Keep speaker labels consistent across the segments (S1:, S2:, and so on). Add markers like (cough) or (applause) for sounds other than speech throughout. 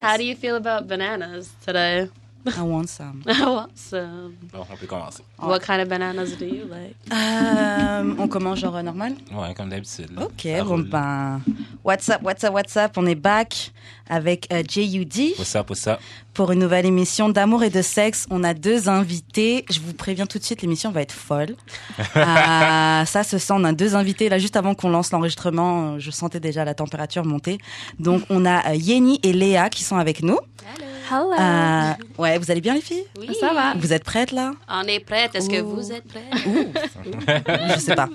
S1: How do you feel about bananas today? (laughs)
S2: I want some.
S1: awesome.
S3: Bon, on peut commencer.
S1: What kind of bananas do you like?
S2: Euh, on commence genre euh, normal
S3: Ouais, comme d'habitude. là.
S2: Ok,
S3: Ça
S2: bon
S3: roule.
S2: ben, what's up, what's up, what's up, on est back avec euh, JUD
S3: What's up, what's up?
S2: pour une nouvelle émission d'amour et de sexe. On a deux invités, je vous préviens tout de suite, l'émission va être (laughs) folle. Ah, ça se sent, on a deux invités, là juste avant qu'on lance l'enregistrement, euh, je sentais déjà la température monter. Donc on a euh, Yeni et Léa qui sont avec nous.
S1: Hello. Ah.
S2: Euh, ouais, vous allez bien les filles
S1: oui. Ça va.
S2: Vous êtes prêtes là
S1: On est prête. Est-ce que
S2: Ouh.
S1: vous êtes prêts?
S2: Je sais pas.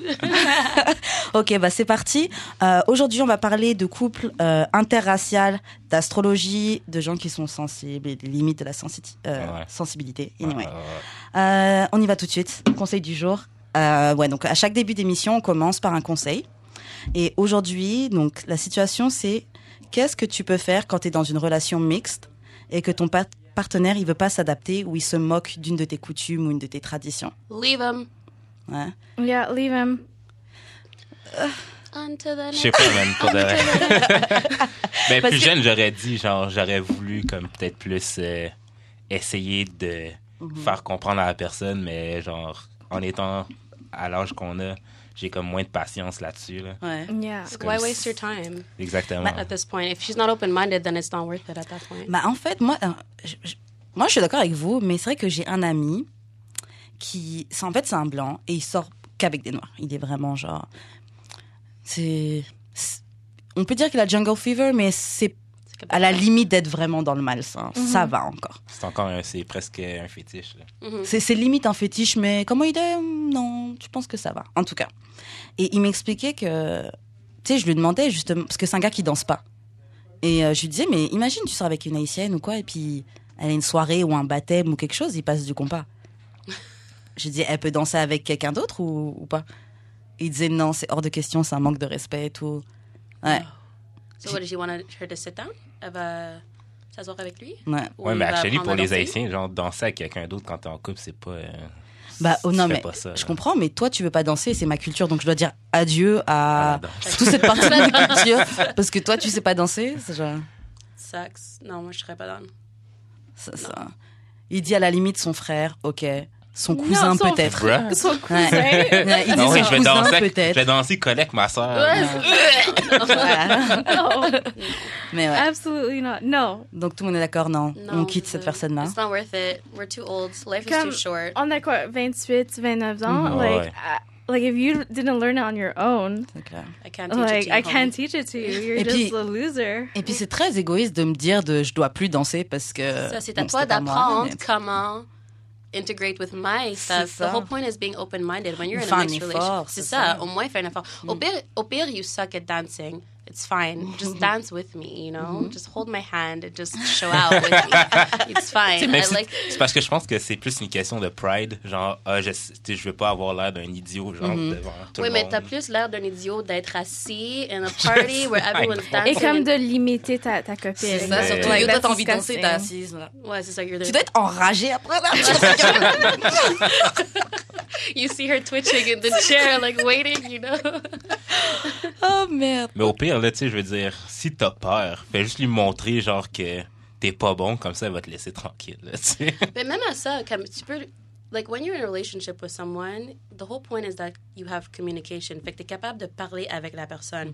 S2: (laughs) ok, bah c'est parti. Euh, Aujourd'hui, on va parler de couples euh, interracial, d'astrologie, de gens qui sont sensibles et des limites de la sensibilité.
S3: Ouais.
S2: sensibilité.
S3: Ouais,
S2: Anyway.
S3: ouais, ouais.
S2: Euh, on y va tout de suite. Conseil du jour. Euh, ouais, donc à chaque début d'émission, on commence par un conseil. Et aujourd'hui, donc la situation, c'est qu'est-ce que tu peux faire quand tu es dans une relation mixte et que ton par- partenaire, il veut pas s'adapter ou il se moque d'une de tes coutumes ou une de tes traditions. hein
S1: Leave them
S2: Ouais.
S4: Yeah, leave him.
S1: until the
S3: Je
S1: next.
S3: sais (laughs) pas, même, pour de vrai. ben,
S2: Parce
S3: plus
S2: que-
S3: jeune, j'aurais dit, genre, j'aurais voulu, comme, peut-être plus euh, essayer de
S2: Mhm.
S3: faire comprendre à la personne, mais, genre, en étant à l'âge qu'on a, j'ai comme moins de patience là-dessus, là.
S2: Ouais.
S4: Yeah.
S3: C'est comme
S1: Why
S3: si-
S1: waste your time
S3: Exactement.
S2: Ben, euh,
S1: at this point? If she's not open-minded, then it's not worth it at that point.
S2: Bah, en fait, moi, euh, je, je- moi, je suis d'accord avec vous, mais c'est vrai que j'ai un ami qui, c'est- en fait, c'est un blanc et il sort qu'avec des noirs. Il est vraiment genre, c'est, c'est- on peut dire qu'il a jungle fever, mais c'est à la limite d'être vraiment dans le malsain. Ça va encore.
S3: C'est encore un, c'est presque un fétiche, là.
S1: Mm-hmm.
S2: C'est, c'est limite un fétiche, mais comment il est Non, je pense que ça va. En tout cas. Et il m'expliquait que, tu sais, je lui demandais justement, parce que c'est un gars qui danse pas. Et euh, je lui disais, mais imagine, tu sors avec une haïtienne ou quoi, et puis elle a une soirée ou un baptême ou quelque chose, il passe du compas. je lui disais, elle peut danser avec quelqu'un d'autre ou, ou pas Il disait, non, c'est hors de question, c'est un manque de respect et tout. Ouais,
S1: So what, does she want her to sit down? Elle va s'asseoir avec lui?
S2: ouais.
S1: Ou
S3: Ouais,
S1: il
S3: mais
S1: va
S3: actually,
S1: apprendre
S3: pour
S1: à
S3: les
S1: danser?
S3: Haïtiens, genre, danser avec quelqu'un d'autre quand t'es en couple, c'est pas. euh,
S2: Bah, oh,
S3: tu
S2: non,
S3: fais
S2: mais
S3: pas ça,
S2: je
S3: là.
S2: comprends, mais toi, tu veux pas danser, c'est ma culture, donc je dois dire adieu à
S3: Ah, la danse.
S2: toute cette partie de la culture, parce que toi, tu sais pas danser. c'est genre-
S1: Sucks. Non, moi, je serais pas (laughs) down.
S2: ça- ça. Il dit à la limite son frère, ok, son cousin
S4: Non, son
S2: peut-être.
S3: Bruh.
S4: So
S1: (laughs)
S2: Ouais. Ouais, Il dit
S3: Non, oui,
S2: son
S3: Ah je vais
S2: cousin
S3: danser. avec- Je
S2: peut-être.
S3: vais danser collègue, ma soeur.
S2: Voilà.
S4: (laughs) no,
S2: (laughs) Mais ouais.
S4: absolutely not. No.
S2: Donc tout le monde est d'accord, Ah. non. euh,
S1: Non,
S2: On quitte cette
S1: désolé.
S2: personne-là.
S1: It's not worth it. We're too old. Life is
S4: Comme-
S1: too short.
S4: On that court, 28, 29 ans,
S3: Mhm.
S4: like,
S3: Ouais.
S4: uh, like if you didn't learn it on your own,
S2: C'est clair.
S1: I can't teach it to
S4: like
S1: you,
S4: I
S1: homie.
S4: can't teach it to you. You're
S2: Et
S4: just
S2: puis-
S4: a loser.
S2: Et puis c'est très égoïste de me dire de je dois plus danser parce que.
S1: Ça, c'est à
S2: bon,
S1: toi
S2: c'était pas moi,
S1: d'apprendre
S2: mais-
S1: comment integrate with my
S2: C'est
S1: stuff. The
S2: ça.
S1: whole point is being open-minded when you're in
S2: Faire
S1: a
S2: un
S1: mixed
S2: effort,
S1: relationship. Oh, C'est
S2: c'est
S1: ça,
S2: ça.
S1: au moins faire un effort.
S2: Hmm.
S1: Au pire, au pire, you suck at dancing. It's fine.
S2: (laughs)
S1: Just dance with me, you know?
S2: Mm-hmm.
S1: Just hold my hand and just show out with
S2: (laughs)
S1: me. It's fine.
S3: Même
S1: I
S3: si-
S1: like...
S3: C'est parce que je pense que c'est plus une question de pride. Genre, ah, je, tu sais, je veux pas avoir l'air d'un idiot, genre, devant
S1: Mm-hmm.
S3: tout
S1: Oui,
S3: le
S1: mais
S3: monde.
S1: t'as plus l'air d'un idiot d'être assis
S2: (laughs)
S1: in a party where everyone's
S4: Et
S1: dancing.
S4: comme de limiter ta, ta copine.
S2: C'est
S3: Mais-
S2: ça, surtout que
S3: Ouais,
S2: toi,
S4: that's
S2: t'as envie de danser, t'es
S4: disgusting.
S2: assise. là.
S1: Ouais, c'est ça. You're
S2: Tu
S1: the... (laughs)
S2: dois être enragée après là.
S1: You see her twitching in the chair, like waiting, you know?
S2: (laughs) oh merde.
S3: Mais au pire, là, tu sais, je veux dire, si t'as peur, fais juste lui montrer, genre, que t'es pas bon, comme ça, elle va te laisser tranquille, là, tu sais.
S1: But même à ça, comme tu peux, like when you're in a relationship with someone, the whole point is that you have communication. Fait que t'es capable de parler avec la personne.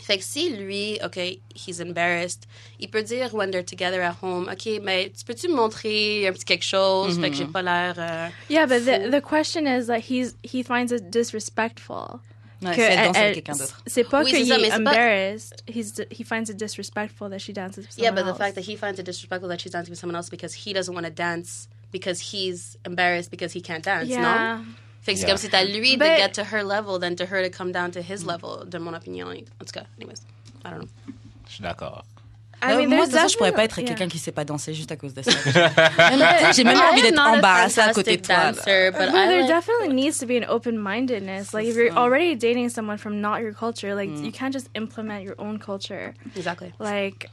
S1: Fait que si lui, OK, he's embarrassed, il peut dire when they're together at home, OK, mais tu peux-tu me montrer un petit quelque chose? Fait que j'ai pas l'air... euh,
S4: Yeah, but the, the question is that he's he finds it disrespectful.
S2: Ouais,
S4: Que
S2: c'est
S4: elle-
S2: danser avec
S4: elle-
S2: quelqu'un d'autre.
S4: C'est pas
S1: Oui,
S4: que
S1: c'est ça,
S4: he
S1: mais c'est pas-
S4: embarrassed. He's he finds it disrespectful that she dances with
S1: Yeah,
S4: someone
S1: but the
S4: else.
S1: fact that he finds it disrespectful that she's dancing with someone else because he doesn't want to dance because he's embarrassed because he can't dance, non?
S4: yeah.
S1: Fait que c'est
S3: Yeah.
S1: comme si t'as lui de
S4: Ben-
S1: get to her level than to her to come down to his level, de mon opinion. En tout cas, anyways, I don't know.
S3: Je suis d'accord.
S4: I
S2: Euh, moi,
S4: mean, there's
S2: de toute façon, je pourrais pas être
S4: definitely-
S2: quelqu'un qui sait pas danser juste à cause
S4: (laughs)
S2: de ça. Tu sais, J'ai même pas envie d'être
S1: not a
S2: embarrassée à côté de toi. là.
S1: fantastic dancer, but
S4: Well,
S1: I
S4: there
S1: like-
S4: definitely needs to be an open mindedness. Like if you're already dating someone from not your culture, like
S2: Mm.
S4: you can't just implement your own culture.
S1: Exactly.
S4: Like,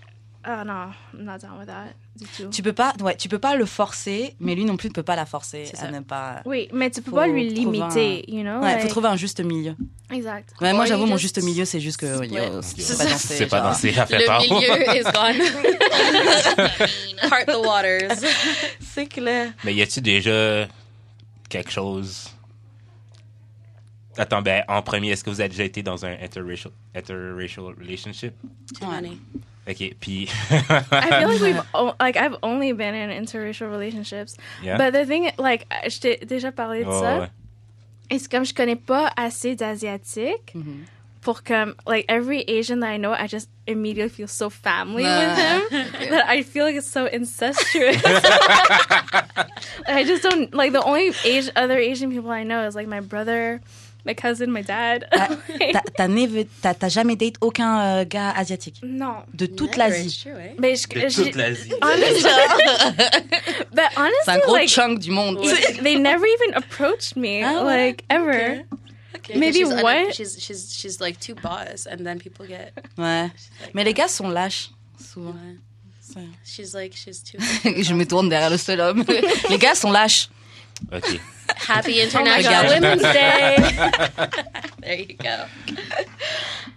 S4: oh no, I'm not down with that. Du tout.
S2: Tu peux pas, ouais, tu peux pas le forcer, mais lui non plus ne peut pas la forcer
S1: C'est
S2: à
S1: ça.
S2: ne pas.
S4: Oui, mais tu peux pas
S2: Faut
S4: lui
S2: trouver
S4: limiter, you know?
S2: Ouais,
S4: like,
S2: faut trouver un juste milieu.
S4: Exact.
S2: Ouais,
S1: Or
S2: moi,
S1: you
S2: j'avoue, mon
S1: just
S2: juste milieu, c'est juste que.
S1: split.
S2: yo, C'est
S1: C'est
S2: pas
S1: ça.
S2: dansé,
S3: C'est pas
S2: genre.
S3: dansé, elle fait
S1: Le
S3: peur.
S1: milieu is
S3: (laughs)
S1: gone. (laughs) Part the waters.
S2: C'est clair.
S3: Mais y a-tu déjà quelque chose. Attends, ben, en premier, est-ce que vous avez déjà été dans un interracial, interracial relationship?
S1: Honey.
S3: Ok, puis.
S4: I
S3: (laughs)
S4: feel
S2: (laughs)
S4: like we've o- like I've only been in interracial relationships,
S3: Yeah.
S4: but the thing like je t'ai déjà parlé de
S3: Ouais,
S2: Oh,
S4: ça.
S3: Oh, ouais.
S4: Et c'est comme je connais pas assez d'asiatiques pour comme like every Asian that I know, I just immediately feel so family with them that I feel like it's so incestuous. I just don't like the only Asian, other Asian people I know is like my brother, my cousin, my dad.
S2: Ah,
S4: (laughs)
S2: T'as- T'as never- t'as- t'as jamais date aucun euh, gars asiatique
S4: non,
S2: de toute
S1: Never,
S2: l'Asie.
S1: it's true, eh?
S4: mais je,
S3: De
S4: je-
S3: toute l'Asie.
S1: Ah.
S4: honestly, but
S2: C'est un
S4: honestly,
S2: gros
S4: like
S2: chunk du monde.
S4: it- (laughs) they never even approached me
S2: Ah, ouais,
S4: like ever.
S1: Okay,
S4: Maybe
S1: she's un-
S4: what-
S1: she's she's she's like too boss, and then people get.
S2: Ouais. Mais les gars sont lâches, (laughs) souvent.
S1: Ouais. She's like she's too
S2: Je me tourne derrière le seul homme. (laughs) les gars sont lâches.
S3: Ok.
S1: (laughs) happy
S4: my
S1: International (laughs)
S2: God.
S1: Women's Day. (laughs) there you go.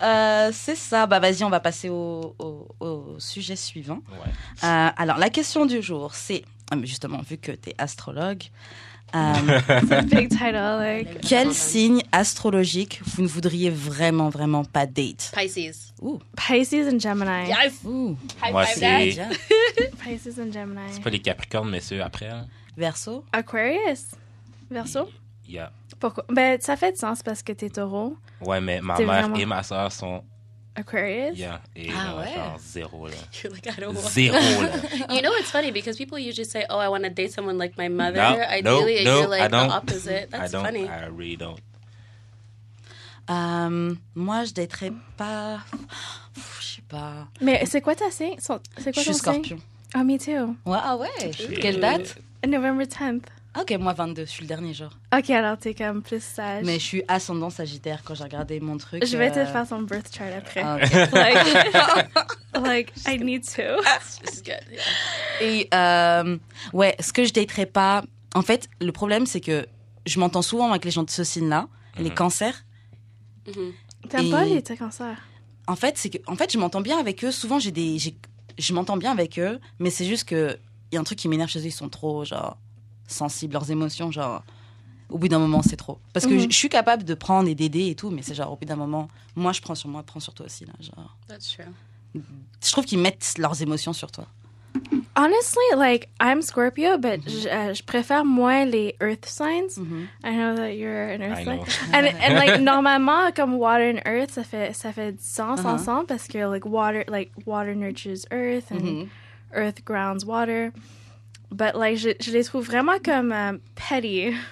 S2: Euh, c'est ça. Bah vas-y, on va passer au, au- au sujet suivant.
S3: Ouais.
S2: Euh, alors la question du jour, c'est ah, mais justement vu que t'es astrologue, euh,
S4: Big title like.
S2: quel signe astrologique vous ne voudriez vraiment vraiment pas date
S1: Pisces.
S2: Ouh.
S4: Pisces and Gemini.
S1: Yes.
S2: Ouh.
S1: High
S3: Moi,
S1: five
S2: Ah,
S3: c'est-
S1: that.
S4: Pisces and Gemini.
S3: C'est pas les Capricornes, mais ceux après. hein.
S2: Verso.
S4: Aquarius. Verso.
S3: Yeah.
S4: Pourquoi? Ben, ça fait de sens parce que t'es taureau.
S3: Ouais, mais ma
S4: T'es
S3: mère
S4: vraiment-
S3: et ma soeur sont.
S4: Aquarius.
S3: Yeah. Et
S1: Ah
S3: genre,
S1: ouais?
S3: genre zéro, là.
S1: You're (laughs) like I don't want.
S3: Zéro,
S1: (laughs)
S3: là.
S1: You know it's funny because people usually say, "Oh, I want to date someone like my mother."
S3: No, no,
S1: Ideally,
S3: no,
S1: you're
S3: I
S1: like the
S3: don't.
S1: opposite.
S3: I
S1: That's
S3: don't.
S1: funny.
S3: I really don't.
S2: Euh, moi je daterais pas. Pff, Je sais pas.
S4: Mais c'est quoi ta signe? Son- C'est
S2: Je
S4: quoi
S2: suis
S4: ton signe?
S2: Scorpion.
S4: Oh, me too.
S2: Ouais, ah ouais.
S3: Shit.
S2: Quelle date
S4: November 10th.
S2: Ah, Ok, moi 22, je suis le dernier genre.
S4: Ok, alors t'es comme plus sage.
S2: Mais je suis ascendant Sagittaire quand j'ai regardé mon truc.
S4: Ah, Je vais te
S2: euh,
S4: faire ton birth chart après.
S2: ah, ok.
S4: (laughs)
S2: (laughs)
S4: Like, like, I need to.
S2: Ah,
S1: That's just good. Yeah.
S2: Et euh, ouais, ce que je daterais pas. En fait, le problème, c'est que je m'entends souvent avec les gens de ce signe-là, les cancers.
S1: Mm-hmm.
S4: T'aimes
S2: Et-
S4: pas les cancer?
S2: En fait, c'est que, en fait, je m'entends bien avec eux. Souvent, j'ai des, j'ai- je m'entends bien avec eux, mais c'est juste que il y a un truc qui m'énerve chez eux. Ils sont trop genre sensibles, leurs émotions, genre. Au bout d'un moment, c'est trop. Parce que
S4: Mhm.
S2: je- je suis capable de prendre et d'aider et tout, mais c'est genre au bout d'un moment, moi je prends sur moi, prends sur toi aussi là. Genre,
S1: That's true.
S2: je trouve qu'ils mettent leurs émotions sur toi.
S4: Honestly, like, I'm Scorpio, but
S2: Mm-hmm.
S4: je, euh, je préfère moins les earth signs. I know that you're an earth
S3: I
S4: sign.
S3: know.
S4: (laughs) And,
S3: (laughs)
S4: and like normalement comme water and earth ça fait ça fait du sens
S2: Uh-huh.
S4: ensemble parce que like water like water nurtures earth and
S2: Mhm.
S4: earth grounds water. But like je, je les trouve vraiment comme euh, petty. (laughs)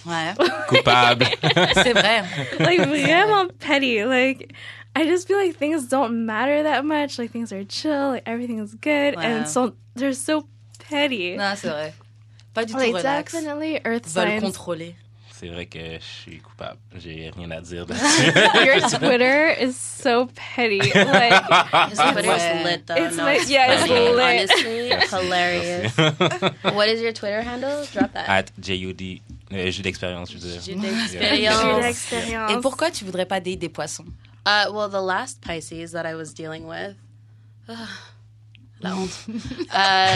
S2: (laughs) Ouais,
S3: Coupable. (laughs)
S2: c'est vrai.
S4: Like vraiment petty. Like I just feel like things don't matter that much. Like things are chill, like everything is good
S2: Wow.
S4: and so they're so
S2: (laughs)
S4: petty.
S2: Non, c'est vrai. Pas du tout
S4: Like
S2: relax.
S4: definitely earth
S2: veulent
S4: signs.
S2: contrôler.
S3: C'est vrai que je suis coupable. J'ai rien à
S1: (laughs)
S3: dire dessus.
S4: (laughs) Your Twitter is so petty. Like
S1: His Twitter
S2: Ouais.
S1: is lit though.
S4: it's
S1: no,
S4: like yeah, it's
S3: funny.
S4: lit.
S1: honestly (laughs) hilarious. what is your Twitter handle? Drop that.
S3: At JUD. Euh, J'ai d'expérience, je veux dire.
S1: J'ai de
S4: J'ai de
S1: l'expérience.
S4: l'expérience.
S2: Et pourquoi tu voudrais pas date des poissons
S1: Uh, well, the last Pisces that I was dealing with. (sighs) La honte. Euh,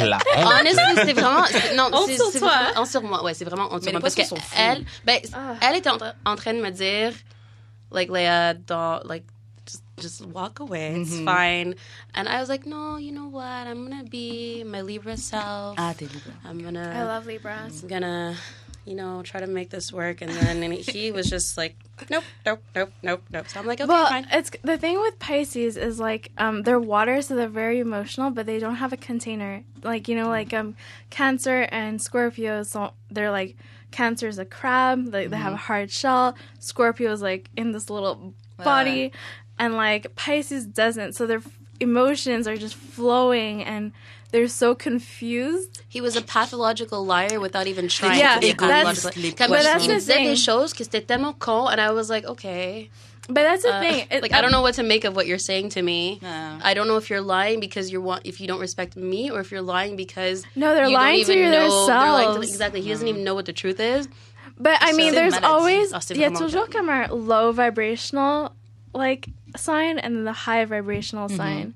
S3: La
S1: (laughs)
S3: honte.
S1: honestly, c'est vraiment. c'est- Non,
S4: Honte
S1: c'est
S4: sur
S1: c'est
S4: toi.
S1: vraiment- honte sur moi. Ouais, c'est vraiment honte
S2: Mais
S1: sur moi.
S2: les
S1: Parce
S2: poissons sont fous.
S1: qu'elle ben, c-
S4: Ah.
S1: elle était en, tra- en train de me dire, like, Leia, don't, like, just, just walk away. It's
S2: Mhm.
S1: fine. And I was like, no, you know what? I'm gonna be my Libra self.
S2: Ah, t'es libre.
S1: I'm gonna.
S4: I love Libras.
S1: I'm gonna, you know, try to make this work. And then and (laughs) he was just like, nope, nope, nope, nope, nope. So I'm like, okay,
S4: Well,
S1: fine.
S4: it's the thing with Pisces is like um, they're water, so they're very emotional, but they don't have a container. Like you know, like um, Cancer and Scorpios, don't, they're like Cancer is a crab, like they
S1: Mm-hmm.
S4: have a hard shell. Scorpio is like in this little
S1: Uh.
S4: body, and like Pisces doesn't. So their f- emotions are just flowing, and they're so confused.
S1: He was a pathological liar without even trying
S4: Yeah,
S1: to be a
S4: égoïste,
S1: pathological
S2: les
S1: Comme, il
S2: poissons.
S1: me
S4: But that's the
S1: disait des
S4: thing.
S1: choses que c'était tellement con, and I was like, okay.
S4: But that's the
S1: uh,
S4: thing. It- um,
S1: like, I don't know what to make of what you're saying to me.
S2: Yeah.
S1: I don't know if you're lying because you want, if you don't respect me, or if you're lying because
S4: No, they're
S1: you don't
S4: lying to
S1: even know- they're lying to-
S4: themselves.
S1: exactly. He doesn't even know what the truth is.
S4: But I
S1: So-
S4: mean,
S1: C'est
S4: there's
S1: une maladie.
S4: always
S1: Ah, c'est
S4: il y a
S1: vraiment
S4: toujours comme un low vibrational like sign and then the high vibrational
S1: Mm-hmm.
S4: sign.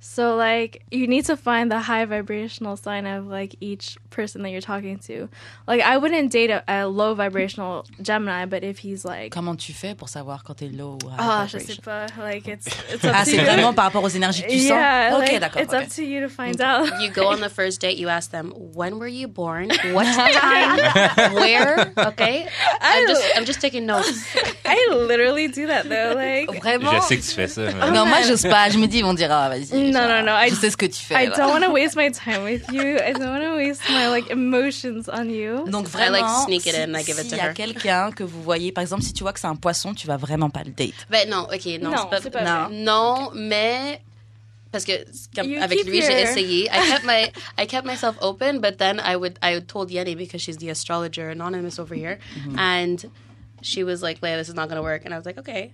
S4: So like you need to find the high vibrational sign of like each person that you're talking to. Like I wouldn't date a, a low vibrational Gemini, but if he's like
S2: Comment tu fais pour savoir quand t'es low ou high
S4: oh, je
S2: vibration
S4: sais pas, like
S1: (laughs)
S4: it's it's up
S2: Ah,
S4: to
S2: c'est
S4: you.
S2: vraiment par rapport aux énergies que tu sens
S4: yeah,
S2: Ok,
S4: like,
S2: d'accord.
S4: It's
S2: ok.
S4: up to you to find out.
S1: You go on the first date, you ask them, when were you (laughs) born? What time? where? Okay. I'm just, I'm just taking notes.
S4: (laughs) I literally do that though.
S1: (laughs)
S4: Like
S2: Vraiment
S3: Je sais que tu fais ça. mais-
S2: Non, moi, j'ose pas. Je me dis, ils vont dire, ah, vas-y.
S4: Non,
S2: genre,
S4: non, non,
S2: Je
S4: I-
S2: sais ce que tu fais.
S4: I
S2: là.
S4: don't want to waste (laughs) my time with you. I don't want to waste my like emotions on you.
S2: Donc
S1: I like
S2: vraiment,
S1: sneak it
S2: si-
S1: in, I give it to
S2: s'il y a
S1: her.
S2: quelqu'un que vous voyez, par exemple, si tu vois que c'est un poisson, tu vas vraiment pas le date.
S1: Ben non, ok, non,
S4: Non,
S1: c'est
S4: c'est
S1: pas,
S4: pas
S1: non, non, mais parce que c'est comme
S4: You
S1: avec
S4: keep
S1: lui j'ai
S4: your-
S1: essayé. I kept my I kept myself open, but then I would I told Yenny because she's the astrologer, anonymous over here, and she was like, "Leah, this is not gonna work," and I was like, "Okay."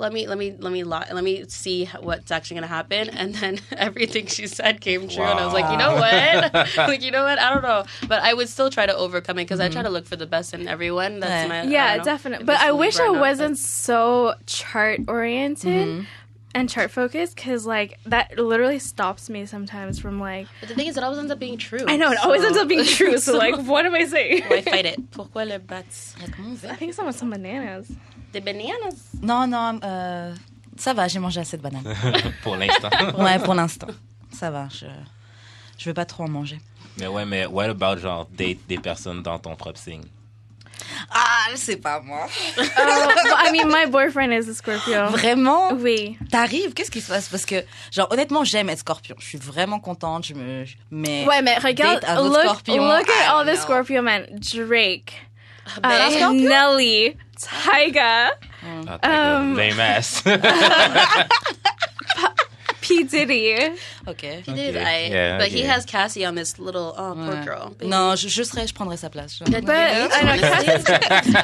S1: Let me let me let me lo- let me see what's actually gonna happen, (laughs) and then everything she said came true, and I was like, you know what, (laughs) like you know what, I don't know, but I would still try to overcome it because I try to look for the best in everyone. That's
S2: Ouais.
S1: my I don't
S4: Yeah,
S1: know.
S4: definitely.
S1: It
S4: But
S1: makes
S4: I
S1: me
S4: wish I
S1: burn out, but-
S4: wasn't so chart oriented and chart focused because like that literally stops me sometimes from like
S1: But the thing is, it always ends up being true.
S4: I know it always
S1: so-
S4: ends
S1: (laughs)
S4: up being true. So like, (laughs) what am I saying?
S1: Why Oh, fight it? Pourquoi le battre?
S4: I think someone some bananas.
S1: Des bananas.
S2: Non, non, euh, ça va, j'ai mangé assez de bananes.
S1: (laughs)
S3: pour l'instant.
S2: Ouais, pour l'instant. Ça va, je... je veux pas trop en manger.
S3: mais ouais, mais what about genre date des personnes dans ton propre signe?
S2: Ah, c'est pas moi.
S4: (laughs) Oh, well, I mean, my boyfriend is a Scorpio.
S2: Vraiment
S4: Oui.
S2: T'arrives, qu'est-ce qui se passe Parce que, genre, honnêtement, j'aime être scorpion. Je suis vraiment contente, je me... je- Mais...
S4: Wait, mais regarde,
S2: Date un autre
S4: look,
S2: Scorpion. Ah,
S4: look at
S2: I
S4: all
S2: don't
S4: the
S2: know.
S4: Scorpio men. Drake,
S1: Ben,
S4: uh, Nelly, Tyga,
S3: Ah, t'as
S4: Um.
S3: lame ass.
S4: P. Diddy.
S2: Ok.
S1: he did.
S3: Okay.
S1: I,
S3: Yeah,
S1: but he
S3: okay.
S1: has Cassie on this little oh, poor girl.
S2: Non, je, je serais, je prendrais sa place. genre.
S1: But
S4: I know,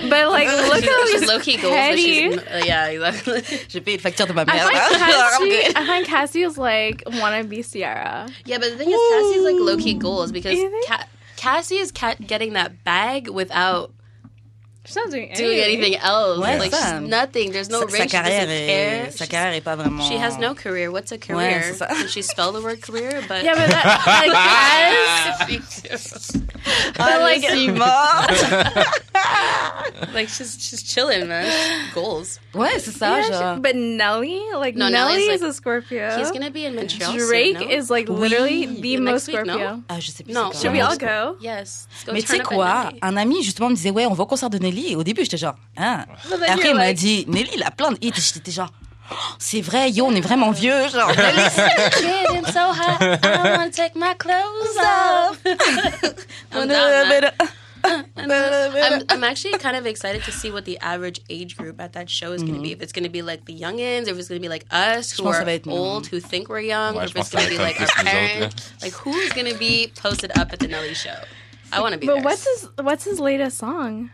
S4: But
S1: (laughs)
S4: like, look at all these
S1: low key goals. but she's-
S4: petty.
S1: uh, yeah, exactly.
S2: J'ai payé une facture de ma
S4: I
S2: mère. (laughs)
S4: find
S1: (laughs)
S2: Alors, I'm
S4: Cassie,
S2: good.
S4: I find Cassie is like wannabe Sierra.
S1: Yeah, but the thing is, Cassie's like low key goals because
S4: You think?
S1: Ca- Cassie is ca- getting that bag without
S4: She's not doing anything.
S1: doing anything else.
S2: Ouais,
S1: like
S2: ça.
S1: she's nothing. There's no
S2: Sa-
S1: rich.
S2: sa, carrière est,
S1: care.
S2: sa
S1: She's-
S2: carrière est pas vraiment.
S1: She
S2: (laughs)
S1: has no career. What's a career?
S2: c'est ça.
S1: Can she spell the word career? But (laughs)
S4: Yeah, but that, like, as,
S2: Ah,
S4: but like, (laughs)
S1: like she's she's chilling, man. Goals.
S2: Ouais, c'est ça,
S4: yeah,
S2: genre.
S4: she- but Nelly, like
S1: No,
S4: Nelly
S1: Nelly's,
S4: is
S1: like-
S4: a Scorpio.
S1: He's gonna be in Montreal. soon,
S4: Drake
S1: no?
S4: is like literally
S2: Oui.
S4: the
S1: Next
S4: most
S1: week, no?
S4: Scorpio.
S2: Ah, je sais plus.
S1: Non,
S2: c'est
S1: should
S4: Should
S2: quoi.
S4: we all go?
S1: Yes. Let's go
S2: Mais tu
S1: turn
S2: sais
S1: up
S2: quoi
S1: at Nelly.
S2: Un ami justement me disait ouais, on va au concert de Nelly. Et au début, j'étais genre hein.
S4: But then
S2: Après,
S4: you're
S2: il m'a
S4: like-
S2: dit Nelly, il a plein de hits. J'étais genre (gasps) Oh, c'est vrai, yo, on est vraiment vieux,
S4: (laughs)
S2: genre. Nelly,
S1: Getting so hot, I don't wanna take my clothes off. (laughs) I'm, down,
S2: hein.
S1: man. I'm, I'm actually kind of excited to see what the average age group at that show is going to
S4: Mm-hmm.
S1: be. If it's going to be like the youngins, if it's going to be like us who
S2: pense
S1: are
S2: que ça va être nous.
S1: old, who think we're young,
S3: Ouais,
S1: or
S3: je
S1: if it's
S3: pense que
S1: going to be
S3: ça va
S1: like
S3: être
S1: our
S3: un peu plus nous autres,
S1: parents. Like who's going to be posted up at the Nelly show? I want to be
S4: But
S1: there.
S4: what's his what's his latest song?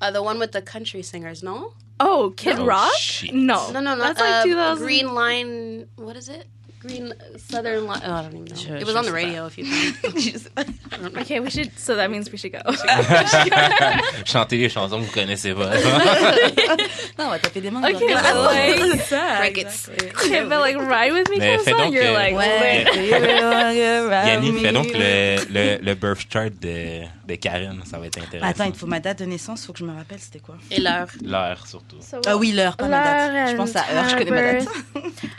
S1: uh, the one with the country singers? No,
S4: Oh, Kid
S3: Oh,
S4: Rock?
S3: shit.
S4: No,
S1: no, no, no.
S4: That's like
S1: uh,
S4: 2000.
S1: Green Line. What is it? Green Southern Line. Oh, I don't even know.
S2: Sure,
S1: it was
S2: sure,
S1: on the
S2: c'est
S1: radio a few times.
S2: (laughs) Je sais pas.
S4: Okay, we should. So that means we should
S1: (laughs)
S4: go.
S3: Chanter les chansons que vous connaissez pas.
S2: Non, on va taper des mains.
S4: Okay,
S2: genre.
S4: but like,
S1: Break it.
S4: (laughs) okay, but like, ride with me,
S3: Mais
S4: kind of
S3: fais
S4: song.
S3: donc,
S4: You're
S3: euh,
S4: like,
S2: Ouais. Yannick
S3: Yannick, fais donc le, le, le birth chart de, de Karen. Ça va être intéressant.
S2: Attends, il te faut ma date de naissance, faut que je me rappelle c'était quoi.
S1: Et l'heure.
S3: L'heure surtout.
S4: So
S2: Ah oui, l'heure, pas ma date.
S4: L'heure
S2: Je
S4: and
S2: pense à heure, je connais ma date.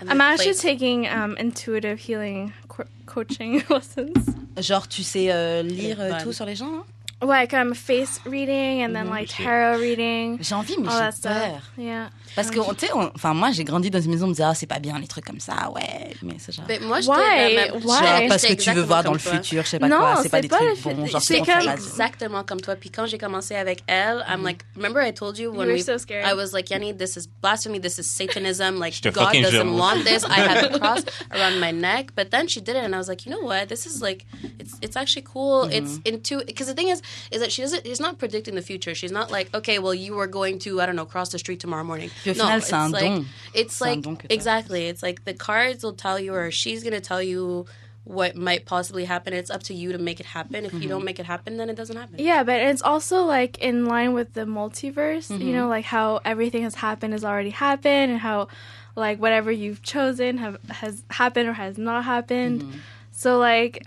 S1: and the
S4: I'm actually
S1: plate.
S4: taking um, intuitive healing co- coaching (laughs) lessons.
S2: Genre, tu sais euh, lire
S1: Elle est
S2: euh,
S1: bonne.
S2: tout sur les gens hein
S4: Like um, face reading and then like
S3: Shit.
S4: tarot reading.
S2: J'ai envie, mais
S4: All that
S2: j'ai peur.
S4: stuff. Yeah.
S2: Parce que, on- tu sais, on- enfin, moi, j'ai grandi dans une maison, on me disait, ah, c'est pas bien, les trucs comme ça, ouais, mais c'est genre.
S1: Mais moi, je
S4: Why?
S1: dirais la même-
S4: Why?
S1: je dirais-
S2: Genre, parce
S1: j'étais
S2: que tu veux voir
S1: exactement
S2: dans le
S1: comme toi.
S2: futur, je sais pas
S4: Non,
S2: quoi, c'est pas
S4: c'est
S2: des
S4: pas le
S2: trucs
S4: futur.
S2: bons, genre,
S4: C'est
S2: c'est
S4: comme-
S2: comme
S1: Exactement comme toi. Puis quand j'ai commencé avec elle,
S2: Mm-hmm.
S1: I'm like, remember I told you when
S4: were
S1: we,
S4: so scared.
S1: I was like, Yanni, this is blasphemy, this is Satanism, like
S3: J'étais
S1: God
S3: fucking
S1: doesn't
S3: jaloux.
S1: want this. I
S2: (laughs)
S1: have a cross around my neck, but then she did it, and I was like, you know what? This is like, it's it's actually cool.
S2: Mm-hmm.
S1: It's into because the thing is, is that she doesn't. It's not predicting the future. She's not like, okay, well, you are going to I don't know cross the street tomorrow morning.
S2: Puis au final, c'est un
S1: like
S2: don.
S1: it's
S2: un
S1: like
S2: don que t'as.
S1: exactly. It's like the cards will tell you, or she's gonna tell you what might possibly happen. It's up to you to make it happen. If you don't make it happen, then it doesn't happen.
S4: Mm-hmm. Yeah, but it's also like in line with the multiverse, you know, like how everything has happened has already happened and how like whatever you've chosen have has happened or has not happened. So like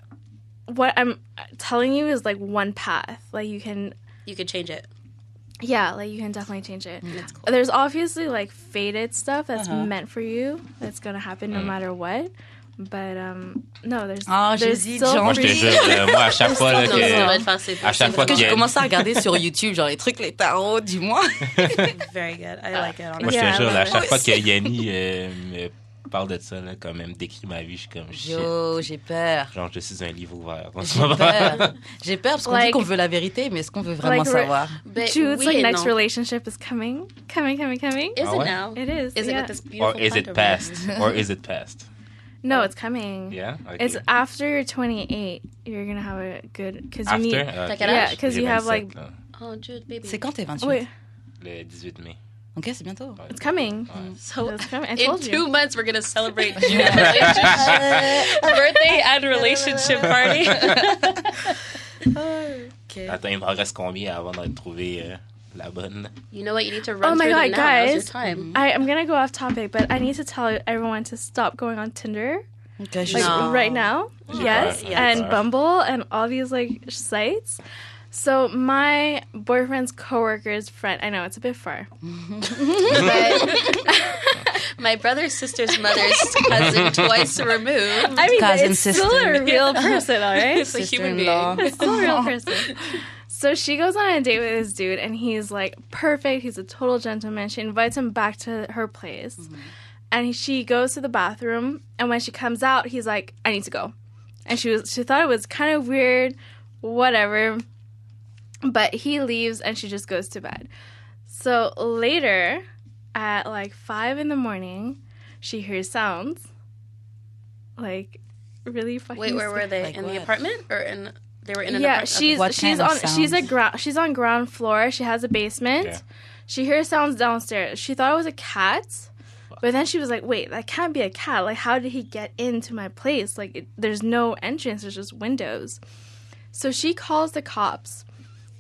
S4: what I'm telling you is like one path. Like you can
S1: You could change it.
S4: yeah, like you can definitely change it.
S3: Mm,
S4: There's obviously like fated stuff that's
S3: Uh-huh.
S4: meant for you that's going to happen no matter what. But um no, there's
S2: Ah,
S4: there's
S2: j'hésite,
S4: still
S2: genre.
S3: Moi, Mm. je te
S2: Oui.
S3: jure, euh, moi, à chaque fois là,
S1: Non, ça va
S3: que.
S1: être facile.
S3: À chaque fois
S2: Quand
S3: qu'il y
S2: j'ai
S3: a.
S2: commencé à regarder sur YouTube, genre les trucs, les tarots, (laughs) dis-moi.
S1: Very good. I like it.
S3: Moi, je
S4: Yeah,
S3: te jure, là, à
S4: ouais.
S3: chaque fois que Yanni euh, me parle de ça, là, quand même, décrit ma vie, je suis comme shit.
S2: Yo, j'ai peur.
S3: Genre, je suis un livre ouvert en ce
S2: J'ai
S3: moment.
S2: peur. J'ai peur parce qu'on dit
S4: Like-
S2: qu'on veut la vérité, mais est-ce qu'on veut vraiment
S4: Like, re-
S2: savoir
S1: But
S4: Jude's
S1: we
S4: like
S1: didn't
S4: next
S1: know.
S4: relationship is coming, coming, coming, coming.
S1: Is
S3: Ah
S1: it
S3: ouais?
S1: now?
S4: It is.
S1: Is it
S4: yeah.
S1: with this beautiful
S3: (laughs) Or is it
S1: plant over
S3: past?
S1: here?
S3: Or is it past?
S4: No, it's coming.
S3: Yeah? Okay.
S4: It's after you're 28. You're gonna have a good because you
S3: After?
S4: need.
S3: Ah,
S1: T'as
S3: ok.
S1: quel âge?
S4: Yeah, 'cause
S3: J'ai
S4: you have,
S3: 27,
S4: like-
S3: là,
S1: Oh, Jude, baby.
S2: C'est quand t'es 28
S4: Wait,
S3: le 18 mai.
S2: Ok, c'est bientôt.
S3: Ouais.
S4: it's coming.
S3: Ouais.
S1: So
S4: It's coming. I
S1: in
S4: told
S1: two
S4: you.
S1: months, we're gonna
S4: (laughs)
S1: celebrate
S3: (laughs)
S1: Jude's relationship- birthday and relationship
S3: (laughs)
S1: party.
S3: Attends, il me reste combien avant de trouver euh, la bonne?
S1: You know what? You need to run
S4: Oh my
S1: through
S4: God,
S1: them now. Now's your
S4: guys.
S1: time.
S4: I, I'm gonna go off topic, but I need to tell everyone to stop going on Tinder
S2: Ok, je
S4: like
S2: suis
S1: No.
S4: right now.
S3: Is it
S4: Yes,
S3: bad? Is it
S4: and
S3: bad?
S4: Bumble and all these like sites. So my boyfriend's coworker's friend. I know it's a bit far.
S1: My brother's sister's
S3: (laughs)
S1: mother's cousin twice removed.
S4: I mean,
S2: Cousin,
S4: it's still
S2: sister.
S4: a real
S2: (laughs)
S4: person, all right?
S1: It's a human
S2: sister-in-law.
S4: (laughs)
S1: being.
S4: It's still a real person. So she goes on a date with this dude, and he's like perfect. He's a total gentleman. She invites him back to her place,
S1: Mm-hmm.
S4: and she goes to the bathroom. And when she comes out, he's like, "I need to go," and she was she thought it was kind of weird, whatever. But he leaves, and she just goes to bed. So later, at like five in the morning, she hears sounds, like really fucking.
S1: Wait, where
S4: scary
S1: were they?
S2: Like
S1: in the
S2: what?
S1: apartment or in? They were in an
S4: yeah,
S1: apartment.
S4: she's
S2: What
S4: she's
S2: kind of
S4: on she's a
S2: sounds?
S4: ground she's on ground floor. She has a basement.
S3: Yeah.
S4: She hears sounds downstairs. She thought it was a cat, but then she was like, "Wait, that can't be a cat. Like, how did he get into my place? Like, it, there's no entrance. There's just windows." So she calls the cops,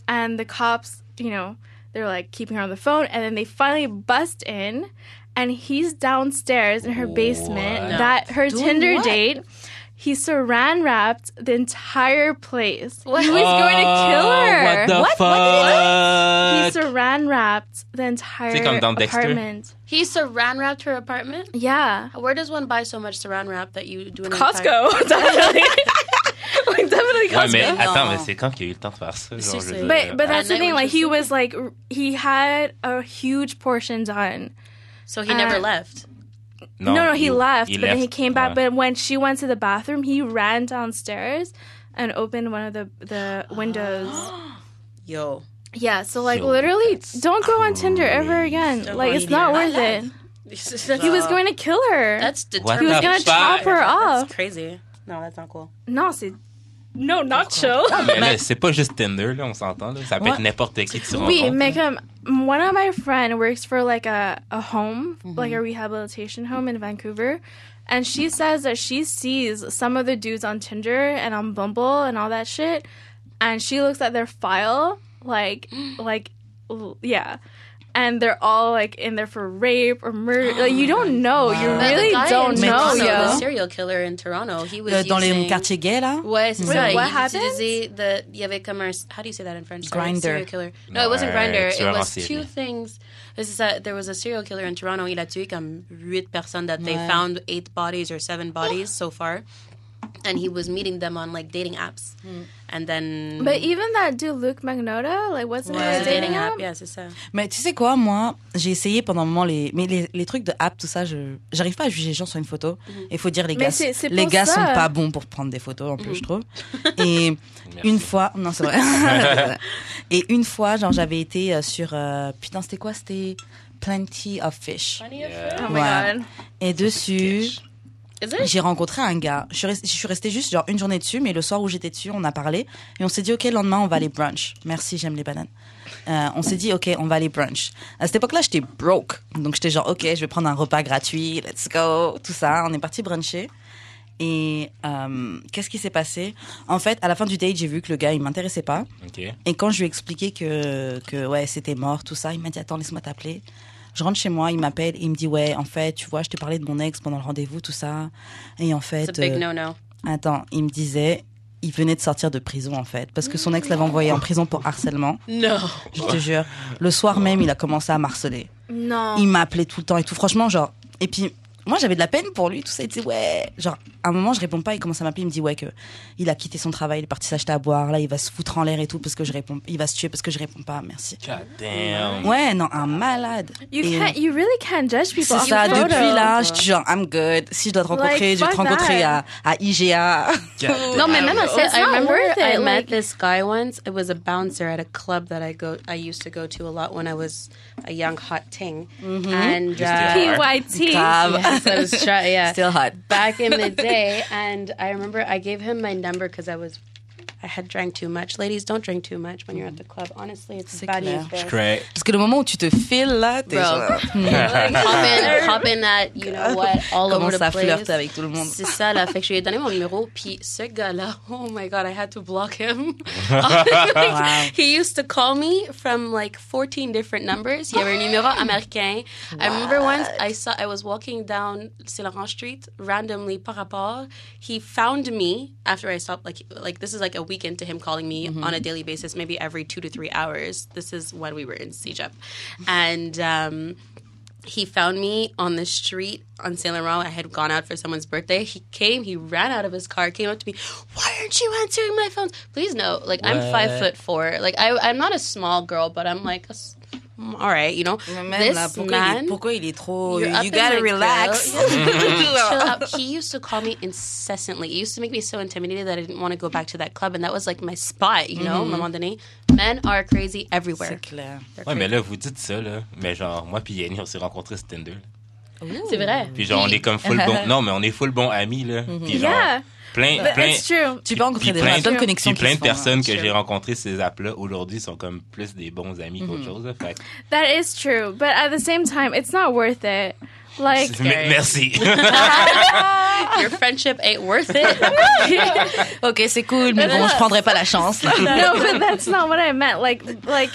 S4: and the cops, you know, they're like keeping her on the phone, and then they finally bust in, and he's downstairs in her basement.
S3: What?
S4: That her
S2: Doing
S4: Tinder
S2: what?
S4: date. He saran wrapped the entire place. He was going to kill
S3: Oh,
S4: her.
S3: What the
S2: What?
S3: fuck?
S4: He saran wrapped the
S3: C'est
S4: entire
S3: comme dans Dexter.
S4: apartment.
S1: he saran wrapped her apartment.
S4: Yeah.
S1: Where does one buy so much saran wrap that you do an entire-
S4: (laughs)
S1: (laughs)
S4: Costco, definitely. like definitely
S3: Ouais,
S4: Costco.
S3: mais
S2: Non.
S3: attends, mais c'est quand qu'il y a eu le temps de faire ça? Genre, je
S1: c'est-
S3: veux dire,
S4: but but that's
S1: I
S4: the
S1: know
S4: thing.
S1: what
S4: Like
S1: you're
S4: he was like r- he had a huge portion done.
S1: So he never
S4: Uh,
S1: left.
S4: No, no, he
S3: il-
S4: left,
S3: il
S4: but then he
S3: left.
S4: came back.
S3: Ouais.
S4: But when she went to the bathroom, he ran downstairs and opened one of the the (gasps) windows.
S2: Yo.
S4: yeah. So like
S3: So
S4: literally,
S3: that's
S4: don't go on Tinder ever again.
S1: Don't
S4: like
S1: go
S4: it's
S1: on
S4: not
S1: Tinder.
S4: worth it.
S1: he
S4: (laughs) He was going to kill her.
S1: That's
S3: What
S1: determined.
S3: the
S4: gonna
S3: fuck?
S4: chop her off.
S1: That's crazy. No, that's not cool.
S4: No, c'est... No, not (laughs)
S3: Mais là, c'est pas juste Tinder, là, on s'entend. Là. Ça peut
S2: Ouais.
S3: être n'importe qui que tu
S4: We
S3: rencontres.
S4: make him. One of my friend works for like a, a home,
S1: Mm-hmm.
S4: like a rehabilitation home in Vancouver, and she says that she sees some of the dudes on Tinder and on Bumble and all that shit, and she looks at their file,
S1: (gasps)
S4: like, like, l- yeah. And they're all like in there for rape or murder. Like, you
S1: (gasps)
S4: don't know. You
S2: Wow.
S1: But
S4: really
S1: the guy
S4: don't
S1: in
S2: Mais
S4: know,
S1: Toronto, The
S4: yo.
S1: serial killer in Toronto, he was
S2: Euh, dans les
S1: using-
S2: quartiers gays, là
S1: Ouais, c'est ça.
S4: Wait, what
S1: il
S4: happened?
S1: utilisait the- il y avait comme un- How do you say that in French? Sorry,
S2: Grindr.
S1: serial killer. No, it wasn't
S3: Ouais,
S1: Grinder. It
S3: tueur en
S1: was
S3: série.
S1: two things. This is that there was a serial killer in Toronto. Il a tué comme huit personnes that they
S2: Ouais.
S1: found eight bodies or seven bodies so far. And he was meeting them on like dating apps. And then...
S4: But even that dude Luke Magnotta, like, what's it?
S1: It's a
S4: his
S1: dating
S4: dating
S1: app.
S4: app?
S1: Yeah, c'est ça.
S2: Mais tu sais quoi, moi, j'ai essayé pendant un moment les, mais les, les trucs de app, tout ça, je, j'arrive pas à juger les gens sur une photo. Il faut dire, les
S4: Mais
S2: gars,
S4: c'est- c'est
S2: les
S4: pour
S2: gars
S4: ça.
S2: sont pas bons pour prendre des photos, en plus, je (laughs) trouve. Et
S3: Merci.
S2: une fois, non, c'est vrai. Et une fois, genre, j'avais été euh, sur, euh, putain, c'était quoi? C'était Plenty of Fish.
S4: Oh
S3: Yeah.
S4: my
S2: Ouais.
S4: god.
S2: Et dessus,
S3: Sketch.
S1: Is it?
S2: j'ai rencontré un gars. Je suis, restée, je suis restée juste genre une journée dessus, mais le soir où j'étais dessus, on a parlé et on s'est dit ok, le lendemain on va aller brunch. Merci, j'aime les bananes. Euh, on s'est dit ok, on va aller brunch. À cette époque-là, j'étais broke, donc j'étais genre ok, je vais prendre un repas gratuit, let's go, tout ça. On est parti bruncher Et euh, qu'est-ce qui s'est passé En fait, à la fin du date, j'ai vu que le gars, il m'intéressait pas.
S3: OK.
S2: Et quand je lui ai expliqué que, que ouais, c'était mort, tout ça, il m'a dit Attends, laisse-moi t'appeler. Je rentre chez moi, il m'appelle et il me dit Ouais, en fait, tu vois, je t'ai parlé de mon ex pendant le rendez-vous, tout ça. Et en
S1: It's a
S2: fait.
S1: big
S2: euh,
S1: no-no.
S2: Attends, il me disait, il venait de sortir de prison en fait, parce que son ex l'avait envoyé en prison pour harcèlement.
S1: No.
S2: Je te jure, le soir même, il a commencé à marceler.
S4: No.
S2: Il m'appelait tout le temps et tout. Franchement, genre, et puis moi j'avais de la peine pour lui, tout ça. Il disait ouais, genre à un moment je réponds pas, il commence à m'appeler, il me dit ouais que il a quitté son travail, il est parti s'acheter à boire, là il va se foutre en l'air et tout parce que je réponds, il va se tuer parce que je réponds pas, merci.
S3: God damn.
S2: Ouais, non, un malade.
S4: You
S2: Et-
S4: can't. You really can't judge people.
S2: c'est
S4: off
S2: ça,
S4: your
S2: depuis
S4: photos.
S2: là, je dis genre, I'm good. Si je dois te rencontrer,
S4: Like,
S2: je vais te
S4: fuck
S2: rencontrer à,
S4: that.
S2: à
S1: (laughs)
S2: IGA.
S3: God
S1: No, my
S3: damn.
S1: mama said
S4: It's
S1: I
S4: not
S1: remember
S4: worth it,
S1: I met
S4: like-
S1: this guy once. It was a bouncer at a club that I go I used to go to a lot when I was a young hot ting.
S4: Mm-hmm.
S1: And
S3: Just
S1: uh,
S3: your-
S4: PYT.
S2: Grave.
S1: yes, (laughs) I was try- yeah.
S4: (laughs)
S2: Still hot.
S1: back in the day and i remember i gave him my number because i was i had drank too much ladies don't drink too much when you're at the club honestly it's
S2: C'est
S1: bad
S2: clair.
S1: news bears. (laughs)
S3: Correct.
S2: Parce que le moment où tu te files là, t'es
S1: Bro.
S2: genre,
S1: Like, hop in hop in that you know what all over
S2: commence
S1: the
S2: à flirter
S1: place
S2: avec tout le monde.
S1: c'est ça là fait que je lui ai donné mon numéro puis ce gars là (laughs) oh my god I had to block him (laughs) Like,
S2: Wow.
S1: he used to call me from like 14 different numbers il y avait un numéro américain I remember once I saw I was walking down Saint Laurent Street randomly par rapport he found me after I stopped like like this is like a weekend to him calling me on a daily basis maybe every two to three hours this is when we were in Sejep and um he found me on the street on Saint Laurent. I had gone out for someone's birthday. He came, he ran out of his car, came up to me, Why aren't you answering my phone? Please no. Like I'm five
S3: What?
S1: foot four. Like I I'm not a small girl, but I'm like a s- mm, all right, you know.
S2: Même là,
S1: This
S2: pourquoi, il est,
S1: man
S2: pourquoi il est trop.
S1: You're up in
S2: You gotta
S1: the
S2: relax. (laughs)
S1: girl. (laughs) chill out. He used to call me incessantly. It used to make me so intimidated that I didn't want to go back to that club and that was like my spot, you
S2: Mm-hmm.
S1: know, Maman Denis. Men are crazy everywhere.
S2: C'est clair.
S1: They're
S3: Ouais, mais
S1: crazy.
S3: là, vous dites ça, là. Mais genre, moi puis Yanni, on s'est rencontrés sur Tinder. là.
S1: C'est vrai.
S3: Puis genre, on est comme full
S4: (laughs)
S3: bon... Non, mais on est full bon amis, là. Puis genre,
S4: Mm-hmm. Yeah,
S3: plein,
S4: but
S3: plein...
S4: it's true.
S2: Tu peux rencontrer
S3: Puis
S2: des gens,
S3: plein-
S2: bonne connexion.
S3: Puis
S2: qui
S3: plein
S2: se
S3: de
S2: font, hein.
S3: personnes que
S1: Sure.
S3: j'ai rencontrées ces apps-là, aujourd'hui, sont comme plus des bons amis
S2: Mm-hmm.
S3: qu'autre chose, là. Fait que-
S4: That is true. But at the same time, it's not worth it. Like,
S3: Mais- Merci.
S2: (laughs)
S1: Your friendship ain't worth it.
S3: (laughs)
S2: Ok, c'est cool, mais (laughs) bon, je prendrai pas la chance.
S3: (laughs)
S2: là.
S4: (laughs) no, but that's not what I meant. Like, like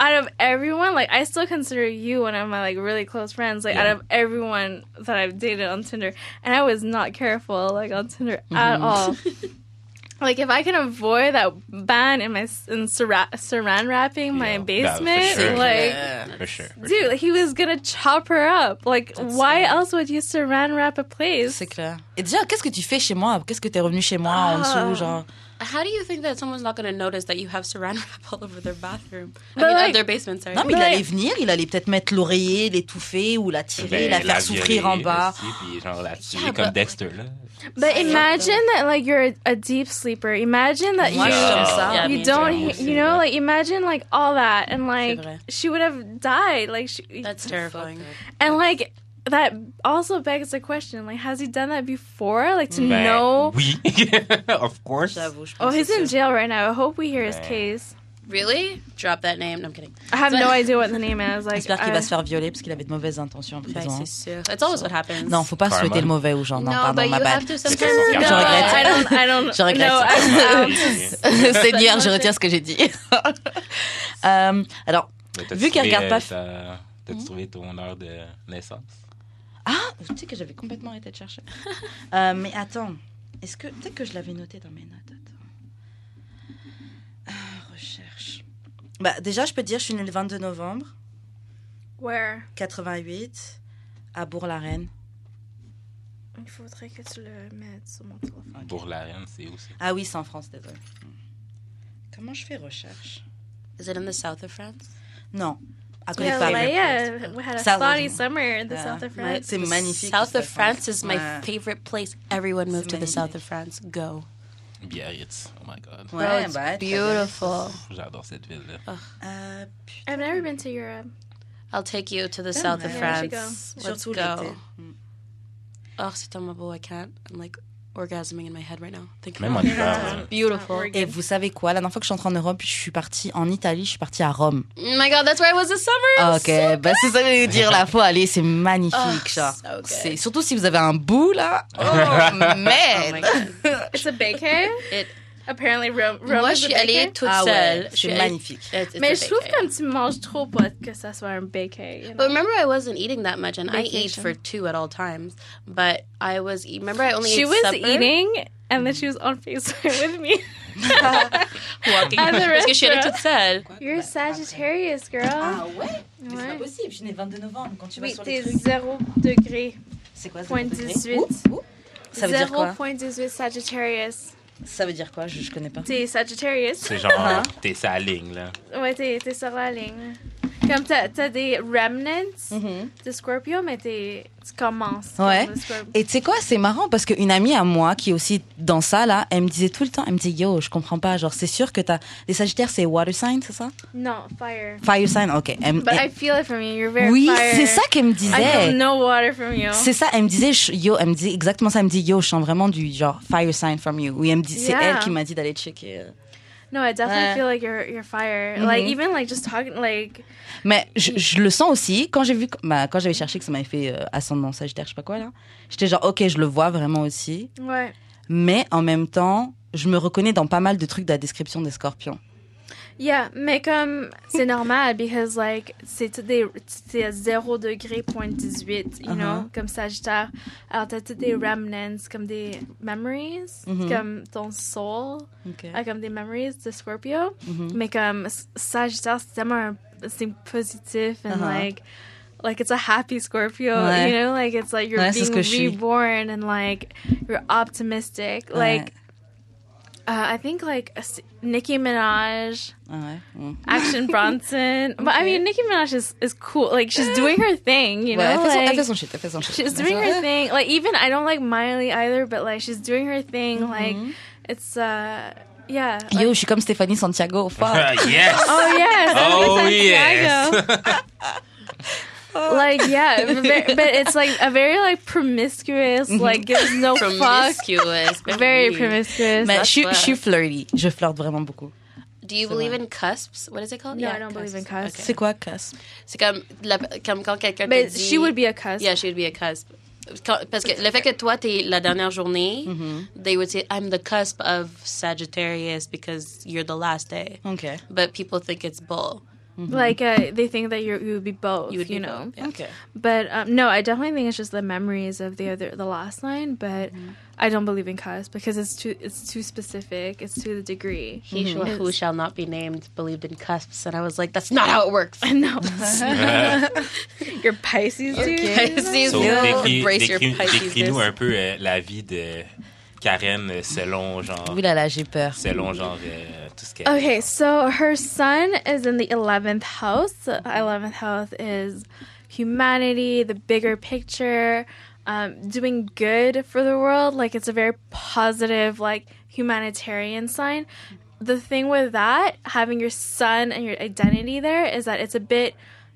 S4: out of everyone, like I still consider you one of my like really close friends. Like
S3: Yeah.
S4: out of everyone that I've dated on Tinder, and I was not careful like on Tinder at all. like if I can avoid that ban in my s- in sara- saran wrapping
S3: Yeah.
S4: my
S3: No, for
S4: basement,
S3: sure.
S4: like.
S3: For sure, for sure.
S4: Dude, he was gonna chop her up. Like, why else would you saran wrap a place?
S2: C'est clair. Ah. Et déjà, qu'est-ce que tu fais chez moi Qu'est-ce que t'es revenu chez moi en dessous, genre
S1: How do you think that someone's not going to notice that you have saran (laughs) wrap all over their bathroom? I
S4: But,
S1: mean,
S4: like-
S1: uh, their basement, sorry.
S2: Non, mais il
S4: Ouais.
S2: allait venir, il allait peut-être mettre l'oreiller, l'étouffer ou la tirer,
S3: Ben,
S2: la faire souffrir en
S3: violer
S2: bas.
S3: aussi, puis genre, la tuer
S1: Yeah,
S3: comme
S1: but-
S3: Dexter, là.
S4: But imagine that, like, you're a, a deep sleeper. Imagine that
S2: Moi,
S4: you.
S2: je suis comme ça.
S1: Yeah,
S4: you
S1: me
S4: don't
S3: too.
S4: he- you know like imagine like all that and like
S2: vrai.
S4: she would have died like she,
S1: That's terrifying.
S4: and like that also begs the question like has he done that before like to
S3: Ben,
S4: know
S3: Oui, (laughs) of course.
S2: J'avoue, je
S4: oh
S2: pense.
S4: he's
S2: que
S4: in
S2: c'est-
S4: jail right now i hope we hear his
S3: Ben.
S4: case
S1: Really? Drop that name. No, I'm kidding.
S4: i have no idea what the name is like
S2: J'espère qu'il
S4: I-
S2: va se faire violer parce qu'il avait de mauvaises intentions en prison.
S1: Nice, it's so- That's always what happens.
S2: Non, faut pas
S3: Karma.
S2: souhaiter le mauvais aux gens. Non, bah,
S1: no,
S2: pardon,
S1: but
S2: ma
S1: you
S2: bad.
S1: have to
S3: que son
S1: sometimes.
S4: (laughs) no,
S2: Je regrette.
S3: regret.
S4: i don't i don't
S2: Je regrette.
S4: no,
S1: (laughs)
S3: Ah,
S4: I'm,
S3: oui,
S4: out.
S2: (laughs)
S3: oui.
S2: Seigneur, je retire ce que j'ai dit. (laughs) Euh, alors,
S3: Mais t'as-tu
S2: Vu qu'elle
S3: trouvé,
S2: regarde pas- Hmm?
S3: euh, ta- T'as-tu trouvé ton heure de naissance?
S2: ah, tu sais que j'avais complètement arrêté de chercher. (laughs) Euh, mais attends, est-ce que peut-être que je l'avais noté dans mes notes. attends. Ah, recherche. Bah déjà, je peux te dire, je suis née le 22 novembre
S4: where
S2: 88 à Bourg-la-Reine.
S4: il faudrait que tu le mettes sur mon téléphone
S3: Pour la reine, c'est où ça?
S2: Ah oui, c'est en France, désolé. Comment je fais recherche
S1: Is it in the south of France?
S2: Non, à côté
S4: yeah,
S2: de Paris.
S4: Leia we had a
S2: South
S4: sunny
S2: of-
S4: summer in the
S2: Yeah.
S4: south of
S2: Ouais,
S4: France
S2: C'est magnifique.
S1: South
S2: la
S1: of France is my
S2: Ouais.
S1: favorite place. Everyone move
S2: C'est
S1: to the south
S2: magnifique.
S1: of France. Go.
S3: Biarritz. Oh my god.
S2: Ouais,
S1: oh, it's
S2: bah, très bien.
S1: beautiful.
S3: J'adore cette ville-là.
S2: Euh,
S4: I've never been to Europe
S1: I'll take you to the south of
S2: ouais.
S4: Yeah, we should
S1: France. Let's
S2: surtout
S1: go.
S2: l'été. Mm.
S1: Oh, c'est tellement beau. I can't. I'm like
S5: orgasming in my head right now. Thank
S1: (laughs)
S5: you.
S3: Même en hiver.
S2: Ah.
S3: là.
S5: Beautiful.
S2: Et vous savez quoi La dernière fois que je suis entrée en Europe, je suis partie en Italie, je suis partie à Rome.
S5: Oh my god, that's where I was this summer. It was
S2: Ah, Ok, bah c'est Ah, ça que je voulais dire, la fois, allez, c'est magnifique,
S5: Oh,
S2: ça.
S5: so good.
S2: C'est surtout si vous avez un bout là.
S4: (laughs)
S2: Oh
S5: Oh my
S2: merde.
S5: God.
S4: It's a (laughs) bakery.
S5: It-
S4: Apparently, Rome, Rome
S5: Moi,
S4: is
S5: je
S4: a
S5: suis
S4: bakery.
S5: allée toute
S2: Ah ouais,
S5: seule.
S2: c'est
S5: Je suis allée-
S2: magnifique.
S5: It's- it's
S4: Mais
S5: a
S4: je trouve
S5: bakery.
S4: comme tu manges trop pas que ça soit un bakery. You know?
S5: But remember, I wasn't eating that much, and I ate
S4: Vacation.
S5: for two at all times. But I was. e- Remember, I only
S4: she
S5: ate
S4: was
S5: supper? (laughs)
S4: eating and then she was on Facebook with me.
S5: walking
S4: At the
S5: parce que je suis allée
S4: restaurant.
S5: toute seule.
S4: (laughs) You're Sagittarius, girl.
S2: Ah ouais
S4: Ouais.
S2: possible, je n'ai 22 novembre quand tu
S4: Oui, t'es 0 degré.
S2: C'est quoi
S4: Point
S2: degré
S4: 18.
S2: Ouh, ouh. Ça veut dire quoi
S4: 0.18 Sagittarius.
S2: Ça veut dire quoi Je, je connais pas.
S4: T'es Sagittarius.
S3: C'est
S2: Ah.
S3: genre, t'es sa ligne, là.
S4: Ouais, t'es t'es sur la ligne. Comme t'as t'as des remnants
S2: Mm-hmm.
S4: de Scorpio, mais t'es- tu commences. comme
S2: Ouais.
S4: le Scorp-
S2: Et tu sais quoi, c'est marrant parce qu'une amie à moi qui est aussi dans ça là, elle me disait tout le temps, elle me disait yo, je comprends pas, genre c'est sûr que t'as les Sagittaires c'est water sign, c'est ça
S4: Non, fire.
S2: Fire sign, ok. Elle me-
S4: But
S2: elle-
S4: I feel it from you. You're very
S2: oui,
S4: Bah, fire.
S2: c'est ça qu'elle me
S4: I feel
S2: disait.
S4: no water from you.
S2: C'est ça, elle me disait je- yo, elle me dit exactement ça, elle me dit yo, je sens vraiment du genre fire sign from you. Oui, elle me dit, c'est
S4: Yeah.
S2: elle qui m'a dit d'aller checker. euh.
S4: No, I definitely
S2: Ouais. Mm-hmm.
S4: feel like you're you're fire. Like even like just talking like
S2: Mais je, je le sens aussi quand j'ai vu, bah, quand j'avais cherché que ça m'avait fait euh, ascendant Sagittaire, je sais pas quoi là. J'étais genre ok, je le vois vraiment aussi.
S4: what?
S2: mais en même temps, je me reconnais dans pas mal de trucs de la description des scorpions.
S4: Yeah, mais comme c'est normal because like c'est tout des c'est à 0 degré point 18, you know,
S2: Uh-huh.
S4: comme Sagittaire. Alors t'as toutes des remnants comme des memories,
S2: Mhm.
S4: comme ton soul, a comme des um, memories de Scorpio.
S2: Mhm.
S4: Mais comme S- Sagittaire c'est tellement un, c'est positif and
S2: Uh-huh.
S4: like like it's a happy Scorpio,
S2: Ouais.
S4: you know, like it's like you're
S2: Ouais, c'est ce
S4: being
S2: que je suis.
S4: reborn and like you're optimistic,
S2: Ouais.
S4: like. Uh, I think like s- Nicki Minaj,
S2: Ah ouais, mm. (laughs)
S4: Action Bronson. But I
S2: Okay.
S4: mean, Nicki Minaj is, is cool. Like she's doing her thing, you
S2: Ouais, elle,
S4: know.
S2: fait son, elle
S4: like,
S2: fait son shit, elle fait son shit.
S4: she's
S2: Mais
S4: doing
S2: ça, ouais.
S4: her thing. Like even I don't like Miley either, but like she's doing her thing. Like
S2: Mm-hmm.
S4: it's uh yeah. like-
S2: Yo, je suis comme Stéphanie Santiago. Fuck.
S3: (laughs) yes!
S2: Ah,
S5: (laughs)
S4: oh yes.
S3: Oh,
S4: Santiago.
S3: yes!
S5: Oh.
S4: Like yeah, but, ve- but it's like a very like promiscuous. Like gives no fuck.
S5: Mm-hmm. Promiscuous. ben
S4: Very
S5: oui.
S4: promiscuous.
S2: Mais je,
S5: Ça,
S2: suis-
S5: ouais.
S2: je suis flirty. Je flirte vraiment beaucoup.
S5: Do you
S2: C'est
S5: believe
S2: vrai.
S5: in cusps? What is it called?
S4: No, I don't believe in cusps.
S5: Ok.
S2: C'est quoi, casse
S5: C'est comme, la- comme quand quelqu'un te
S4: but
S5: dit...
S4: she would be a cuss.
S5: Yeah, she would be a cusp. Quand- parce que le fait que toi, t'es la dernière journée,
S4: Mm-hmm.
S5: they would say, I'm the cusp of Sagittarius because you're the last day.
S2: Ok.
S5: But people think it's bull.
S4: Like uh, they think that you're, you would be both. You,
S5: You would be
S4: know.
S1: (laughs)
S5: both, yeah.
S2: Ok.
S4: But um, no, I definitely think it's just the memories of the other the last line. But
S5: Mm-hmm.
S4: I don't believe in cuss because it's too it's too specific. It's to the
S5: (laughs)
S4: degree. (laughs)
S5: He shall- who shall not be named believed in cusps. And I was like, that's not how it works.
S4: no,
S2: (laughs)
S4: you're Pisces, dude.
S5: Pisces,
S3: So,
S5: no.
S3: décris-
S5: Embrace your
S3: décris-
S5: Pisces.
S3: Décris-nous un peu euh, la vie de Karen euh, selon, genre,
S2: Oui, là, là, j'ai peur.
S3: selon, genre, euh, tout ce qu'elle...
S4: Okay, so her son is in the eleventh house. The Eleventh house is humanity, the bigger picture, um, doing good for the world. Like it's a very positive, like humanitarian sign. The thing with that, having your son and your identity there, is that it's a bit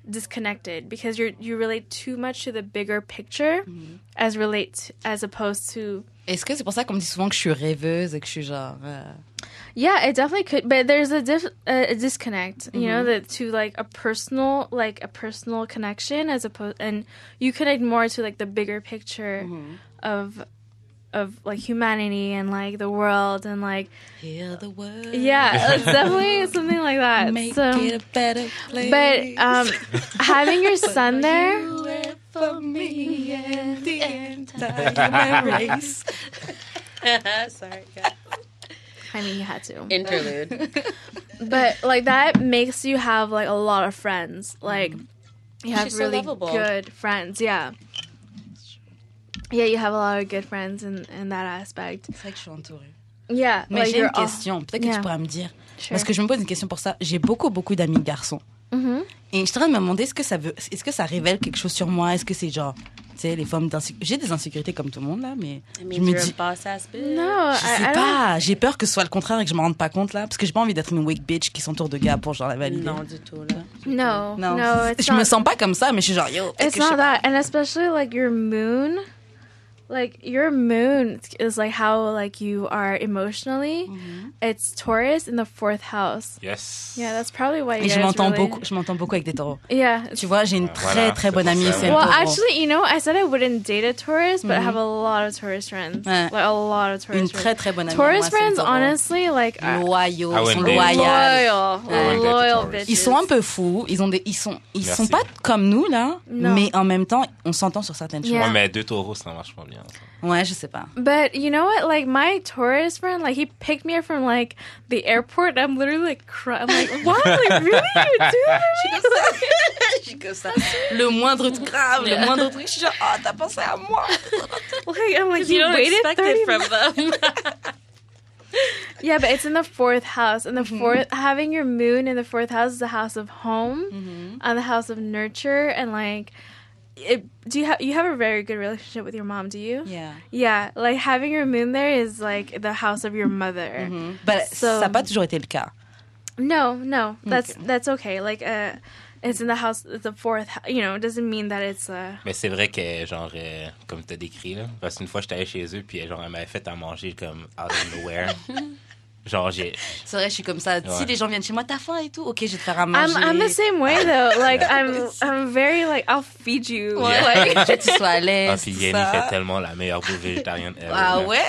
S4: disconnected because you're you relate too much to the bigger picture as relate as opposed to
S2: Est-ce que c'est pour ça qu'on me dit souvent que je suis rêveuse et que je suis genre. euh,
S4: Yeah, it definitely could, but there's a, diff, uh, a disconnect, you
S2: Mm-hmm.
S4: know, that to like a personal, like a personal connection as opposed, and you connect more to like the bigger picture
S2: Mm-hmm.
S4: of, of like humanity and like the world and like
S2: Hear the world.
S4: yeah,
S2: (laughs)
S4: it's definitely something like that.
S2: Mm. Make
S4: so,
S2: it a better place.
S4: but um,
S2: (laughs)
S4: having your son there,
S2: For me and the entire
S4: (laughs)
S2: race.
S5: (laughs) Sorry,
S4: I mean, you had to.
S5: Interlude.
S4: but like that makes you have like a lot of friends. Like you have
S5: Mm-hmm. She's so
S4: really
S5: lovable.
S4: good friends. Yeah. Yeah, you have a lot of good friends in, in that aspect.
S2: C'est vrai que je suis entourée.
S4: Yeah,
S2: Mais j'ai
S4: you're
S2: une
S4: all-
S2: question. Peut-être que
S4: Yeah.
S2: tu pourras me dire.
S4: Sure.
S2: Parce que je me pose une question pour ça. J'ai beaucoup, beaucoup d'amis garçons.
S4: Mhm.
S2: Et je suis en train de me demander est-ce que ça veut, est-ce que ça révèle quelque chose sur moi Est-ce que c'est genre, tu sais, les formes d'insécurité. J'ai des insécurités comme tout le monde là, mais
S5: It
S2: je
S5: means
S2: me
S5: you're a
S2: dis,
S5: boss ass bitch.
S4: No,
S2: je sais
S4: I, I don't.
S2: pas. J'ai peur que ce soit le contraire et que je m'en rende pas compte là, parce que j'ai pas envie d'être une wake bitch qui s'entoure de gars pour genre la valider.
S5: Non,
S1: (laughs)
S5: du tout, là.
S4: No, no,
S2: (laughs)
S4: it's
S2: je
S4: not, bah,
S2: me sens pas comme ça, mais je suis genre yo. peut-être
S4: It's
S2: que je sais
S4: not that, and especially like your moon like your moon is like how like you are emotionally.
S5: Mm-hmm.
S4: It's Taurus in the fourth house.
S3: Yes.
S4: Yeah, that's probably why you
S2: Et je
S4: guys
S2: m'entends
S4: really-
S2: beaucoup, je m'entends beaucoup avec des taureaux.
S4: Yeah. it's-
S2: Tu vois, j'ai une
S3: Ah,
S2: très
S3: voilà,
S2: très
S3: c'est
S2: bonne
S3: pour
S2: amie,
S3: ça.
S2: c'est un
S4: Well,
S2: taureau.
S4: actually, you know, I said I wouldn't date a Taurus, but I have a lot of Taurus friends.
S2: Ouais.
S4: Like a lot of Taurus
S2: Mm-hmm. Uh, une
S4: friends.
S2: très très bonne amie. à moi,
S4: Taurus
S2: c'est le
S4: friends,
S2: taureau.
S4: honestly, like are
S2: loyaux,
S3: Ah
S2: ils
S3: ouais,
S2: sont
S3: mais-
S2: loyaux.
S4: loyal,
S3: Ouais.
S4: loyal
S3: Taurus.
S4: bitches.
S2: Ils sont un peu fous, ils ont des ils sont ils
S3: Merci.
S2: sont pas comme nous là,
S4: Non.
S2: mais en même temps, on s'entend sur certaines
S4: Yeah.
S3: Ouais, mais deux taureaux, ça marche pas bien. ça.
S2: choses. Ouais, je sais pas.
S4: But you know what? Like my Taurus friend, like he picked me up from like the airport. I'm literally like crying. I'm like, what? Like really?
S1: (laughs)
S4: You do?
S1: Je suis comme ça.
S2: Le moindre truc grave, le moindre truc, je suis genre oh, t'as pensé à
S4: (laughs)
S2: moi.
S4: Like I'm like
S1: You
S4: you
S1: don't
S4: waited
S1: expect
S4: 30
S1: it from them.
S4: Yeah, but it's in the fourth house, and the
S2: Mm-hmm.
S4: fourth having your moon in the fourth house is the house of home,
S2: Mm-hmm.
S4: and the house of nurture, and like, it, do you have you have a very good relationship with your mom? Do you?
S2: Yeah.
S4: Yeah, like having your moon there is like the house of your mother.
S2: But
S4: So-
S2: Bah, ça a pas toujours été le cas.
S4: No, no, that's
S2: Okay.
S4: that's okay. Like, uh, it's in the house, it's the fourth. hou- You know, it doesn't mean that it's uh,
S3: Mais c'est vrai que, genre, euh, comme t'as décrit, là, parce qu'une fois, j'étais allé chez eux, puis euh, genre, elle m'avait fait à manger comme out of nowhere. genre, j'ai.
S2: C'est vrai, je suis comme ça. Si
S3: Ouais.
S2: les gens viennent chez moi, t'as faim et tout, ok, je vais te faire à manger.
S4: I'm I'm the same way though. Like
S2: (laughs)
S4: I'm I'm very like I'll feed you.
S3: Yeah.
S4: Like
S2: Je veux que tu sois à l'aise.
S3: Ah, puis euh,
S2: tout
S3: Yanni
S2: ça.
S3: fait tellement la meilleure bouffe végétarienne ever.
S2: Ah
S3: là.
S2: ouais.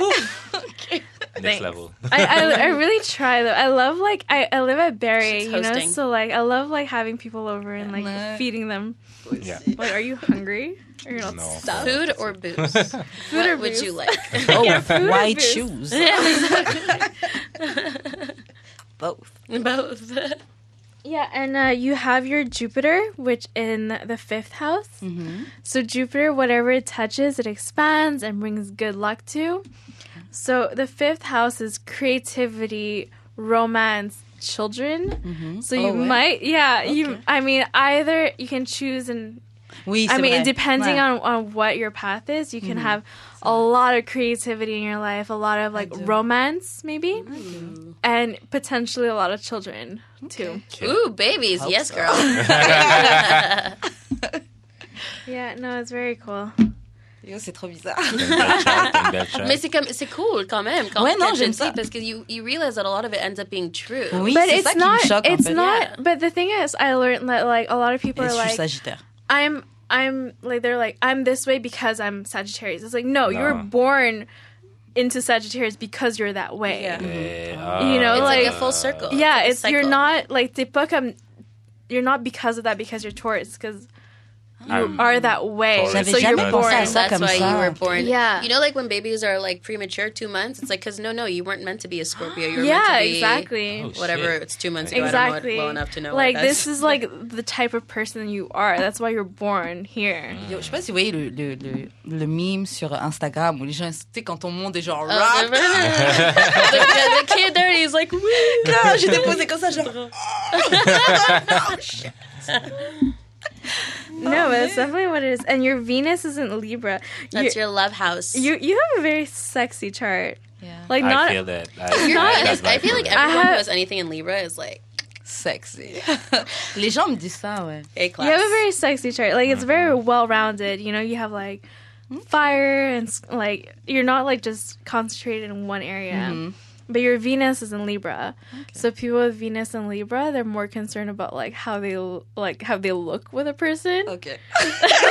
S3: Next level.
S4: I, I I really try though. I love like I, I live at Barry,
S1: She's
S4: you know,
S1: hosting.
S4: so like I love like having people over and like
S2: No.
S4: feeding them.
S3: Yeah.
S4: Like, are you hungry? Or you're not?
S3: Non,
S4: No.
S5: (laughs)
S3: ça va,
S1: Food
S3: ça,
S1: or
S3: c'est-
S1: booze? (laughs) What
S4: Food or
S1: would
S4: booze?
S1: you like?
S2: Oh,
S4: food
S2: why
S4: is-
S2: choose?
S4: (laughs)
S2: Both.
S1: Both.
S4: Yeah, and uh, you have your Jupiter, which in the fifth house. So Jupiter, whatever it touches, it expands and brings good luck to. So the fifth house is creativity, romance, children. So you
S2: Oh, ouais.
S4: might, yeah, you. I mean, either you can choose and
S2: Oui, c'est
S4: I mean,
S2: vrai.
S4: Ah, depending
S2: Ouais.
S4: on, on what your path is, you can have a lot of creativity in your life, a lot of like
S2: do.
S4: romance, maybe, and potentially a lot of children too.
S1: (laughs) Ooh, babies. yes,
S2: so.
S5: (laughs)
S1: girl.
S4: Yeah, no, it's very cool.
S2: Yo, c'est trop bizarre.
S3: T'as une belle chatte, t'as une belle chatte.
S1: Mais c'est comme c'est cool quand même. Quand
S2: Ouais, non,
S1: quand
S2: j'aime
S1: tu le
S2: ça.
S1: dis, Parce que you, you realize that a lot of it ends up being true.
S2: Oui,
S4: but
S2: c'est
S4: it's
S2: ça qui
S4: not.
S2: me choque
S4: it's
S2: en fait.
S4: not.
S1: Yeah.
S4: But the thing is, I learned that like a lot of people
S2: Et
S4: are
S2: je suis
S4: like,
S2: Sagittaire.
S4: I'm, I'm like they're like I'm this way because I'm Sagittarius. It's like no, you were
S3: No.
S4: born into Sagittarius because you're that way.
S1: Yeah.
S3: Mais,
S4: You
S3: ah,
S4: know,
S1: It's like,
S4: like-
S1: a full circle.
S4: Yeah,
S1: Like a
S4: it's you're
S1: cycle.
S4: not like they book um you're not because of that because you're Taurus because you
S3: I'm-
S4: are that way.
S3: J'avais
S4: So you're
S3: jamais
S4: born.
S3: pensé à
S1: And
S2: ça
S1: that's
S2: comme
S1: why
S2: ça.
S1: you were born.
S4: Yeah.
S1: You know, like when babies are like premature, two months. It's like because no, no, you weren't meant to be a Scorpio. You were
S4: Yeah,
S1: meant to be
S4: exactly.
S3: Oh,
S1: Whatever.
S3: shit.
S1: It's two months ago. I don't know
S4: Exactly.
S1: it well enough to know.
S4: like
S1: what
S4: this
S1: that's-
S4: is like the type of person you are. That's why you're born here.
S3: Mm.
S2: Yo, je sais pas si vous voyez le, le, le, le meme sur Instagram où les gens, tu sais, quand ton monde est genre
S1: (laughs) Oh,
S3: (laughs)
S4: Ah,
S2: rock.
S1: the, the-
S4: (laughs)
S1: the kid there, he's like, woo.
S2: Là, j'étais posée
S4: (laughs)
S2: comme ça, genre.
S4: no, but that's definitely what it is. And your Venus is in Libra.
S1: That's
S4: you
S1: your love house.
S4: you you have a very sexy chart.
S2: Yeah.
S4: Like
S3: I
S4: not
S3: feel that. I,
S1: You're
S4: not-
S1: right.
S3: that's
S1: I
S3: my
S1: feel like
S3: favorite.
S1: everyone
S4: I have-
S1: who has anything in Libra is like
S4: (laughs)
S2: Sexy. les gens me disent ça, ouais.
S1: A
S4: you
S1: class.
S4: have a very sexy chart. Like it's very
S1: Mm-hmm.
S4: well rounded. You know, you have like fire and s- like you're not like just concentrated in one area.
S1: Mm-hmm.
S4: But your Venus is in Libra, so people with Venus in Libra, they're more concerned about like how they l- like how they look with a person.
S2: (laughs) Ok.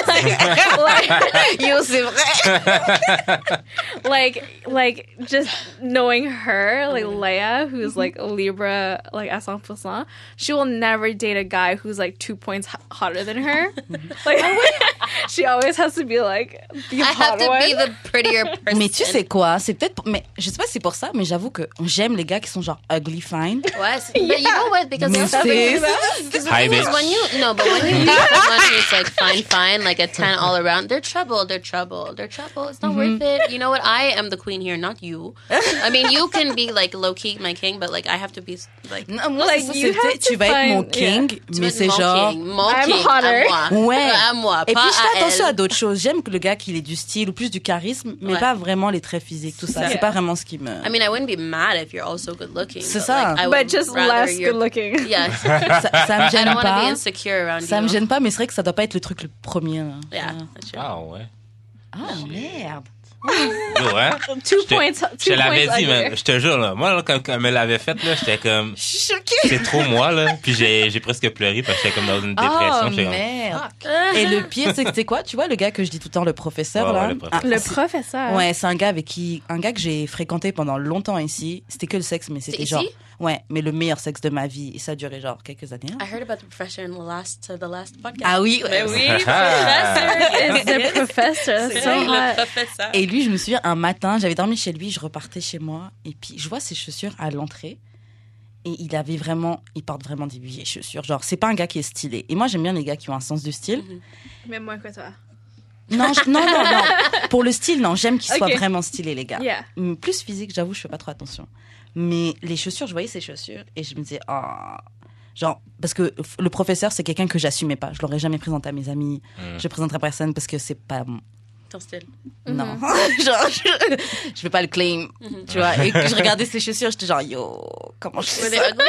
S4: like,
S2: Yo, c'est vrai.
S4: (laughs) like, like just knowing her, like
S1: Mm-hmm.
S4: Leia, who's like a Libra, like à 100%, she will never date a guy who's like two points h- hotter than her.
S1: (laughs)
S4: like, (laughs) she always has to be like the
S1: I have
S4: hot
S1: to
S4: one.
S1: be the prettier person.
S2: Mais tu sais quoi, c'est peut-être. pour- Mais je sais pas si c'est pour ça, mais j'avoue que j'aime les gars qui sont genre ugly fine.
S1: What? (laughs) But you know what? Because
S2: Mais
S1: also
S2: c'est-
S1: (laughs) Because the
S3: Hi,
S1: thing is,
S3: bitch.
S1: when you no, but when
S4: (laughs)
S1: you date someone who's like fine, fine, like a ten all around, they're trouble. They're trouble. They're trouble. It's not worth
S4: Mm-hmm.
S1: it. You know what? I am the queen here, not you. I mean, you can be like low key my king, but like I have to be like
S2: Non, moi,
S4: Like,
S2: c'est ça, c'est, tu
S4: you
S2: sais,
S4: have to
S2: tu vas être mon
S4: find- yeah.
S2: king, mais c'est
S1: mon
S2: genre.
S1: king, mon
S4: I'm
S1: king,
S4: hotter.
S1: À moi.
S2: Ouais.
S1: À moi.
S2: Et
S1: pas
S2: puis je
S1: à
S2: fais attention à,
S1: elle.
S2: d'autres choses. J'aime que le gars qu'il ait du style ou plus du charisme, mais
S1: Ouais.
S2: pas vraiment les traits physiques, tout ça.
S4: Ça.
S2: C'est pas vraiment ce qui me.
S1: I mean, I wouldn't be mad if you're also good looking.
S2: C'est
S1: but,
S2: ça.
S1: like, I
S4: but
S1: would
S4: just
S1: rather
S4: less
S1: you're-
S4: good
S1: (laughs)
S4: looking.
S1: Yeah.
S2: ça, ça me
S1: I
S2: gêne
S1: don't want to be
S2: pas.
S1: insecure around
S2: Ça
S1: you.
S2: me gêne pas, mais c'est vrai que ça doit pas être le truc le premier. là.
S1: Yeah, that's true.
S3: Ah ouais.
S2: Ah hein. merde.
S3: Ah, Yo, hein?
S4: (laughs) Two
S3: Je te-
S4: points.
S3: Je te
S4: Two
S3: l'avais
S4: points
S3: dit,
S4: under.
S3: man. Je te jure, là. Moi, là, quand, quand elle me l'avait faite, là, j'étais comme,
S2: Je suis choquée.
S3: c'est trop moi, là. Puis j'ai, j'ai presque pleuré parce que j'étais comme dans une dépression.
S2: Oh,
S3: J'étais comme,
S2: merde. Et le pire, c'est que c'est quoi Tu vois, le gars que je dis tout le temps, le professeur,
S3: Ouais,
S2: là. Ah,
S3: ouais, le professeur.
S4: (laughs) Le
S2: c'est-
S4: professeur.
S2: Ouais, c'est un gars avec qui, un gars que j'ai fréquenté pendant longtemps ici. C'était que le sexe, mais
S1: C'est
S2: c'était
S1: ici?
S2: genre, ouais, mais le meilleur sexe de ma vie. Et ça a duré genre quelques années. hein.
S1: I heard about the professor in the last, uh, the last podcast.
S2: Ah oui,
S1: Ben
S2: ouais.
S1: (laughs) oui,
S4: It's the professor.
S1: (laughs) C'est
S4: That's so
S1: le
S4: hot.
S1: professeur.
S2: Et lui, je me souviens, un matin, j'avais dormi chez lui, je repartais chez moi, et puis je vois ses chaussures à l'entrée. Et il avait vraiment, il porte vraiment des vieilles chaussures. Genre, c'est pas un gars qui est stylé. Et moi, j'aime bien les gars qui ont un sens du style.
S4: Même moins que toi.
S2: Non, je- non, non, (laughs) non. Pour le style, non, j'aime qu'ils soient
S4: Ok.
S2: vraiment stylés, les gars.
S4: Yeah.
S2: Hum, Plus physique, j'avoue, je fais pas trop attention. Mais les chaussures, je voyais ses chaussures et je me disais, ah. Genre, parce que f- le professeur, c'est quelqu'un que j'assumais pas. Je l'aurais jamais présenté à mes amis.
S3: Mm.
S2: Je présenterai personne parce que c'est pas mon-
S1: Ton style.
S2: Non. (laughs) genre, je, je vais pas le claim. Tu vois, et que je regardais ses chaussures, j'étais genre, yo, comment je
S1: Were
S2: fais
S1: they
S2: ça?
S1: ugly?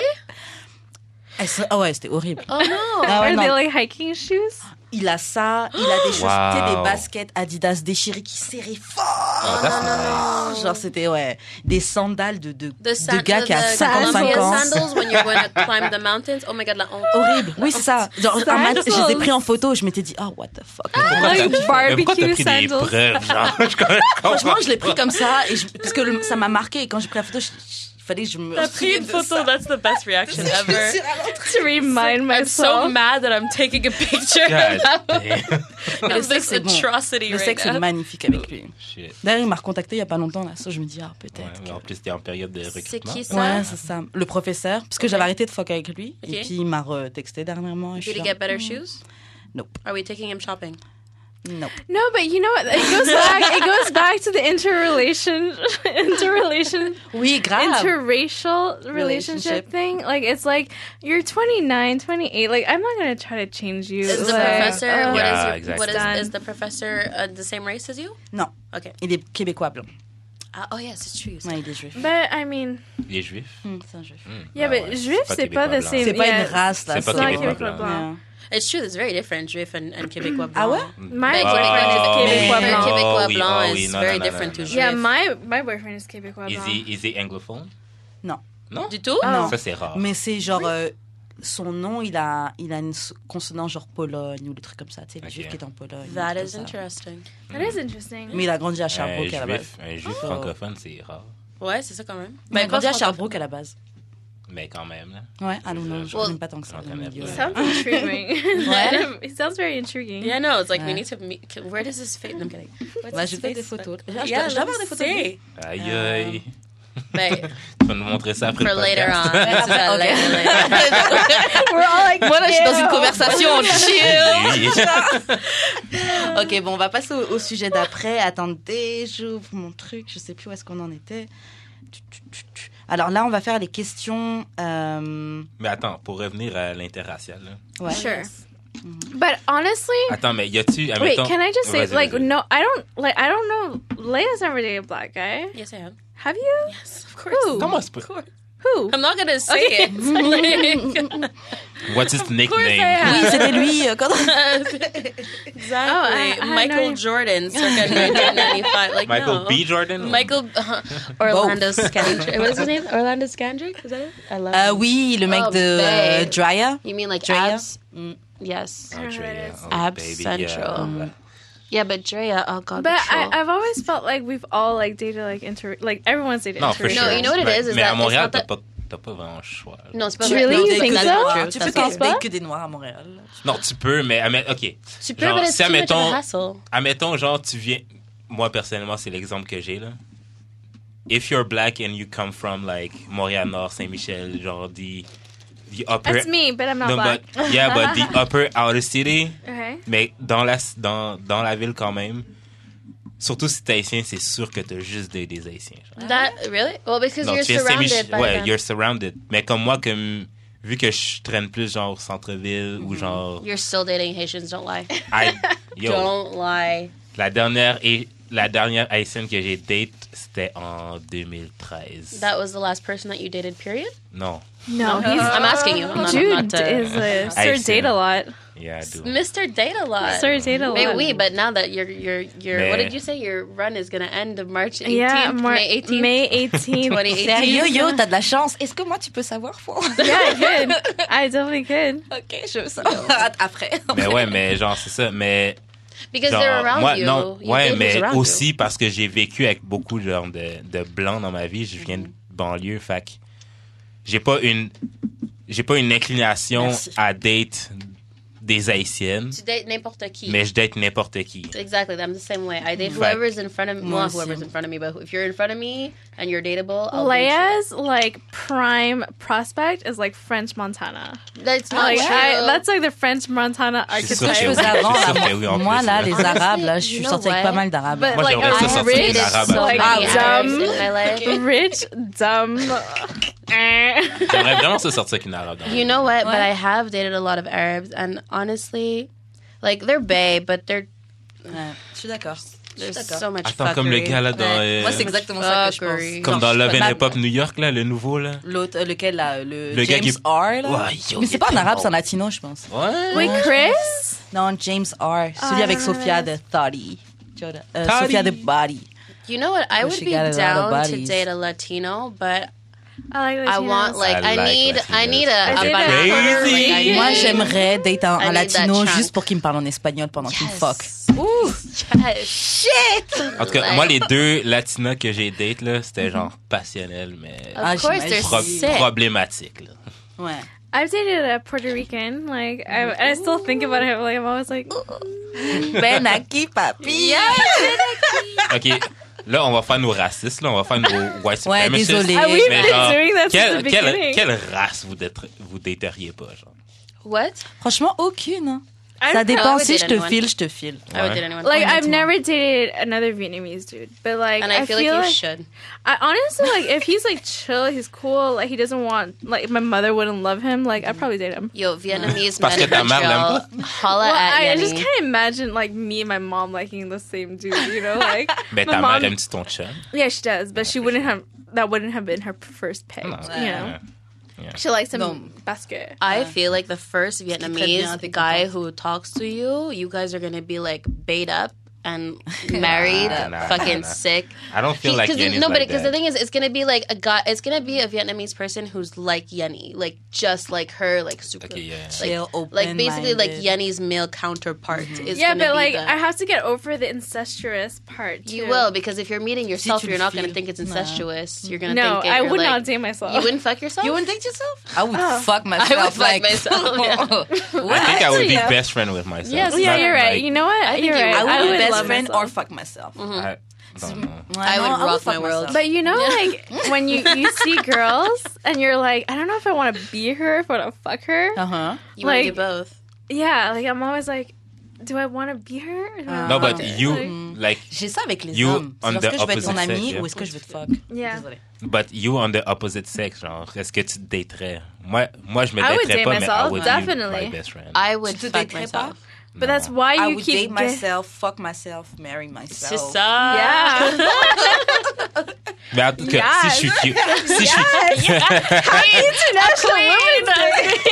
S2: Elles sont- Ah ouais, c'était horrible.
S1: Oh no.
S2: Ah ouais,
S4: Are
S2: non.
S4: they like hiking shoes?
S2: Il a ça, il a des chaussures,
S3: Wow.
S2: tu sais, des baskets Adidas déchirées qui serraient fort.
S3: Oh, that's nice.
S2: Oh, Genre, c'était, ouais, des sandales de, de,
S1: The
S2: de gars qui a
S1: the
S2: 55
S1: Columbia
S2: ans.
S1: sandals when you're going to climb the mountains. Oh my god, la honte.
S2: Horrible. Oui, c'est ça. Genre, un mat- je les ai
S4: Sandals.
S2: pris en photo, je m'étais dit, oh, what the fuck.
S3: Pourquoi
S4: Like
S3: t'as- mais pourquoi t'as
S4: barbecue
S3: pris des
S4: sandals.
S3: preuves, genre? Je comprends-
S2: Franchement, je l'ai pris comme ça, et je- parce que le- ça m'a marqué, et quand j'ai pris la photo, je- je- il fallait que je me. souvienne de ça.
S1: That's the best reaction ever. (laughs)
S4: To remind
S1: I'm so
S4: myself.
S1: mad that I'm (laughs) taking a picture
S3: God
S1: of
S3: damn.
S2: Le
S1: this
S2: sexe est bon.
S1: atrocity
S2: Le
S1: right
S2: sexe
S1: now.
S2: est magnifique avec lui.
S3: Shit.
S2: D'ailleurs, il m'a recontacté il y a pas longtemps, là. Ça, je me dis, ah,
S3: Ouais,
S2: peut-être.
S3: mais en plus, t'es en période de
S1: C'est
S3: recrutement.
S1: qui,
S2: que-
S1: ça?
S2: Ouais, c'est ça. Le professeur, parce que
S1: Ok.
S2: j'avais arrêté de fuck avec lui.
S1: Ok.
S2: Et puis, il m'a retexté dernièrement. et je
S1: Did
S2: suis
S1: he
S2: genre,
S1: get better shoes?
S2: Nope.
S1: Are we taking him shopping?
S2: Nope.
S4: No, but you know what? It goes back. It goes back to the interrelation, (laughs) interrelation,
S2: Oui, grave.
S4: interracial relationship,
S2: Ah. Relationship.
S4: thing. Like it's like you're 29, 28. Like I'm not gonna try to change you.
S1: Is oh, the
S4: like,
S1: professor
S4: uh,
S1: what is
S3: Yeah,
S1: your,
S3: exactly.
S1: what
S4: Done.
S1: is, is the professor uh, the same race as you?
S2: Non.
S1: Okay.
S2: Il est québécois blanc.
S1: Ah, oh yes, it's true. you said.
S2: Ouais, il est juif.
S4: But I mean,
S3: Il est juif.
S2: Hmm, c'est un juif.
S3: Hmm.
S4: yeah,
S3: Ah
S4: but
S3: ouais,
S4: juif, c'est pas
S3: québécois
S4: the
S3: blanc.
S4: same.
S2: C'est pas
S4: yeah.
S2: une race, là.
S3: C'est pas
S2: ça.
S3: québécois
S4: québécois
S3: blanc.
S4: blanc.
S2: Ouais.
S1: It's true. It's very different, Juif and, and Quebecois blanc.
S2: Ah ouais?
S4: My
S1: Like,
S4: boyfriend is
S1: Quebec-
S4: Québécois
S2: Mais-
S4: blanc.
S1: Quebecois
S3: Oh oui,
S1: blanc
S3: oh oui,
S1: is
S3: non,
S1: very
S3: non, non,
S1: different
S3: non,
S1: to
S3: non.
S1: Juif.
S4: Yeah, my my boyfriend is Québécois
S3: Is
S4: blanc.
S3: he, is he anglophone?
S2: Non.
S3: Non?
S1: Du tout?
S4: Ah. Non.
S3: Ça, c'est rare.
S2: Mais c'est genre. euh, son nom, il a, il a une so- consonance genre Pologne ou des trucs comme ça. Tu sais, le
S3: Ok.
S2: juif qui est en Pologne.
S1: That
S2: des trucs
S1: is
S2: comme ça.
S1: interesting.
S4: That is interesting.
S2: Mais il a grandi à
S3: Un
S2: Sherbrooke à la base.
S3: Eh, juif, un juif
S2: Oh.
S3: francophone, c'est rare.
S1: Ouais, c'est ça quand même.
S2: Il a
S1: pas
S2: grandi à
S1: francophone.
S2: Sherbrooke à la base.
S3: Mais quand même, là.
S2: Ouais, ah non, non, je
S1: Well,
S2: connais pas tant que ça.
S3: on
S2: le
S3: connaît
S2: milieu, là.
S3: pas.
S1: (laughs)
S4: Sounds intriguing.
S2: What?
S4: (laughs) it sounds very intriguing.
S1: Yeah, no, it's like we
S2: Ouais.
S1: need to meet. Where does this fit? No, Uh, I'm kidding. What's
S2: Bah,
S1: his
S2: j'ai
S1: face
S2: fait des
S1: look?
S2: photos. Là, je
S1: Yeah,
S2: dois- je dois
S1: let
S2: avoir des
S1: me
S2: photos. de lui.
S1: see.
S3: Aïe,
S2: Euh,
S3: aïe.
S1: But
S3: (laughs) Tu vas nous montrer ça après
S1: ben, for
S3: le
S1: later (laughs)
S3: podcast.
S1: on. C'est ça, later, later.
S4: We're all like,
S2: Moi, là, je suis dans une
S4: Ew.
S2: (laughs) conversation chill.
S3: (laughs) Oui.
S2: ok, bon, on va passer au, au sujet d'après. Attendez, j'ouvre mon truc. Je sais plus où est-ce qu'on en était. Tu, tu, tu, tu. Alors là, on va faire les questions. euh,
S3: Mais attends, pour revenir à l'interracial, là.
S2: Ouais.
S1: Sure.
S4: But honestly,
S3: Attends, mais y a-tu,
S4: wait,
S3: admettons...
S4: can I just say,
S3: Vas-y,
S4: like,
S3: vas-y.
S4: no, I don't, like, I don't know. Leia's never dated a black guy.
S1: Yes, I am.
S4: Have you?
S1: Yes, of course.
S4: Who?
S3: Comment c'est pas...
S4: Who?
S1: I'm not gonna say (laughs)
S4: Okay.
S1: it.
S3: What's his nickname?
S4: am.
S2: Oui, c'était (laughs)
S1: (laughs)
S2: lui. euh, quand-
S1: exactly.
S4: Oh, I- I
S1: Michael
S4: know.
S1: Jordan, (laughs) circa 1995. Like
S3: Michael
S1: no.
S3: B. Jordan?
S1: Michael uh, Orlando Scandrick. What is his name? Orlando Scandrick. Is that it? I love.
S2: Euh,
S1: him.
S2: oui, le mec
S1: Oh,
S2: de euh,
S1: babe.
S2: Drya.
S1: You mean like
S2: Drea.
S1: abs?
S2: Mm.
S1: Yes.
S3: Oh, Drea. Oh,
S1: Abs
S3: baby,
S1: Central.
S3: yeah. Um,
S1: Yeah, but Drea. Oh god. the
S4: But I,
S1: troll.
S4: I've always felt like we've all like dated like inter like everyone's dated
S3: Non, for
S4: interracial.
S3: sure.
S1: No, you know what it
S3: Mais-
S1: is, is
S3: Mais
S1: that
S3: à
S1: it's
S3: Montréal,
S1: not
S3: t'as
S1: that-
S3: pas, t'as pas vraiment le choix. là.
S1: no, it's not
S4: Really?
S1: No,
S4: You
S1: they-
S4: think
S1: that's
S4: so?
S1: not true.
S2: Tu peux
S1: That's not true.
S4: penses pas?
S2: t'inspirer que des noirs à Montréal.
S3: Non, tu peux, mais... admet- OK.
S1: Tu peux,
S3: Genre,
S1: but it's
S3: si,
S1: too much of a
S3: admettons-
S1: hassle.
S3: Admettons, genre, tu viens... Moi, personnellement, c'est l'exemple que j'ai, là. If you're black and you come from, like, Montréal-Nord, Saint-Michel, genre, the, the upper...
S4: That's me, but I'm not
S3: No,
S4: black.
S3: but- yeah,
S4: (laughs)
S3: but the upper outer city,
S4: okay.
S3: mais dans la, dans, dans la ville quand même. Surtout si t'es haïtien, c'est sûr que t'as juste des, des haïtiens. genre.
S1: That really? Well, because
S3: Non,
S1: you're
S3: tu viens de Saint-Mich-
S1: surrounded by
S3: Ouais,
S1: them.
S3: you're surrounded. Mais comme moi, comme, vu que je traîne plus genre au centre-ville
S4: Mm-hmm.
S3: ou
S4: (laughs)
S3: genre.
S1: You're still dating Haitians. Don't lie.
S3: I- (laughs) yo,
S1: Don't lie.
S3: la dernière Haï- La dernière Haïtienne que j'ai date, c'était en 2013.
S1: That was the last person that you dated, period?
S3: No.
S4: No,
S1: He's, I'm asking you. I'm not,
S4: Jude
S1: I'm not, uh,
S4: is a Sir
S3: see.
S4: Date a lot.
S3: Yeah, I do.
S1: Mr. Date a lot.
S4: Sir Date a lot.
S1: Maybe we, but now that your your your what
S3: Meh.
S1: did you say your run is gonna end of March 18th,
S4: yeah, Mar-
S1: May 18th,
S4: May
S1: (laughs)
S4: 18th.
S1: 2018.
S2: Sérieux, yo, t'as de la chance. Est-ce que moi, tu peux savoir, faut
S4: (laughs) yeah,
S1: (laughs)
S4: I could. I definitely could.
S2: Ok, je
S4: (laughs)
S2: veux savoir. (laughs) Après.
S3: Mais ouais, mais genre, c'est ça. Mais
S1: Because
S3: Genre,
S1: they're around
S3: moi,
S1: you.
S3: Non,
S1: You
S3: ouais,
S1: date who's
S3: mais
S1: around you.
S3: aussi parce que j'ai vécu avec beaucoup genre, de, de blancs dans ma vie. Je viens de
S1: Mm-hmm.
S3: banlieue, fait que j'ai pas une j'ai pas une inclination
S2: Merci.
S3: à date des haïtiennes,
S1: Tu dates n'importe qui.
S3: mais je date n'importe qui.
S1: Exactly, I'm the same way. I date
S3: Fact.
S1: whoever's in front of me.
S2: Moi
S1: Well,
S2: aussi.
S1: whoever's in front of me, but if you're in front of me and you're dateable, I'll date you.
S4: Leia's like prime prospect is like French Montana.
S1: That's not
S4: Like
S1: true.
S4: I, that's like the French Montana
S3: Je suis sûr
S4: archetype.
S3: que
S2: Chose avant,
S3: Je suis sûr
S2: là,
S3: que oui, en
S2: moi,
S3: plus,
S2: là,
S3: ouais.
S2: les
S1: Honestly,
S2: Arabes, là, je
S1: you
S2: suis
S1: know
S2: sortie avec
S1: what?
S2: pas mal d'Arabes.
S4: But
S3: Moi,
S4: like
S3: j'aimerais ça
S4: a
S3: sortir
S1: Dated
S4: rich,
S3: des Arabes.
S1: so
S4: like,
S1: many Arabs
S4: dumb.
S1: in my life.
S4: rich,
S1: (laughs)
S4: dumb. eh.
S3: J'aimerais vraiment ça sortir qu'une arabe. dans ma
S1: You know
S3: vie.
S1: what? But
S2: What?
S1: I have dated a lot of Arabs, and honestly, like they're bae, but they're
S2: Ouais, je suis d'accord. Je suis
S1: there's
S2: d'accord.
S1: so much.
S3: Attends, comme le
S1: fuckery.
S3: gars là dans.
S2: Ouais.
S3: euh,
S2: Moi, c'est exactement ça que je
S1: Fuckery.
S2: pense.
S3: comme dans
S2: Genre,
S3: Love and
S2: Mad-
S3: Hip Hop New York, là, le nouveau, là.
S2: L'autre, euh, lequel là Le,
S3: Le gars
S2: James
S3: qui-
S2: R. Là.
S3: Ouais, yo,
S2: Mais
S3: il Oh. est
S2: c'est pas un
S3: tellement
S2: arabe, c'est un latino, je pense.
S3: Ouais.
S4: Wait, Chris?
S2: Non, James R. Celui
S4: Ah,
S2: avec
S4: ouais,
S2: Sophia de
S4: ouais,
S2: Thotty. Joda- euh,
S3: Thotty.
S2: Sophia de Body.
S1: You know what? I
S2: Well,
S1: would
S2: she
S1: be
S2: got a lot of
S1: down to
S2: bodies.
S1: date a Latino, but
S4: I like
S1: I want
S4: Latinos.
S1: like
S3: I
S1: I,
S3: like
S1: need I
S3: Latinos.
S1: need a,
S3: I
S1: a
S4: did
S1: bi-
S4: that.
S1: partner,
S3: Crazy.
S1: like, I
S2: Moi,
S1: need-
S2: j'aimerais date un,
S1: I
S2: un
S1: need that
S2: latino
S1: chunk.
S2: juste pour qu'il me parle en espagnol pendant qu'il me
S1: Yes.
S2: fuck.
S1: Ooh, shit.
S3: En tout cas,
S1: Like,
S3: moi, les deux latinas que j'ai date, là, c'était genre passionnel, mais
S1: Of
S2: Mhm. Ah,
S1: course,
S2: j'imagine.
S1: they're
S3: pro-
S1: sick.
S3: problématique, là.
S2: Ouais.
S4: I've dated a Puerto Rican. Like I, I still think about it. Like I'm always like,
S2: (laughs) Ben aquí, papi.
S3: (laughs) OK. Là, on va faire nos racistes, là. On va faire nos white
S2: Ouais,
S3: supremacists.
S2: désolé.
S4: Ah, we've
S3: Mais
S4: been
S3: genre,
S4: doing that since
S3: quelle,
S4: the
S3: quelle-
S4: beginning.
S3: quelle race vous, déter- vous déterriez pas, genre?
S1: What?
S2: Franchement, aucune. hein.
S1: Ah,
S4: I'm
S2: Ça dépend.
S1: probably
S2: Si je te
S1: anyone.
S2: file, je te
S1: I
S2: file.
S1: would
S3: Ouais.
S1: date anyone.
S4: Like I've
S2: Honnêtement.
S4: never dated another Vietnamese dude, but like
S1: and I, feel, like you
S4: like
S1: should.
S4: I honestly like if he's like chill, he's cool. Like he doesn't want like my mother wouldn't love him. Like
S1: Mm-hmm.
S4: I'd probably date him.
S1: Yo, Vietnamese
S3: Parce
S1: men
S3: que ta
S1: in
S3: mère l'aime
S1: Montreal, holla at
S4: Well, I, I
S1: Uh, Yanni.
S4: just can't imagine like me and my mom liking the same dude. You
S1: (laughs)
S4: know, like
S3: Ben,
S4: my
S3: ta
S4: mom.
S3: mère aime-tu ton chum?
S4: yeah, she does, but she wouldn't have. That wouldn't have been her first pick.
S3: Non.
S4: You know,
S3: Ouais.
S4: she likes him
S2: No.
S4: basket.
S1: I feel like the first
S2: bien, t'es
S1: Vietnamese guy who talks to you, you guys are gonna be like bait up and married,
S3: Nah, nah,
S1: fucking
S3: nah.
S1: sick.
S3: I don't feel
S1: He-
S3: like
S1: 'cause
S3: Yanni's
S1: no, but
S3: like
S1: because the
S3: that.
S1: thing is, it's gonna be like a guy. It's gonna be a Vietnamese person who's like Yenny, like just like her, like super,
S3: Okay, yeah, yeah.
S1: like,
S2: Chill,
S1: like basically like
S2: open-minded.
S1: Yenny's male counterpart. Is
S4: Mm-hmm. yeah,
S1: gonna
S4: but
S1: be
S4: like
S1: the-
S4: I have to get over the incestuous part. Too.
S1: you will because if you're meeting yourself,
S2: tu
S1: you're
S2: le
S1: not gonna
S2: files.
S1: think it's
S2: Nah.
S1: incestuous. You're gonna
S4: No,
S1: think it,
S4: I
S1: you're
S4: would
S1: like-
S4: not date myself.
S1: You wouldn't fuck yourself. Ah.
S2: You wouldn't date yourself? I would
S4: Oh.
S2: Ah fuck myself.
S1: I would fuck
S2: like,
S1: myself, yeah.
S2: (laughs) What?
S3: I think I would be
S4: Yeah.
S3: best friend with myself.
S1: Yes.
S3: Not
S4: (laughs) Yeah, you're right.
S3: like-
S4: you know what?
S1: I think
S4: you're
S1: you-
S4: right.
S2: I would be
S1: love Mm.
S2: best friend
S4: myself.
S2: or fuck myself.
S3: I don't know.
S2: Ouais,
S1: I would
S2: non,
S1: rock
S2: fuck
S1: my world.
S2: myself.
S3: Oh,
S4: But you know,
S1: Yeah.
S3: (laughs)
S4: like when you you see girls and you're like, I don't know if I want to be her, if I want to fuck her.
S2: Uh-huh.
S1: You wanna
S4: like-
S1: do both.
S4: Yeah, like I'm always like, do I want to be her? Or do I
S2: Ah.
S3: No,
S4: wanna
S3: but
S4: fuck her? Like,
S3: you, like,
S2: J'ai ça avec les
S3: You
S2: hommes.
S3: on
S2: C'est Est-ce que je
S3: the
S2: veux être ton
S3: opposite
S2: ami
S3: sex,
S2: ou
S3: yeah.
S2: est-ce que je veux te fuck
S4: Yeah.
S2: Désolée.
S3: but you on the opposite sex, genre, est-ce que tu te daterais? Moi, moi, je me
S4: I would
S3: daterais
S4: date
S3: pas, mais I
S4: myself,
S3: would be
S4: definitely.
S3: my best friend.
S1: I would
S2: te
S1: fuck
S2: daterais
S1: myself.
S4: but that's
S3: No.
S1: Ah,
S4: why
S2: I
S4: you
S2: would
S4: keep
S2: date
S4: get-
S2: myself, fuck myself, marry myself.
S1: C'est ça.
S4: (laughs)
S1: (laughs)
S4: Yeah.
S2: (laughs)
S3: Mais en tout cas,
S4: Yes.
S3: si je suis cute, si je suis,
S4: International Women's Day.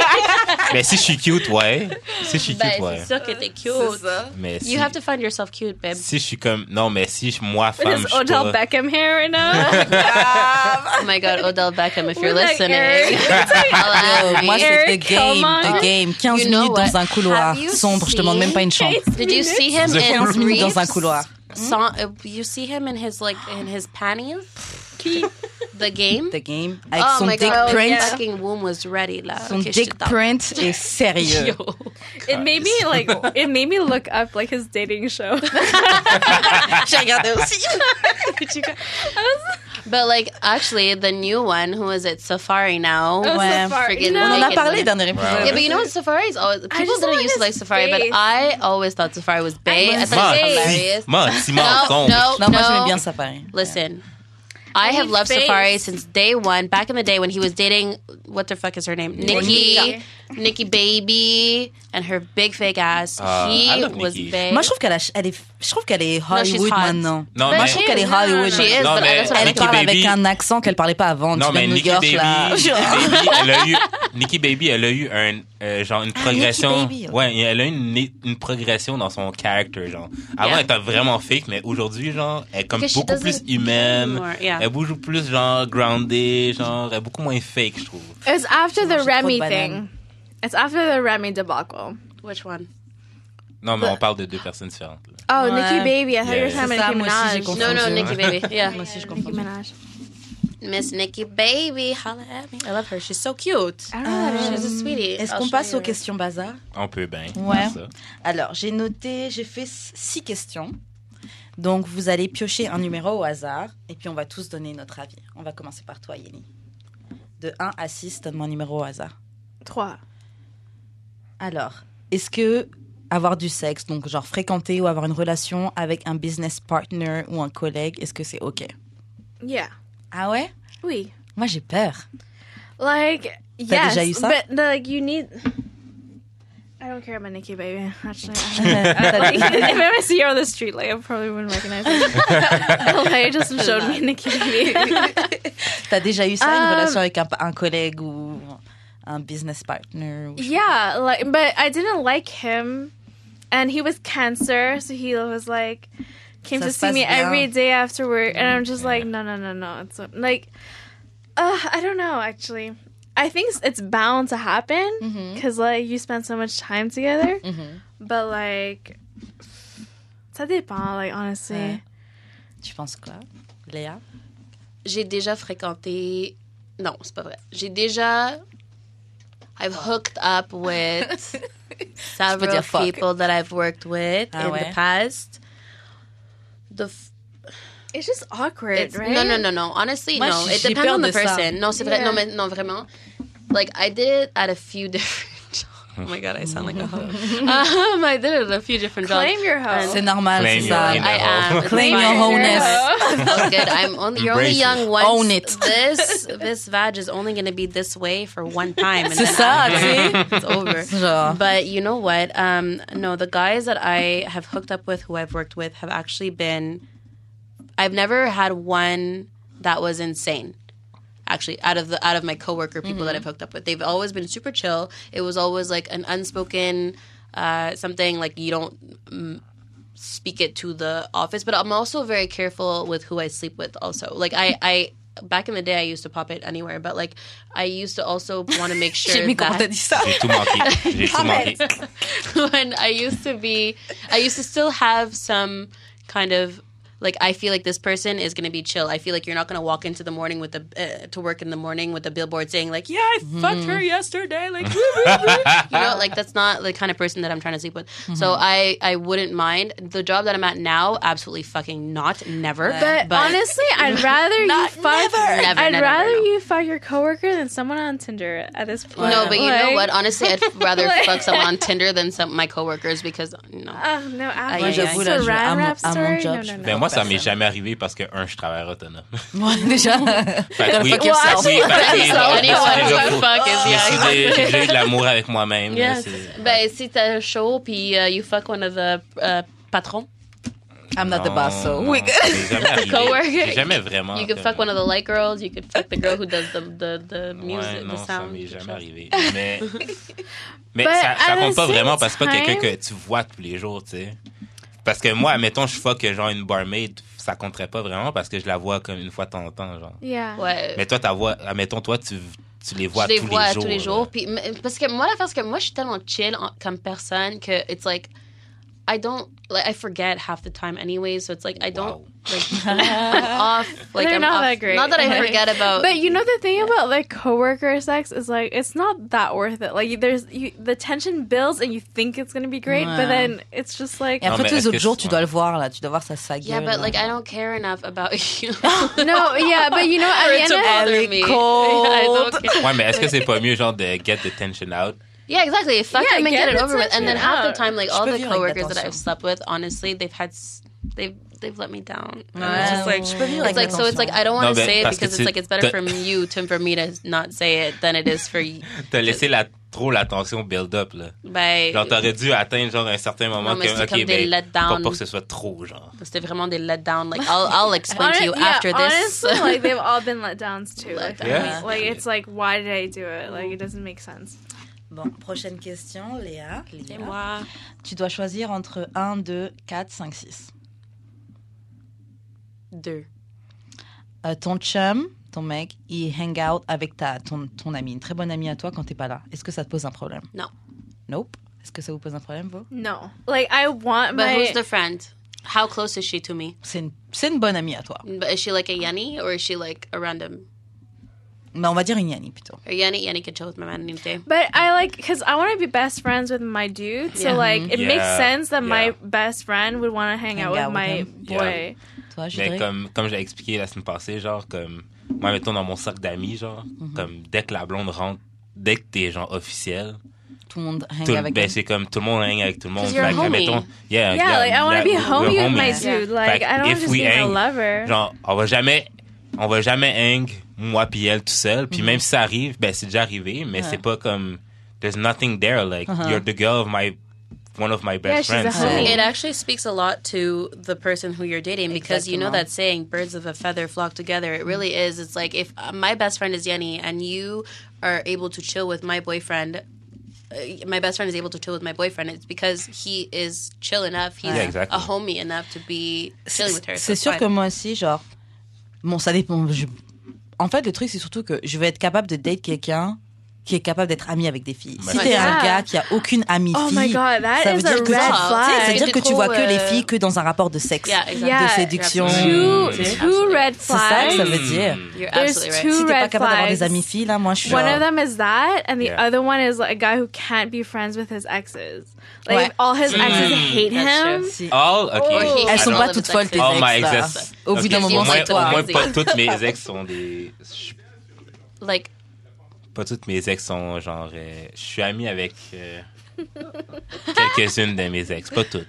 S3: mais si je suis cute, ouais. Si je suis cute,
S1: Ben,
S3: ouais.
S1: c'est sûr que
S4: Uh,
S1: t'es
S2: C'est
S1: cute.
S2: ça.
S3: Mais si,
S1: You have to find yourself cute, babe.
S3: si je suis comme, non, mais si je, moi,
S4: With
S3: femme,
S4: his
S3: je suis pas- (laughs)
S4: Odell Beckham hair right now.
S2: Ah,
S1: Oh my god, Odell Beckham, if you're
S4: We're like
S1: listening. (laughs)
S4: Eric.
S1: I'll
S2: Oh,
S1: have
S2: moi,
S1: you.
S2: c'est
S4: Eric,
S2: The Game.
S4: come on.
S2: The Game. 15
S1: You know
S2: minutes dans
S1: what?
S2: un couloir
S1: Have you
S2: sombre. Je te demande même pas une chambre.
S1: Did you see him
S3: The
S1: in
S2: 15 minutes dans un
S1: briefs?
S2: couloir.
S1: Saw- uh, you see him in his like in his panties? the game?
S2: The Game. Avec
S1: oh
S2: son
S1: my
S2: dick
S1: god,
S2: print.
S1: his fucking womb was ready là.
S2: Son
S1: Ok, je
S2: dick
S1: te parle.
S2: print
S1: (laughs)
S2: est sérieux.
S1: Yo.
S4: It made me like it made me look up like his dating show. (laughs)
S2: J'ai
S1: (laughs)
S2: regardé aussi.
S1: But like actually the new one who is at Safari now.
S4: Oh,
S2: Ouais.
S4: Safari.
S1: Freaking
S4: No.
S2: On en a
S1: naked
S2: parlé
S1: women.
S2: dans un épisode.
S3: Ouais, ouais.
S1: Yeah, but you know what? Safari's always people
S4: just
S1: didn't
S4: want
S1: used to like
S4: his
S1: Safari, but
S4: face.
S1: I always thought Safari was bae. I
S4: was
S1: thought it was
S4: bae.
S1: hilarious.
S3: Menti, menti,
S1: No,
S3: mensonge.
S1: no,
S2: Non, moi, j'aimais
S1: no.
S2: bien Safari.
S1: Listen, I, have
S4: need
S1: loved
S4: face.
S1: Safari since day one. Back in the day when he was dating, what the fuck is her name? Nikki,
S4: Nikki.
S1: Nikki Baby, and her big fake ass.
S3: Uh, I
S1: he
S3: love
S1: was
S3: Nikki.
S1: big.
S2: Moi, je trouve qu'elle a- elle est Je trouve qu'elle est
S1: she's
S2: Hollywood
S1: hot.
S2: maintenant.
S3: Non,
S2: Moi,
S3: mais-
S2: je trouve qu'elle est
S4: No, no, no, no,
S2: Hollywood.
S4: no.
S1: She is,
S3: Non,
S1: but
S3: mais
S1: that's what I
S2: Elle
S3: Nikki
S1: thought.
S2: parle avec
S3: Baby-
S2: un accent qu'elle parlait pas avant.
S3: Non,
S2: tu
S3: mais
S2: viens de New
S3: Nikki
S2: York,
S3: Baby,
S2: là.
S3: Nikki Baby, elle
S2: (laughs)
S3: a eu, Nikki Baby, elle a eu un, euh, genre une
S2: Ah,
S3: progression.
S2: Nikki Baby, ok.
S3: Ouais, elle a eu une, une progression dans son character, genre. Avant,
S1: Yeah.
S3: elle était vraiment fake, mais aujourd'hui, genre, elle est comme
S1: Because she
S3: beaucoup plus
S1: doesn't
S3: humaine.
S1: anymore, yeah.
S3: Elle bouge plus, genre, grounded, genre, elle est beaucoup moins fake, je trouve.
S4: It was after the
S2: She put
S4: Remy
S2: banana.
S4: thing. It's after the Remy debacle.
S1: Which one?
S3: Non, mais
S2: Bah.
S4: But-
S3: on parle de deux personnes différentes, là.
S4: Oh,
S2: Ouais.
S4: Nicki Baby. I thought you
S3: Yeah.
S4: were talking
S2: Ça,
S4: about Nicki
S2: moi aussi, j'ai
S4: Minaj.
S2: confondu.
S1: No, no,
S3: Confused.
S1: Nikki Baby. Yeah.
S3: (laughs)
S2: Moi aussi, je
S4: Nicki
S2: comprends.
S4: Minaj.
S1: Miss Nikki Baby, holla at me. I love her. She's so cute.
S4: I don't
S1: (laughs)
S4: know.
S1: She's a sweetie.
S2: Est-ce
S1: I'll
S2: qu'on
S1: show
S2: passe
S1: you
S2: aux
S1: her.
S2: questions bazar
S3: On peut bien.
S2: Ouais.
S3: faire ça.
S2: Alors, j'ai noté, j'ai fait s- six questions. Donc, vous allez piocher un numéro au hasard et puis on va tous donner notre avis. On va commencer par toi, Yeni. De 1 à 6, donne-moi un numéro au hasard.
S4: Trois.
S2: Alors, est-ce que avoir du sexe, donc genre fréquenter ou avoir une relation avec un business partner ou un collègue, est-ce que c'est OK
S4: Yeah.
S2: Ah ouais
S4: We.
S2: Moi, j'ai peur.
S4: Like
S2: déjà
S4: yes,
S2: eu ça?
S4: but the, like you need. I don't care about Nikki Baby. Actually,
S2: (laughs)
S4: (laughs)
S2: T'as (laughs)
S4: I, like,
S2: déjà-
S4: if I see her on the street, like I probably wouldn't recognize her. (laughs) like, I just showed me Nikki Baby. (laughs)
S2: T'as déjà eu ça, une
S4: Euh,
S2: relation avec un, pa- un collègue ou un business partner ou je-
S4: yeah, like, but I didn't like him, and he was cancer, so he was like came
S2: Ça
S4: to
S2: se
S4: see me
S2: passe bien.
S4: every day after work, and I'm just like,
S3: Yeah.
S4: no, no, no, no. It's like, uh, I don't know. Actually, I think it's bound to happen
S2: Mhm.
S4: because like you spend so much time together.
S2: Mhm.
S4: But like, ça dépend, like honestly.
S2: Ouais. Tu penses quoi, Léa
S1: J'ai déjà fréquenté. Non, c'est pas vrai. J'ai déjà. I've hooked up
S2: (laughs)
S1: with
S2: Tu peux
S1: several
S2: dire fuck.
S1: people that I've worked with
S2: Ah
S1: in
S2: ouais?
S1: the past. The f-
S4: It's just awkward,
S1: It's-
S4: right?
S1: No, no, no, no. Honestly,
S2: Moi,
S1: no.
S2: j'ai-
S1: It
S2: j'ai
S1: depends
S2: peur
S1: on the
S2: de ça.
S1: person. Non, c'est vrai.
S4: Yeah.
S1: Non, mais non, vraiment. Like, I did it at a few (laughs) different Oh my God, I sound like a
S2: (laughs)
S1: hoe. um, I did it at a few different jobs.
S4: Claim your hoe.
S2: C'est normal,
S3: Claim
S2: c'est
S3: your
S2: ça. Ah,
S3: inner
S1: I am.
S3: hoe.
S1: It's
S2: Claim your
S1: fine.
S2: wholeness.
S1: It's good. I'm only, you're only
S3: Embrace
S1: young
S3: it.
S1: once.
S2: Own it.
S1: This, this vag is only going to be this way for one time. And then
S2: C'est (laughs) ça,
S1: after,
S2: tu
S1: (laughs)
S2: sais.
S1: It's over.
S2: Genre.
S1: But you know what? Um, no, the guys that I have hooked up with, who I've worked with, have actually been. I've never had one that was insane. Actually, out of the out of my coworker people that I've hooked up with, they've always been super chill. It was always like an unspoken uh, something like you don't mm, speak it to the office. But I'm also very careful with who I sleep with. Also, like I, I back in the day, I used to pop it anywhere, but like I used to also want to make sure
S2: J'ai mis comment t'as
S1: that
S2: dit ça.
S3: J'ai tout
S2: (laughs)
S3: manqué. J'ai
S2: Ah,
S3: tout
S1: (laughs)
S3: manqué. (laughs)
S1: when I used to be, I used to still have some kind of like I feel like this person is going to be chill. I feel like you're not going to walk into the morning with the uh, to work in the morning with a billboard saying like, "Yeah, I fucked her yesterday." Like, woo, woo, woo. you
S3: Ah.
S1: know, like that's not the kind of person that I'm trying to sleep with. So I I wouldn't mind the job that I'm at now. Absolutely fucking not, never.
S4: But, honestly,
S1: (laughs)
S4: I'd rather you
S1: Not-
S4: fuck.
S1: never. Never,
S4: I'd
S1: never,
S4: rather
S1: no.
S4: you fuck your coworker than someone on Tinder at this point.
S1: no, but you know
S4: Like-
S1: what? Honestly,
S4: (laughs)
S1: I'd rather
S4: Like-
S1: fuck someone
S4: (laughs)
S1: on Tinder than some my coworkers because you know.
S4: Oh no! After
S1: Moi,
S4: yeah,
S1: j'avoue,
S2: là, je- à mon-
S4: rap
S2: à mon
S4: story,
S2: job,
S4: no,
S2: je
S4: no, no.
S3: Ben, moi, ça
S2: Personne.
S3: m'est jamais arrivé parce que, un, je travaille
S2: (laughs)
S3: autonome.
S2: Ouais, déjà.
S3: Fait que Bah, oui,
S2: fuck
S3: oui,
S2: yourself.
S3: oui, fait que oui, genre, je me suis
S1: Anyone
S3: déjà
S1: who fuck is
S3: Je me suis
S1: yeah.
S3: dé- J'ai eu de l'amour avec moi-même. là,
S1: Yes.
S3: c'est-
S1: Ben, si t'as chaud, puis euh, you fuck one of the euh, patrons,
S2: I'm not the
S3: Non,
S2: boss, so.
S3: non, c'est jamais arrivé.
S1: Coworker.
S3: J'ai jamais vraiment.
S1: you could fuck one of the light girls, you could fuck the girl who does the, the, the music,
S3: Ouais, non,
S1: the
S3: ça
S1: sound.
S3: m'est jamais arrivé.
S1: (laughs)
S3: Mais, mais
S4: But
S3: ça, ça
S4: at
S3: compte
S4: the
S3: pas
S4: same
S3: vraiment parce que c'est pas
S4: time-
S3: quelqu'un que tu vois tous les jours, tu sais. Parce que moi, admettons, je fuck genre une barmaid, ça compterait pas vraiment parce que je la vois comme une fois de temps en temps, genre.
S4: Yeah.
S1: Ouais.
S3: Mais toi, ta voix, admettons, toi, tu, tu les vois
S1: je les
S3: tous
S1: vois
S3: les jours.
S1: tous les
S3: là.
S1: jours. Puis, mais- parce que moi, l'affaire, c'est que moi, je suis tellement chill en- comme personne que it's like, I don't, like, I forget half the time anyway, so it's like, I don't,
S3: Wow.
S1: like,
S3: (laughs)
S1: I'm off. Like,
S4: They're
S1: I'm
S4: not
S1: off.
S4: that great.
S1: Not
S4: (laughs)
S1: that I
S4: Like-
S1: forget about.
S4: But you know the thing about like coworker sex is like it's not that worth it. Like there's you, the tension builds and you think it's gonna be great,
S2: Ouais.
S4: but then it's just
S2: (laughs)
S4: like
S2: Et après
S3: mais
S2: tous les
S3: est-ce
S2: autres
S3: que
S2: jours,
S3: c'est-
S2: tu dois le voir, là. Tu dois voir sa saga.
S1: yeah, but like, I don't care enough about (laughs) you.
S4: (laughs) no, yeah. But you know at
S1: For
S4: the
S1: it
S4: end
S1: to
S4: of
S1: bother
S2: Elle
S1: me.
S2: est
S4: (laughs)
S2: cold.
S1: I don't care.
S3: Ouais, mais est-ce que
S1: (laughs)
S3: c'est pas mieux, genre, de get the tension out?
S1: Yeah, exactly. Fuck
S4: Yeah,
S1: them and
S4: get
S1: get it
S4: the
S1: over with. And then
S4: tension
S1: half the
S4: out.
S1: time, like all
S2: peux
S1: the
S2: vivre avec
S1: coworkers that
S2: l'attention.
S1: I've slept with, honestly, they've had s- they've they've let me down. And
S2: Ouais,
S1: it's just like
S2: je peux vivre
S1: it's like
S2: avec
S1: so. It's like I don't
S3: Non,
S1: want to
S3: ben,
S1: say it
S3: parce que
S1: because
S3: tu-
S1: it's like it's better
S3: t'as-
S1: for you to for me to not say it than it is for you.
S3: T'as laissé la trop l'attention build-up, là.
S5: Ben,
S3: Genre, t'aurais dû atteindre, genre, un certain moment
S5: Non, mais
S3: que,
S5: c'est
S3: OK,
S5: comme des
S3: ben,
S5: letdowns.
S3: faut pas que ce soit trop, genre.
S5: c'était vraiment des letdowns. Like,
S4: (laughs)
S5: I'll, I'll explain to you
S4: Hon- yeah,
S5: after this.
S1: (laughs)
S4: Honestly, like they've all been letdowns too. Like, that.
S3: Yeah.
S4: like it's like why did I do it? Like it doesn't make sense.
S2: Bon, prochaine question, Léa.
S5: Et moi,
S2: Tu dois choisir entre 1, 2, 4, 5, 6.
S5: deux.
S2: Euh, ton chum, ton mec, il hang out avec ta, ton, ton ami, une très bonne amie à toi quand t'es pas là. Est-ce que ça te pose un problème
S5: Non.
S2: Nope. Est-ce que ça vous pose un problème, vous
S4: No, like I want
S5: But
S4: my.
S5: who's the friend? How close is she to me?
S2: C'est une, c'est une bonne amie à toi.
S5: But is she like a Yanni or is she like a random?
S2: Mais on va dire une Yanni plutôt.
S5: A Yanni, Yanni can chill with my man any day.
S4: but I like because I want to be best friends with my dude. So
S5: Yeah.
S4: like it makes
S3: Yeah.
S4: sense that my
S3: Yeah.
S4: best friend would want to hang, out with my
S2: him.
S3: Yeah.
S4: boy.
S2: Toi,
S3: Mais
S2: Judré
S3: comme, comme je l'ai expliqué la semaine passée, genre, comme, moi, mettons, dans mon cercle d'amis, genre, comme, dès que la blonde rentre, dès que t'es, genre, officiel,
S2: tout le monde hang
S3: tout,
S2: avec
S3: ben,
S2: elle.
S3: c'est comme, tout le monde hang avec tout le monde.
S5: 'Cause you're
S3: Fait que,
S5: homie.
S3: mettons, yeah,
S4: Yeah, like I want to be
S3: we're
S4: homie with my
S3: homies.
S2: Yeah.
S4: dude.
S3: Fact,
S4: Like I
S3: if
S4: don't want to just
S3: we
S4: be a
S3: hang-
S4: lover.
S3: Genre, on va jamais, on va jamais hang, moi puis elle tout seul. Puis même si ça arrive, ben c'est déjà arrivé, mais
S2: Ouais.
S3: c'est pas comme, there's nothing there. Like,
S2: Uh-huh.
S3: you're the girl of my, one of my best
S4: Yeah, she's a
S3: friends.
S4: homie.
S5: It actually speaks a lot to the person who you're dating because you know
S2: Exactement.
S5: that saying, birds of a feather flock together. It really is. It's like if uh, my best friend is Yenny and you are able to chill with my boyfriend, uh, my best friend is able to chill with my boyfriend, it's because he is chill enough. He's
S3: Yeah, exactly.
S5: a homie enough to be chilling with her.
S2: C'est sûr que moi aussi, genre, bon, ça dépend. Je- En fait, le truc, c'est surtout que je vais être capable de date quelqu'un qui est capable d'être ami avec des filles.
S3: Ouais.
S2: Si t'es un
S4: Yeah.
S2: gars qui a aucune amie
S4: Oh my
S2: fille,
S4: God, that
S2: ça
S4: is
S2: veut
S4: a
S2: dire que tu, tu
S4: red
S2: sais, ça veut
S5: flag.
S2: dire que tu vois que
S5: Trop,
S2: les
S5: euh,
S2: filles que dans un rapport de sexe,
S5: Yeah, exactly.
S2: de
S4: Yeah,
S2: séduction.
S5: absolutely.
S4: two
S3: Mm.
S5: Yeah.
S4: two red
S2: euh, C'est ça que
S4: flags.
S2: ça
S3: Hmm.
S2: veut dire.
S5: You're
S4: There's
S5: absolutely right.
S4: two
S2: Si t'es pas
S4: red
S2: capable d'avoir des
S4: flags.
S2: amis filles, là, moi, je suis
S4: One
S2: genre-
S4: of them is that, and the
S3: Yeah.
S4: other one is like, a guy who can't be friends with his exes. Like
S2: Right.
S4: all his exes
S3: Mm.
S4: hate
S5: That's
S4: him.
S5: true.
S2: Si.
S3: All, ok.
S4: Or he
S2: Elles
S5: I
S2: sont
S5: don't
S2: pas
S5: live
S2: toutes
S5: with
S2: folles,
S5: exes.
S2: tes
S3: All Oh. my
S2: ex, là.
S3: exes.
S2: Au bout
S3: Ok,
S2: d'un
S5: si
S2: moment,
S3: au
S5: on
S2: c'est
S3: moins,
S5: sait
S2: toi.
S3: au moins
S5: c'est-
S3: pas toutes mes ex sont des, je-
S5: Like,
S3: pas toutes mes ex sont genre, euh, je suis ami avec euh, quelques-unes de mes ex, pas toutes.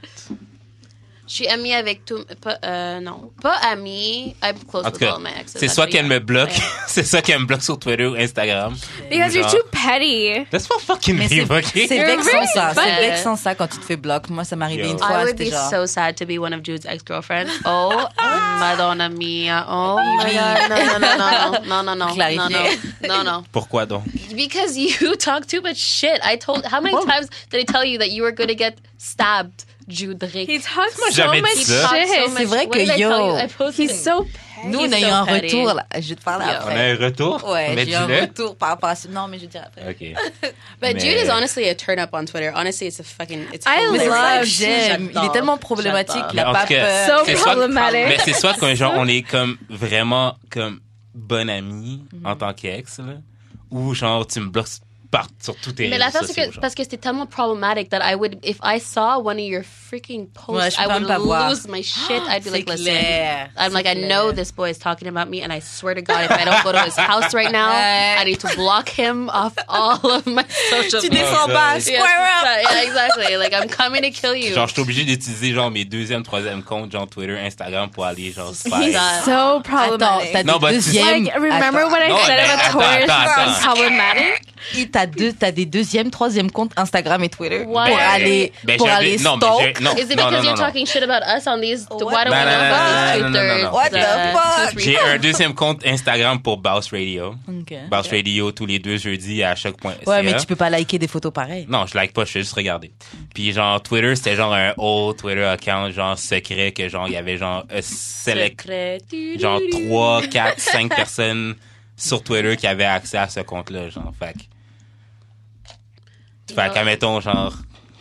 S5: Je suis amie avec tout. Pas, euh, non, pas amie. I'm close
S3: En tout
S5: with
S3: cas,
S5: all my exes.
S3: c'est soit
S5: actually,
S3: qu'elle
S2: hein.
S5: yeah.
S3: me bloque,
S5: Yeah.
S3: (laughs) c'est soit qu'elle me bloque sur Twitter ou Instagram. (laughs)
S4: Because you're
S3: Genre-
S4: too petty.
S3: That's pas fucking (laughs)
S2: Mais c'est
S3: me, ok?
S2: c'est
S4: You're
S2: vexant
S4: really
S2: ça, c'est
S5: bad.
S2: vexant ça quand tu te fais bloc. Moi, ça m'est arrivé
S3: Yo.
S2: une
S5: I
S2: fois,
S5: would
S2: c'était
S5: be
S2: genre.
S5: so sad to be one of Jude's ex girlfriends. (laughs) Oh, Madonna mia. Oh my god. No, no, no, no, no, no, no, no, no, no,
S2: Clarifier.
S5: no, (laughs) no.
S3: Pourquoi donc?
S5: Because you (laughs) talk too much shit. I told. How many times did I tell you that you were going to get stabbed, Jude?
S4: He
S5: Rick?
S4: talks so
S3: jamais
S4: much
S3: dit
S5: He
S3: ça.
S5: talks so
S4: shit.
S5: much-
S2: vrai
S5: What
S2: que
S5: did I
S2: yo,
S5: tell you? I posted
S4: He's so
S2: Nous, on
S5: He's
S2: a eu
S5: so
S2: un
S5: petty.
S2: retour, là. Je vais te parler
S5: Yeah.
S3: On a
S2: après.
S3: un retour?
S2: Ouais,
S3: mais
S2: j'ai eu un
S3: dis-le.
S2: retour par rapport à ce. Non, mais je vais dire après.
S3: OK. Ah,
S5: But
S3: Mais-
S5: Jude is honestly a turn up on Twitter. Honestly, it's a fucking. It's
S4: I
S2: Mais
S5: hilarious.
S2: c'est ça que j'aime.
S4: love,
S2: Il est
S5: J'adore.
S2: tellement problématique, il
S3: Mais
S2: a
S3: en
S2: pas
S3: tout cas,
S2: peur.
S4: So
S3: C'est soit- (laughs)
S4: problematic.
S3: Mais c'est soit qu'un genre, on est comme vraiment comme bon ami
S2: Mhm.
S3: en tant qu'ex, là, ou genre, tu me bloques par- sur tous tes
S5: Mais
S3: réseaux
S5: l'affaire, c'est
S3: sociaux.
S5: que
S3: genre.
S5: parce que c'était tellement problematique that I would, if I saw one of your freaking
S2: Ouais,
S5: posts,
S2: je peux
S5: I
S2: même
S5: would
S2: pas voir.
S5: lose my
S2: (gasps)
S5: shit. I'd be
S2: C'est
S5: like, listen.
S2: clair,
S5: I'm
S2: c'est
S5: like, I
S2: clair.
S5: know this boy is talking about me, and I swear to God, if I don't go to his house right now,
S2: Ouais.
S5: I need to block him off all of my social
S2: Tu
S5: media.
S2: descends
S3: Oh,
S2: pas,
S3: God.
S5: Yes,
S2: square up!
S5: yeah, (laughs) exactly. Like, I'm coming to kill you.
S3: Genre, je suis obligé d'utiliser genre mes deuxième, troisième comptes, genre Twitter, Instagram, pour aller
S2: (laughs)
S3: genre se
S4: He's
S3: faire-
S4: so
S2: Attends,
S4: problematic.
S2: t'as
S3: Non, bah,
S2: des
S3: tu-
S2: deuxièmes.
S4: like, remember what I
S3: No,
S4: said
S3: attends, attends,
S4: about Taurus
S3: attends,
S4: being
S3: attends.
S4: problematic?
S2: Attends, t'as deux, t'as des deuxièmes, troisièmes comptes Instagram et Twitter pour
S5: Ouais.
S2: aller,
S3: Ben,
S2: pour
S3: j'avais-
S2: aller
S3: non, mais
S2: stalk.
S3: j'ai- non,
S5: Is it
S3: non,
S5: because
S3: non,
S5: you're
S3: non, non.
S5: talking shit about us on these?
S2: What?
S5: Why
S3: Non, non,
S5: don't we know about
S3: non, non, non,
S5: these two
S3: non, non.
S5: thirds?
S2: What the
S5: uh,
S2: fuck?
S5: two
S3: J'ai
S5: threes?
S3: un deuxième compte Instagram pour Bounce Radio.
S2: Ok.
S3: Bounce Radio tous les deux jeudis à chaque point.
S2: Mm-hmm. Ouais, mais tu peux pas liker des photos pareilles.
S3: Non, je like pas, je fais juste regarder. Puis genre Twitter, c'était genre un old Twitter account genre secret que genre il y avait genre euh, select genre 3, 4, 5 personnes sur Twitter qui avaient accès à ce compte-là, genre fac. Fait qu'à mettons genre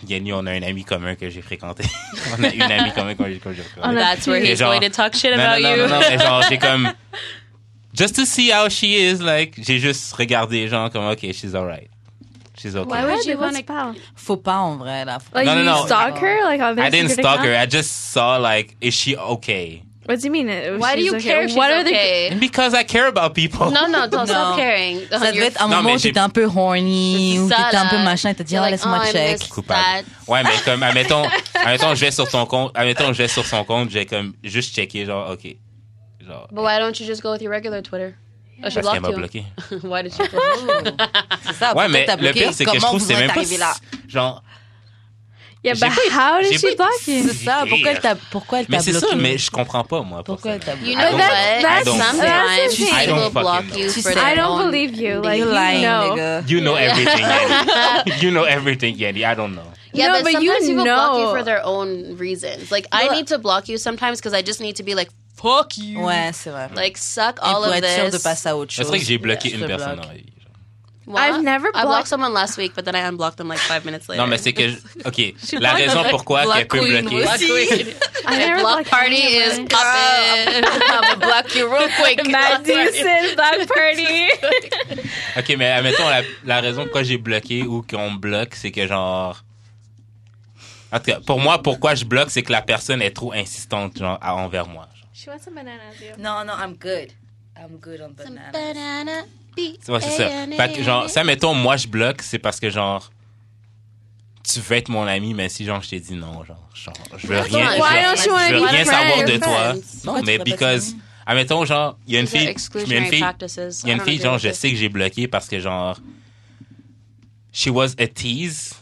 S3: Yanni, on a un ami commun que j'ai fréquenté. (laughs) on a une amie commune que j'ai que j'ai fréquenté.
S4: On a-
S5: That's where he's
S3: genre-
S5: going to talk shit
S3: Non,
S5: about
S3: non, non,
S5: you.
S3: non, non, mais genre,
S5: (laughs)
S3: j'ai comme. Just to see how she is, like, j'ai juste regardé, genre, comme, OK, she's alright. She's okay.
S5: Why would you
S4: What's
S5: wanna-
S4: about?
S2: Faut pas en vrai, là. Faut pas-
S4: Like
S3: No, no,
S4: you
S3: no.
S4: stalk her? Like on their
S3: I didn't
S4: secret
S3: stalk her.
S2: hein.
S4: account?
S3: I just saw, like, is she okay?
S4: What do you mean? it-
S5: Why do
S4: she's
S5: you
S4: okay?
S5: care if she's
S4: What are the
S5: okay?
S3: And because I care about people.
S5: No, no,
S2: No.
S5: don't stop caring.
S2: Ça devait être un
S3: Non,
S2: moment
S3: mais
S2: où
S3: j'ai-
S2: t'étais un peu horny, ou t'étais un peu machin, et t'as dit, ah, laisse-moi check.
S3: (laughs) Coupable. Ouais, mais comme, admettons, admettons, je vais sur ton compte, admettons, je vais sur son compte, j'ai comme, juste checké, genre, OK. Genre,
S5: But why don't you just go with your regular Twitter? Oh, she
S3: parce qu'elle
S5: blocked (laughs)
S3: m'a
S5: you.
S3: bloqué.
S5: why did she block
S2: Oh. C'est ça.
S3: Ouais,
S2: Ah, Pourquoi
S3: mais
S2: t'as
S3: le
S2: bloqué
S3: pire, c'est que je
S2: Comment
S3: trouve que
S2: vous
S3: c'est
S2: en
S3: même
S2: êtes
S3: pas.
S2: arrivé là
S3: Genre,
S4: Yeah,
S3: J'ai
S4: but
S3: pas-
S4: how
S3: j'ai
S4: did
S3: pas-
S4: she block
S2: C'est
S4: you?
S2: ça. Pourquoi elle t'a Pourquoi elle t'a
S3: mais
S2: bloqué
S3: c'est ça, mais je comprends pas, moi. Ah,
S2: Pourquoi elle t'a bloqué
S5: You
S3: I
S5: know
S3: don't-
S5: what?
S3: I don't-
S5: Sometimes
S4: that's the
S5: she
S4: thing.
S5: will
S3: I don't
S5: block
S3: fucking
S5: you
S2: know.
S5: for
S2: She's-
S5: that.
S4: I don't
S5: own-
S4: believe you.
S2: Are
S4: Like
S2: you
S4: you
S2: lying,
S4: know.
S2: nigga?
S3: You know everything, Yeti. You know everything, Yeti. I don't know.
S5: Yeah,
S4: No,
S5: but,
S4: but you
S5: sometimes people block you
S4: know.
S5: for their own reasons. Like I
S4: But-
S5: need to block you sometimes because I just need to be like, fuck you.
S2: Ouais, c'est vrai.
S5: Like suck
S2: Et
S5: all
S2: pour
S5: of
S2: être sûr de
S5: this.
S2: passer à autre
S3: C'est
S2: chose.
S3: vrai que j'ai bloqué
S2: je
S3: une
S2: te
S3: personne
S2: bloque.
S3: dans la vie. genre.
S5: Moi,
S4: I've never
S5: I blocked
S4: blocked-
S5: someone last week, but then I unblocked them like five minutes later.
S3: Non, mais c'est que. je- Ok, la
S5: pas
S3: raison
S5: correcte.
S3: pourquoi
S5: Block
S3: qu'elle peut
S5: queen,
S3: bloquer.
S5: moi aussi.
S4: I
S5: The
S4: never
S5: block
S4: blocked
S5: party is
S4: anyone.
S5: popping. I'm gonna block you real quick.
S4: Matt Dixon block party.
S3: Ok, mais admettons, la, la raison pourquoi j'ai bloqué ou qu'on me bloque, c'est que genre. En tout cas, pour moi, pourquoi je bloque, c'est que la personne est trop insistante genre, à- envers moi. genre.
S4: she wants some bananas. yo.
S2: Non, non, I'm good. I'm good on bananas.
S5: Banana. B-
S3: Ouais, c'est ça. Fait que, genre, ça, mettons, moi, je bloque, c'est parce que, genre, tu veux être mon ami, mais si, genre, je t'ai dit non, genre, genre, je veux rien,
S5: Why
S3: genre,
S5: don't you wanna
S3: je veux
S5: be
S3: rien
S5: friends?
S3: savoir de
S5: Friends.
S3: toi.
S2: Pourquoi
S3: Non,
S2: tu
S3: mais
S2: veux pas être
S3: because, admettons, genre, il y a une
S5: These
S3: fille,
S5: are
S3: je mets une
S5: exclusionary
S3: fille,
S5: practices.
S3: il y a
S5: I
S3: une
S5: don't
S3: fille,
S5: agree
S3: genre,
S5: with
S3: je
S5: it.
S3: sais que j'ai bloqué parce que, genre, she was a tease.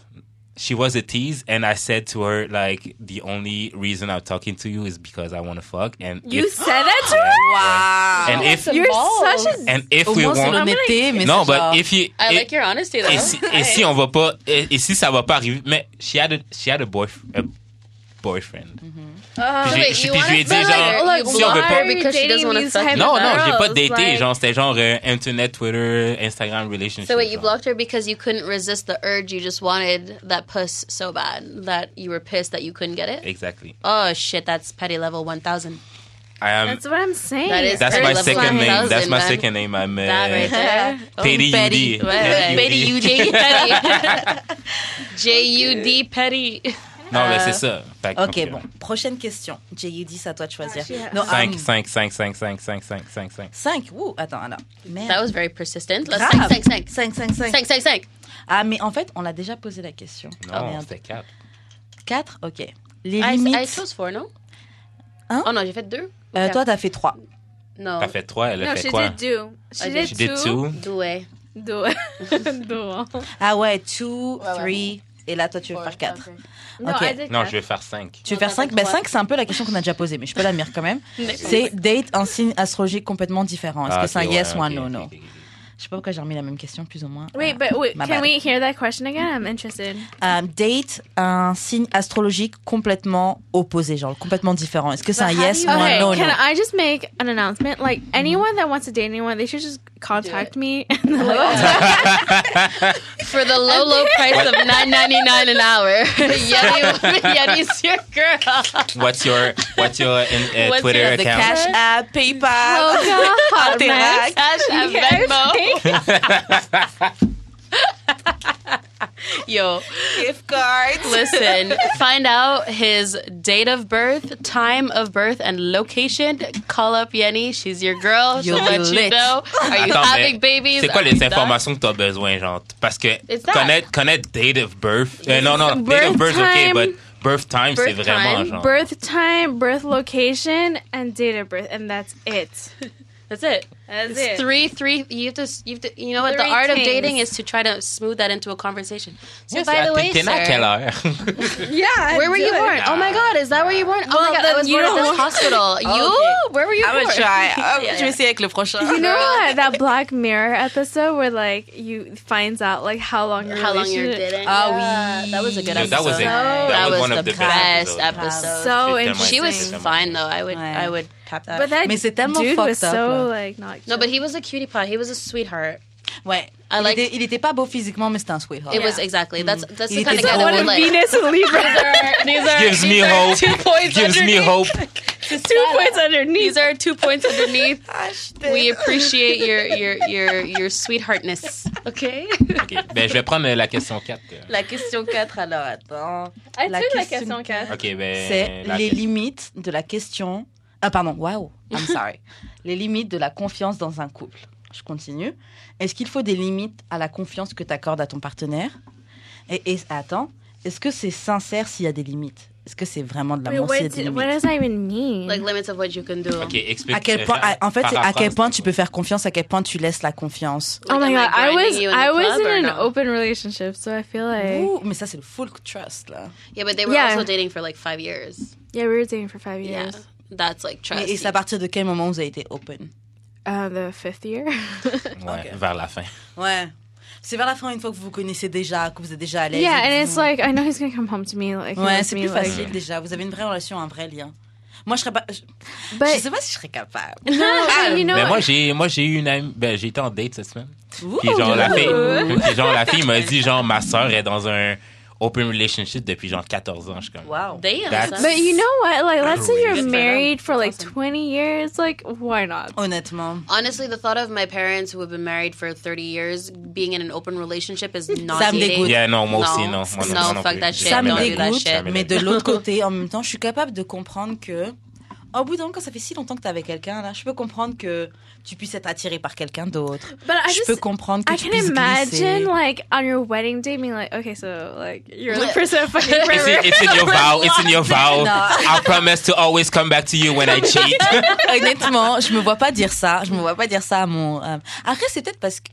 S3: She was a tease, and I said to her, like, the only reason I'm talking to you is because I want to fuck. And
S4: You
S3: if,
S4: said that to her?
S2: Wow.
S3: and if,
S4: You're such a.
S3: and if
S2: Au
S3: we
S2: moins, c'est
S3: want,
S2: l'honnêteté, mais
S3: no,
S2: c'est genre-
S3: but if you,
S5: I
S3: if-
S5: like your honesty though.
S3: et si, et si on va pas et, et si ça va pas arriver mais she had a, she had a, boyf- a boyfriend
S4: Oh.
S3: Puis j'ai- je-
S5: Wait, Ah, you
S3: puis je
S5: wanna-
S3: lui ai dit
S5: but,
S3: genre
S5: like,
S3: si on veut
S5: why
S3: pas
S5: are you because she doesn't wanna
S4: dating
S5: fuck
S4: these
S5: you?
S3: non non j'ai pas daté
S4: girls? Like-
S3: genre c'était genre euh, internet Twitter Instagram relationship
S5: So wait, you
S3: genre.
S5: blocked her because you couldn't resist the urge. You just wanted that puss so bad that you were pissed that you couldn't get it.
S3: exactly
S5: Oh shit, that's petty level one thousand.
S3: I am
S4: That's what I'm saying.
S5: That is
S3: that's
S5: petty
S3: my
S5: level
S3: second
S5: 1000,
S3: name that's my
S5: man.
S3: second name I'm uh,
S5: That right there. Oh,
S3: Petty
S5: petty.
S3: UD.
S5: Ouais, ouais.
S3: Petty
S5: Petty UD. Petty. (laughs) J-U-D petty.
S3: (laughs) non mais c'est ça Fait que, euh,
S2: Ok, bon. Um, Prochaine question. J.U. dit ça à toi de choisir.
S4: she has-
S2: Non,
S3: 5 5 5 5 5 5 5 5 5
S2: 5. Ouh, attends, alors. Merde.
S5: That was very persistent. Let's
S2: Grave.
S5: cinq, cinq, cinq.
S2: 5, 5, 5.
S5: Cinq, cinq, cinq.
S2: Ah, mais en fait, on l'a déjà posé la question.
S3: non c'était 4
S2: 4, ok. Les
S5: I,
S2: limites.
S5: I chose four, non?
S2: Hein?
S5: Oh non, j'ai fait deux.
S2: Euh,
S5: Ok.
S2: Toi, t'as fait 3.
S5: non.
S3: t'as fait 3 elle a
S4: No,
S3: fait
S4: she
S3: quoi
S4: did do. She
S5: I
S4: did,
S3: she did
S4: (laughs) two.
S3: 2
S5: Doué.
S4: Do do.
S2: Ah ouais, 2,
S5: ouais.
S2: 3. Et là, toi, tu veux faire 4.
S4: No,
S2: Okay.
S4: I did
S3: non
S4: that.
S3: je vais faire 5
S2: Tu veux
S5: Non,
S2: faire
S5: t'as
S2: 5
S5: fait
S2: Ben
S5: trois.
S2: 5, c'est un peu la question qu'on a déjà posée, mais je peux la mire quand même.
S5: C'est
S2: C'est date un signe astrologique complètement différent. Est-ce
S3: Ah,
S2: que c'est un
S3: ok,
S2: yes
S3: ouais,
S2: ou un
S3: ok,
S2: no,
S3: ok,
S2: no
S3: ok, ok.
S2: Je sais pas pourquoi j'ai remis la même question, plus ou moins.
S4: Wait, but wait,
S2: My
S4: bah can
S2: bad.
S4: we hear that question again? I'm interested.
S2: Euh, date un signe astrologique complètement opposé, genre complètement différent. Est-ce que c'est un
S5: how
S2: yes
S5: do
S2: ou
S5: you-
S2: un
S4: Okay,
S2: no,
S4: can
S2: no
S4: I just make an announcement? Like anyone that wants to date anyone, they should just contact me. And they're like,
S5: For the low, low price of nine ninety nine an hour. Yeti, Yeti's your girl.
S3: What's your What's your in, uh,
S5: What's
S3: Twitter
S5: your-
S2: The
S3: account?
S2: cash app, PayPal,
S4: oh god,
S2: Interact.
S5: Cash and Venmo. Yo,
S2: gift cards.
S5: (laughs) listen. Find out his date of birth, time of birth, and location. Call up Yenny. She's your girl. She'll
S2: You'll be
S5: let you
S2: lit.
S5: know. Are you
S3: Attends, mais
S5: having babies?
S3: C'est quoi
S5: Are
S3: les
S5: you not?
S3: informations que t'as besoin, genre? Parce que
S5: It's that.
S3: connaître, connaître date of birth. Euh, non, non, date of
S4: Birth
S3: birth, ok,
S4: time.
S3: but birth time, c'est
S5: Birth
S3: vraiment
S5: time,
S3: genre.
S4: Birth time, birth location, and date of birth, and that's it.
S5: (laughs) That's it.
S4: That's
S5: It's three, three. You have to, you have to. You know what? the
S4: Three
S5: art of
S4: things.
S5: dating is to try to smooth that into a conversation. So
S3: Yes,
S5: by
S3: ah,
S5: the way,
S3: t'es né à
S5: sir,
S3: quelle heure? (laughs)
S4: Yeah.
S5: where were you born? Oh my God, is that where you Oh, were born? Oh
S4: Well,
S5: my God, I
S4: then
S5: was
S4: you
S5: born at
S4: don't-
S5: (laughs) this hospital. you?
S2: Okay.
S5: Where were you
S3: Oh,
S5: born? (laughs) Yeah, yeah.
S2: essayer avec le prochain.
S4: You
S5: (laughs)
S4: know what? That Black Mirror episode where like you finds out like how long your
S5: How long you're
S4: relationship-
S5: dating?
S2: Ah oui.
S5: that was a good
S3: Dude,
S5: episode.
S3: that was a- that was one of the best
S5: episode.
S4: So
S3: It's
S4: interesting.
S5: she was
S3: Amazing.
S5: fine though. I would,
S2: Ouais.
S5: I would tap that.
S4: But that
S2: Mais c'est tellement
S4: dude was
S2: fucked up,
S4: so
S2: là.
S4: like not.
S5: no,
S4: cute.
S5: but he was a cutie pie. He was a sweetheart.
S2: Ouais.
S5: I
S2: Il,
S5: liked-
S2: était, il était pas beau physiquement, mais c'était un sweetheart.
S5: It was exactly. That's that's
S2: He
S5: the kind
S2: did
S5: of guy
S2: that
S5: that
S2: one
S5: would like. (laughs)
S4: Venus and Libra.
S5: These are
S3: Gives me hope. Gives me hope.
S4: Two points underneath.
S5: These are (laughs) two points underneath. We appreciate your (laughs) your your your sweetheartness. Okay.
S3: Ok, ben je vais prendre euh, la question 4. euh.
S2: La question 4, alors attends.
S4: I
S2: La
S4: took la
S2: question
S4: question quatre.
S3: Ok, ben.
S2: C'est
S3: la
S2: les
S3: question-
S2: limites de la question. Ah, pardon, waouh, I'm
S3: (laughs)
S2: sorry. les limites de la confiance dans un couple. Je continue. Est-ce qu'il faut des limites à la confiance que tu accordes à ton partenaire et, et- attends, est-ce que c'est sincère s'il y a des limites Est-ce que c'est vraiment de
S4: Wait,
S2: l'amour
S4: what,
S2: s'il y a des
S4: did- what
S2: limites
S4: does that even mean?
S5: Like limits of what you can do.
S3: Ok, explique. euh,
S2: À quel point, à- en fait, c'est à quel point tu peux faire confiance, à quel point tu laisses la confiance.
S5: Like,
S4: oh my
S5: am I
S4: god, I
S5: grinding
S4: was
S5: you in the
S4: I was
S5: club
S4: in
S5: or
S4: an
S5: no?
S4: open relationship, so I feel like
S2: Ouh, mais ça, c'est le full trust, là.
S5: Yeah, but they were
S4: Yeah.
S5: also dating for like five years.
S4: yeah, we were dating for five
S5: Yeah,
S4: years.
S5: that's like trust.
S3: Ah,
S2: Mais et c'est à partir de quel moment vous avez été open
S4: Uh, the fifth year.
S3: Ouais,
S2: Ok.
S3: vers la fin.
S2: Ouais. C'est vers la fin, une fois que vous vous connaissez déjà, que vous êtes déjà à l'aise.
S4: (laughs) yeah,
S2: et que vous-
S4: and it's like I know he's gonna come home to me. Like he
S2: Ouais,
S4: loves
S2: c'est
S4: me,
S2: plus
S4: like-
S2: facile déjà. Vous avez une vraie relation, un vrai lien. Moi, je serais pas. Je, je
S4: But
S2: sais pas si je serais capable.
S4: no, but you know,
S3: Mais moi, j'ai, moi, j'ai eu une amie. Ben, j'ai été en date cette semaine.
S2: Ouh.
S3: Puis genre, la fille, puis, genre, la fille m'a dit, genre, ma soeur est dans un open relationship depuis genre 14 ans. Je suis comme.
S2: Wow.
S5: Damn,
S3: That's-
S5: son.
S4: but you know what? Like, let's say
S3: Good
S4: you're
S3: for
S5: them.
S4: married for like
S5: Awesome.
S4: twenty years. Like, why not?
S2: Honnêtement.
S5: Honestly, the thought of my parents who have been married for 30 years being in an open relationship
S4: (laughs)
S5: is not
S2: Ça me dégoûte.
S3: Yeah, non, moi aussi, non.
S5: No.
S3: Moi, non,
S5: No,
S3: moi non
S5: fuck
S3: plus.
S5: that
S3: J'ai
S5: shit.
S2: ça
S3: jamais
S2: me
S5: don't
S3: la
S5: do
S3: vie.
S5: that
S2: dégoûte,
S5: shit.
S2: mais
S3: Jamais la
S2: de
S3: vie.
S2: l'autre côté, en même temps, je suis capable de comprendre que, au bout d'un moment, quand ça fait si longtemps que t'es avec quelqu'un, là, je peux comprendre que tu puisses être attiré par quelqu'un d'autre.
S4: But I
S2: je
S4: just
S2: peux comprendre que
S4: Ah, I
S2: tu
S4: can
S2: puisses
S4: imagine
S2: glisser.
S4: like on your wedding day being like, okay, so like you're the
S5: Yeah.
S4: person (laughs) fucking
S3: It's
S4: forever.
S3: in, it's
S2: (laughs)
S3: in your vow. It's in your
S2: Non.
S3: vow. I promise to always come back to you
S2: (laughs)
S3: when I cheat.
S2: (laughs) Honnêtement, je me vois pas dire ça. Je me vois pas dire ça à mon. euh, Après, c'est peut-être parce que.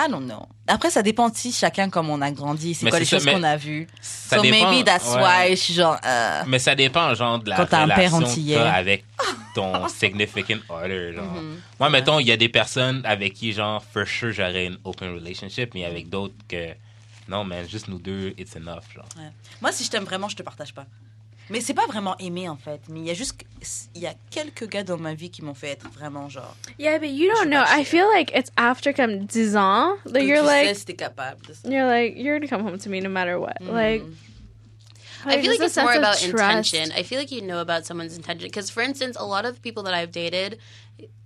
S2: Ah non, non. Après, ça dépend de si chacun comme on a grandi, c'est
S3: Mais
S2: quoi
S3: c'est
S2: les
S3: ça,
S2: choses
S3: mais-
S2: qu'on a vues.
S3: Ça
S2: so
S3: dépend,
S2: maybe that's
S3: ouais.
S2: why je suis genre. euh,
S3: Mais ça dépend, genre, de la
S2: Quand t'as un père
S3: relation que
S2: antillais.
S3: t'as avec ton significant other, genre. Moi, mettons, il y a des personnes avec qui, genre, for sure, j'aurais une open relationship, mais avec d'autres que, non, man, juste nous deux, it's enough, genre.
S2: ouais. Moi, si je t'aime vraiment, je te partage pas. Mais c'est pas vraiment aimer en fait. Mais il y a juste. Il y a quelques gars dans ma vie qui m'ont fait être vraiment genre.
S4: yeah, but you don't
S2: should
S4: know. I
S2: actually-
S4: feel like it's after come dizan that
S2: que
S4: you're
S2: tu
S4: like
S2: sais si t'es capable de ça.
S4: you're like you're gonna come home to me no matter what. Like,
S5: I feel
S4: there's
S5: like
S4: a
S5: it's more
S4: sense of
S5: about
S4: trust.
S5: intention. I feel like you know about someone's intention. Because, for instance, a lot of the people that I've dated,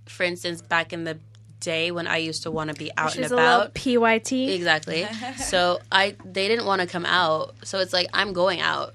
S5: for instance, back in the day when I used to want to be out
S4: She's
S5: and
S4: a little
S5: about.
S4: pyt.
S5: Exactly. so I they didn't want to come out. So it's like I'm going out.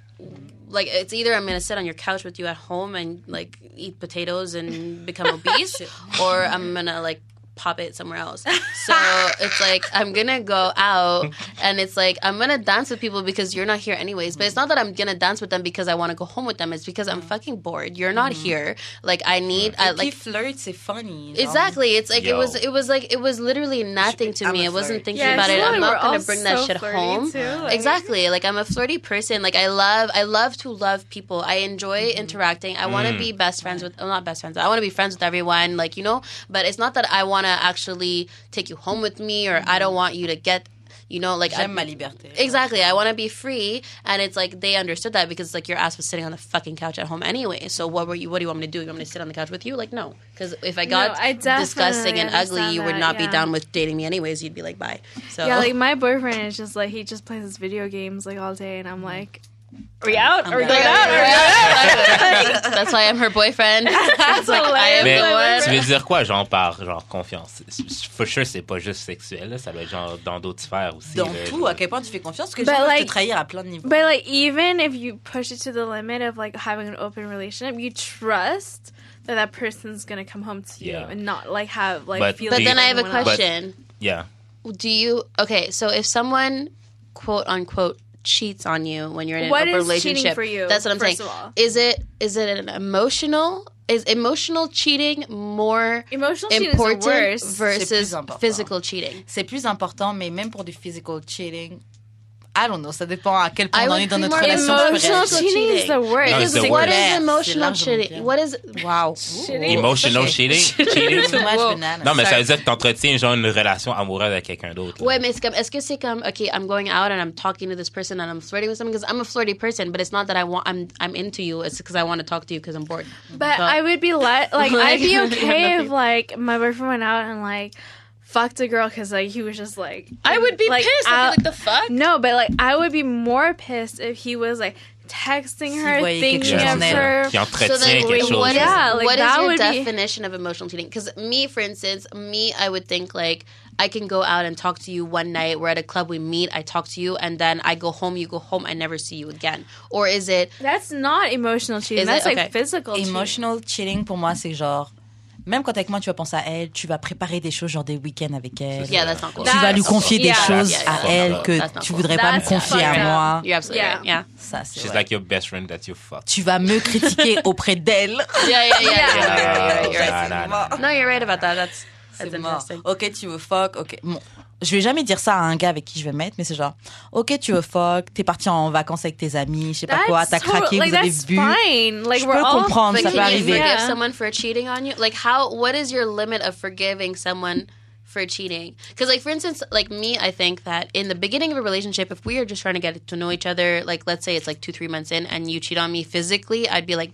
S5: Like it's either I'm gonna sit on your couch with you at home and like eat potatoes and become obese, or I'm gonna like pop it somewhere else. So it's like I'm gonna go out and it's like I'm gonna dance with people because you're not here anyways. But it's not that I'm gonna dance with them because I want to go home with them. It's because I'm fucking bored. You're not here. Like I need. I
S2: Qui
S5: like
S2: flirte, c'est funny. genre.
S5: Exactly. It's like it
S3: Yo.
S5: was. It was like it was literally nothing to
S2: I'm
S5: me.
S2: a
S5: I wasn't
S2: flirt.
S5: thinking
S4: Yeah,
S5: about
S4: I
S5: it.
S4: feel like
S5: I'm
S4: we're
S5: not gonna
S4: all
S5: bring that
S4: so
S5: shit
S4: flirty
S5: home.
S4: too, like-
S5: Exactly. Like I'm a flirty person. Like I love. I love to love people. I enjoy interacting. I want to be best friends with. Well, not best friends. but I want to be friends with everyone. Like you know. But it's not that I want to actually take you home with me, or I don't want you to get. You know, like I-
S2: J'aime ma liberté.
S5: Exactly. I want to be free, and it's like they understood that because like your ass was sitting on the fucking couch at home anyway. So what were you? What do you want me to do? You want me to sit on the couch with you? Like no, because if I got
S4: I definitely
S5: disgusting and ugly,
S4: understand
S5: you would
S4: that,
S5: not be
S4: yeah.
S5: down with dating me anyways. You'd be like bye. So
S4: Yeah,
S5: (laughs)
S4: like my boyfriend is just like he just plays his video games like all day, and I'm like, are we out? Are we
S2: I'm
S4: going
S2: out.
S4: out? Are we going out?
S5: (laughs) that's why I'm her boyfriend. (laughs) It's like, I am
S3: Mais
S5: the one.
S3: tu veux dire quoi, genre, par genre, confiance? For sure, c'est pas juste sexuel, là, ça doit être genre dans d'autres sphères aussi.
S2: Dans
S3: là,
S2: tout,
S3: genre.
S2: à quel point tu fais confiance, parce que
S4: But
S2: je
S4: like-
S2: te trahir à plein de niveaux.
S4: But like even if you push it to the limit of like having an open relationship, you trust that that person's gonna come home to you
S3: Yeah.
S4: and not like have like
S3: But
S4: feelings.
S5: But then I
S4: for
S5: have a
S4: anyone else.
S5: question.
S3: Yeah.
S5: Do you okay? So if someone quote unquote cheats on you when you're in an
S4: What
S5: open
S4: is cheating
S5: relationship,
S4: for you,
S5: that's what I'm
S4: first
S5: saying.
S4: of all?
S5: Is it is it an emotional? Is emotional cheating more
S4: Emotional cheating
S5: important
S4: is worse.
S2: C'est plus
S5: versus
S2: important.
S5: physical cheating?
S2: C'est plus important, mais même pour du physical cheating, I don't know, ça dépend à quel point
S5: I
S2: on en
S5: would
S2: est dans
S5: be
S2: notre
S5: more
S2: relation.
S5: emotional
S2: je peux réagir.
S5: cheating.
S4: Emotional cheating is the worst.
S3: No, it's
S5: Because
S3: the
S5: what
S3: worst.
S5: is
S2: C'est
S5: emotional
S2: largement
S5: cheating?
S2: bien.
S5: What is
S2: Wow. Oh,
S4: Shitting.
S3: Emotional
S5: Ok.
S3: cheating? cheating?
S2: Too much
S5: Wow.
S2: banana.
S3: Non, mais ça
S5: Sorry.
S3: veut dire que t'entretiens, genre, une relation amoureuse avec quelqu'un d'autre. là.
S5: Ouais, mais c'est comme, est-ce que c'est comme, okay, I'm going out and I'm talking to this person and I'm flirting with someone because I'm a flirty person, but it's not that I want, I'm, I'm into you. It's because I want to talk to you because I'm bored.
S4: But I would be let like I'd be okay if like my boyfriend went out and like fucked a girl because like he was just like like, out-
S5: the fuck?
S4: No, but like I would be more pissed if he was like texting
S2: S'il
S4: her,
S2: voyait quelque
S4: thinking
S2: chose
S4: of
S2: en elle.
S4: her.
S3: Qui entretient
S5: So then,
S3: quelque chose.
S5: what is,
S3: là.
S4: Yeah, like,
S5: what is
S4: that
S5: your
S4: would be-
S5: definition of emotional cheating? Because me, for instance, me, I would think like I can go out and talk to you one night. We're at a club, we meet, I talk to you, and then I go home. You go home, I never see you again. Or is it
S4: That's not emotional cheating.
S5: Is it?
S4: That's
S5: Okay.
S4: like physical cheating.
S2: Emotional cheating, pour moi, c'est genre Même quand avec moi, tu vas penser à elle, tu vas préparer des choses, genre des week-ends avec elle.
S3: C'est
S5: Yeah, that's not cool.
S2: Tu vas
S4: That's-
S2: lui confier
S4: yeah,
S2: des choses
S5: yeah,
S2: à
S3: yeah.
S2: elle
S5: That's
S2: que tu
S5: not cool.
S2: voldrais pas me
S4: That's
S2: confier
S4: fucked
S2: à
S4: up.
S2: moi.
S5: You're absolutely
S4: Yeah.
S5: right. Yeah.
S2: Ça, c'est
S3: She's
S2: ouais.
S3: like your best friend that you fucked.
S2: Tu vas me
S4: (laughs)
S2: critiquer auprès d'elle.
S5: Yeah, (laughs) yeah, yeah.
S4: Yeah.
S5: yeah. You're right,
S3: Ah,
S5: you're
S3: nah,
S5: right,
S3: nah,
S2: mort.
S3: nah, nah.
S5: you're right. No, you're right about that. That's that's
S2: C'est mort.
S5: interesting.
S2: Ok, tu veux fuck. Ok. Bon, je vais jamais dire ça à un gars avec qui je vais me mettre, mais c'est genre, ok, tu veux fuck. T'es parti en vacances avec tes amis, je sais pas quoi. T'as
S4: so-
S2: craqué,
S4: like,
S2: vous avez
S4: that's
S2: bu.
S4: fine. Like
S2: Je
S4: we're
S2: peux
S4: all
S2: comprendre,
S5: But
S2: ça
S5: can
S2: peut
S5: you
S2: arriver.
S5: forgive
S4: Yeah.
S5: someone for cheating on you? Like, how? What is your limit of forgiving someone for cheating? Because, like, for instance, like me, I think that in the beginning of a relationship, if we are just trying to get to know each other, like, let's say it's like two, three months in, and you cheat on me physically, I'd be like,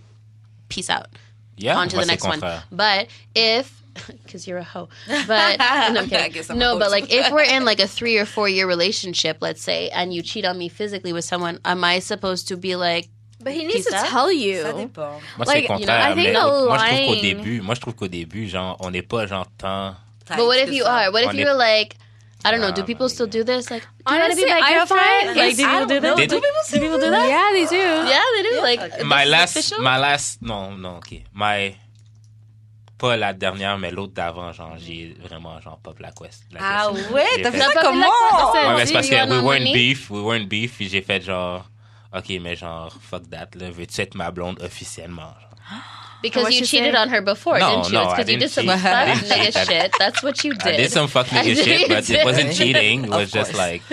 S5: peace out,
S3: Yeah,
S5: on to
S3: moi,
S5: the
S3: c'est
S5: next one.
S3: contraire.
S5: But if (laughs) because you're a hoe, but no, I'm
S2: I
S5: kidding.
S2: guess I'm a
S5: no
S2: hoe
S5: but
S2: too.
S5: like if we're in like a three or four year relationship, let's say, and you cheat on me physically with someone, am I supposed to be like?
S4: But he needs
S5: Peace
S4: to
S5: out.
S4: tell you.
S2: dépend.
S3: Moi,
S4: Like,
S3: c'est le
S4: you know,
S3: contraire.
S4: I
S3: mais
S4: think the
S3: moi, je trouve qu'au
S4: lying-
S3: début, moi, je trouve qu'au début, genre, on n'est pas genre tant.
S5: But what if you are? What if
S3: On
S5: you're like, I don't know.
S4: Um,
S3: Nah,
S5: Do people
S3: man,
S5: still do this? Like, do
S4: Honestly,
S5: you want to be
S4: I
S5: my girlfriend?
S4: find-
S5: Like,
S4: like, do people do that?
S3: They do.
S2: Do people do that?
S4: Yeah, they do.
S5: yeah, they do. Like,
S3: My
S5: this is
S3: last,
S5: official?
S3: my last, non, non, ok. My, pas la dernière, mais l'autre d'avant, genre, j'ai vraiment, genre, pop la quest. la
S2: Ah
S3: question.
S2: ouais,
S3: J'ai
S2: t'as
S3: fait-
S2: fait ça
S5: pas vu
S2: comment
S5: la
S4: classe.
S3: Ouais, mais c'est parce
S5: You
S3: que
S5: want
S3: we
S5: our
S3: weren't
S5: money?
S3: beef, we weren't beef, puis j'ai fait genre, ok, mais genre, fuck that, là, veux-tu être ma blonde officiellement? genre?
S5: because
S4: What
S5: you
S4: she
S5: cheated
S4: say?
S5: on her before,
S3: No,
S5: didn't you?
S3: no,
S5: it's
S3: I
S5: because you
S3: didn't
S5: did some
S3: cheat. I
S5: fuck
S3: didn't cheat.
S5: nigga shit. That's what you
S3: I
S5: did.
S3: did some fuck nigga shit, but
S5: (laughs)
S3: it wasn't cheating, it
S2: Of
S3: was just
S2: course.
S3: like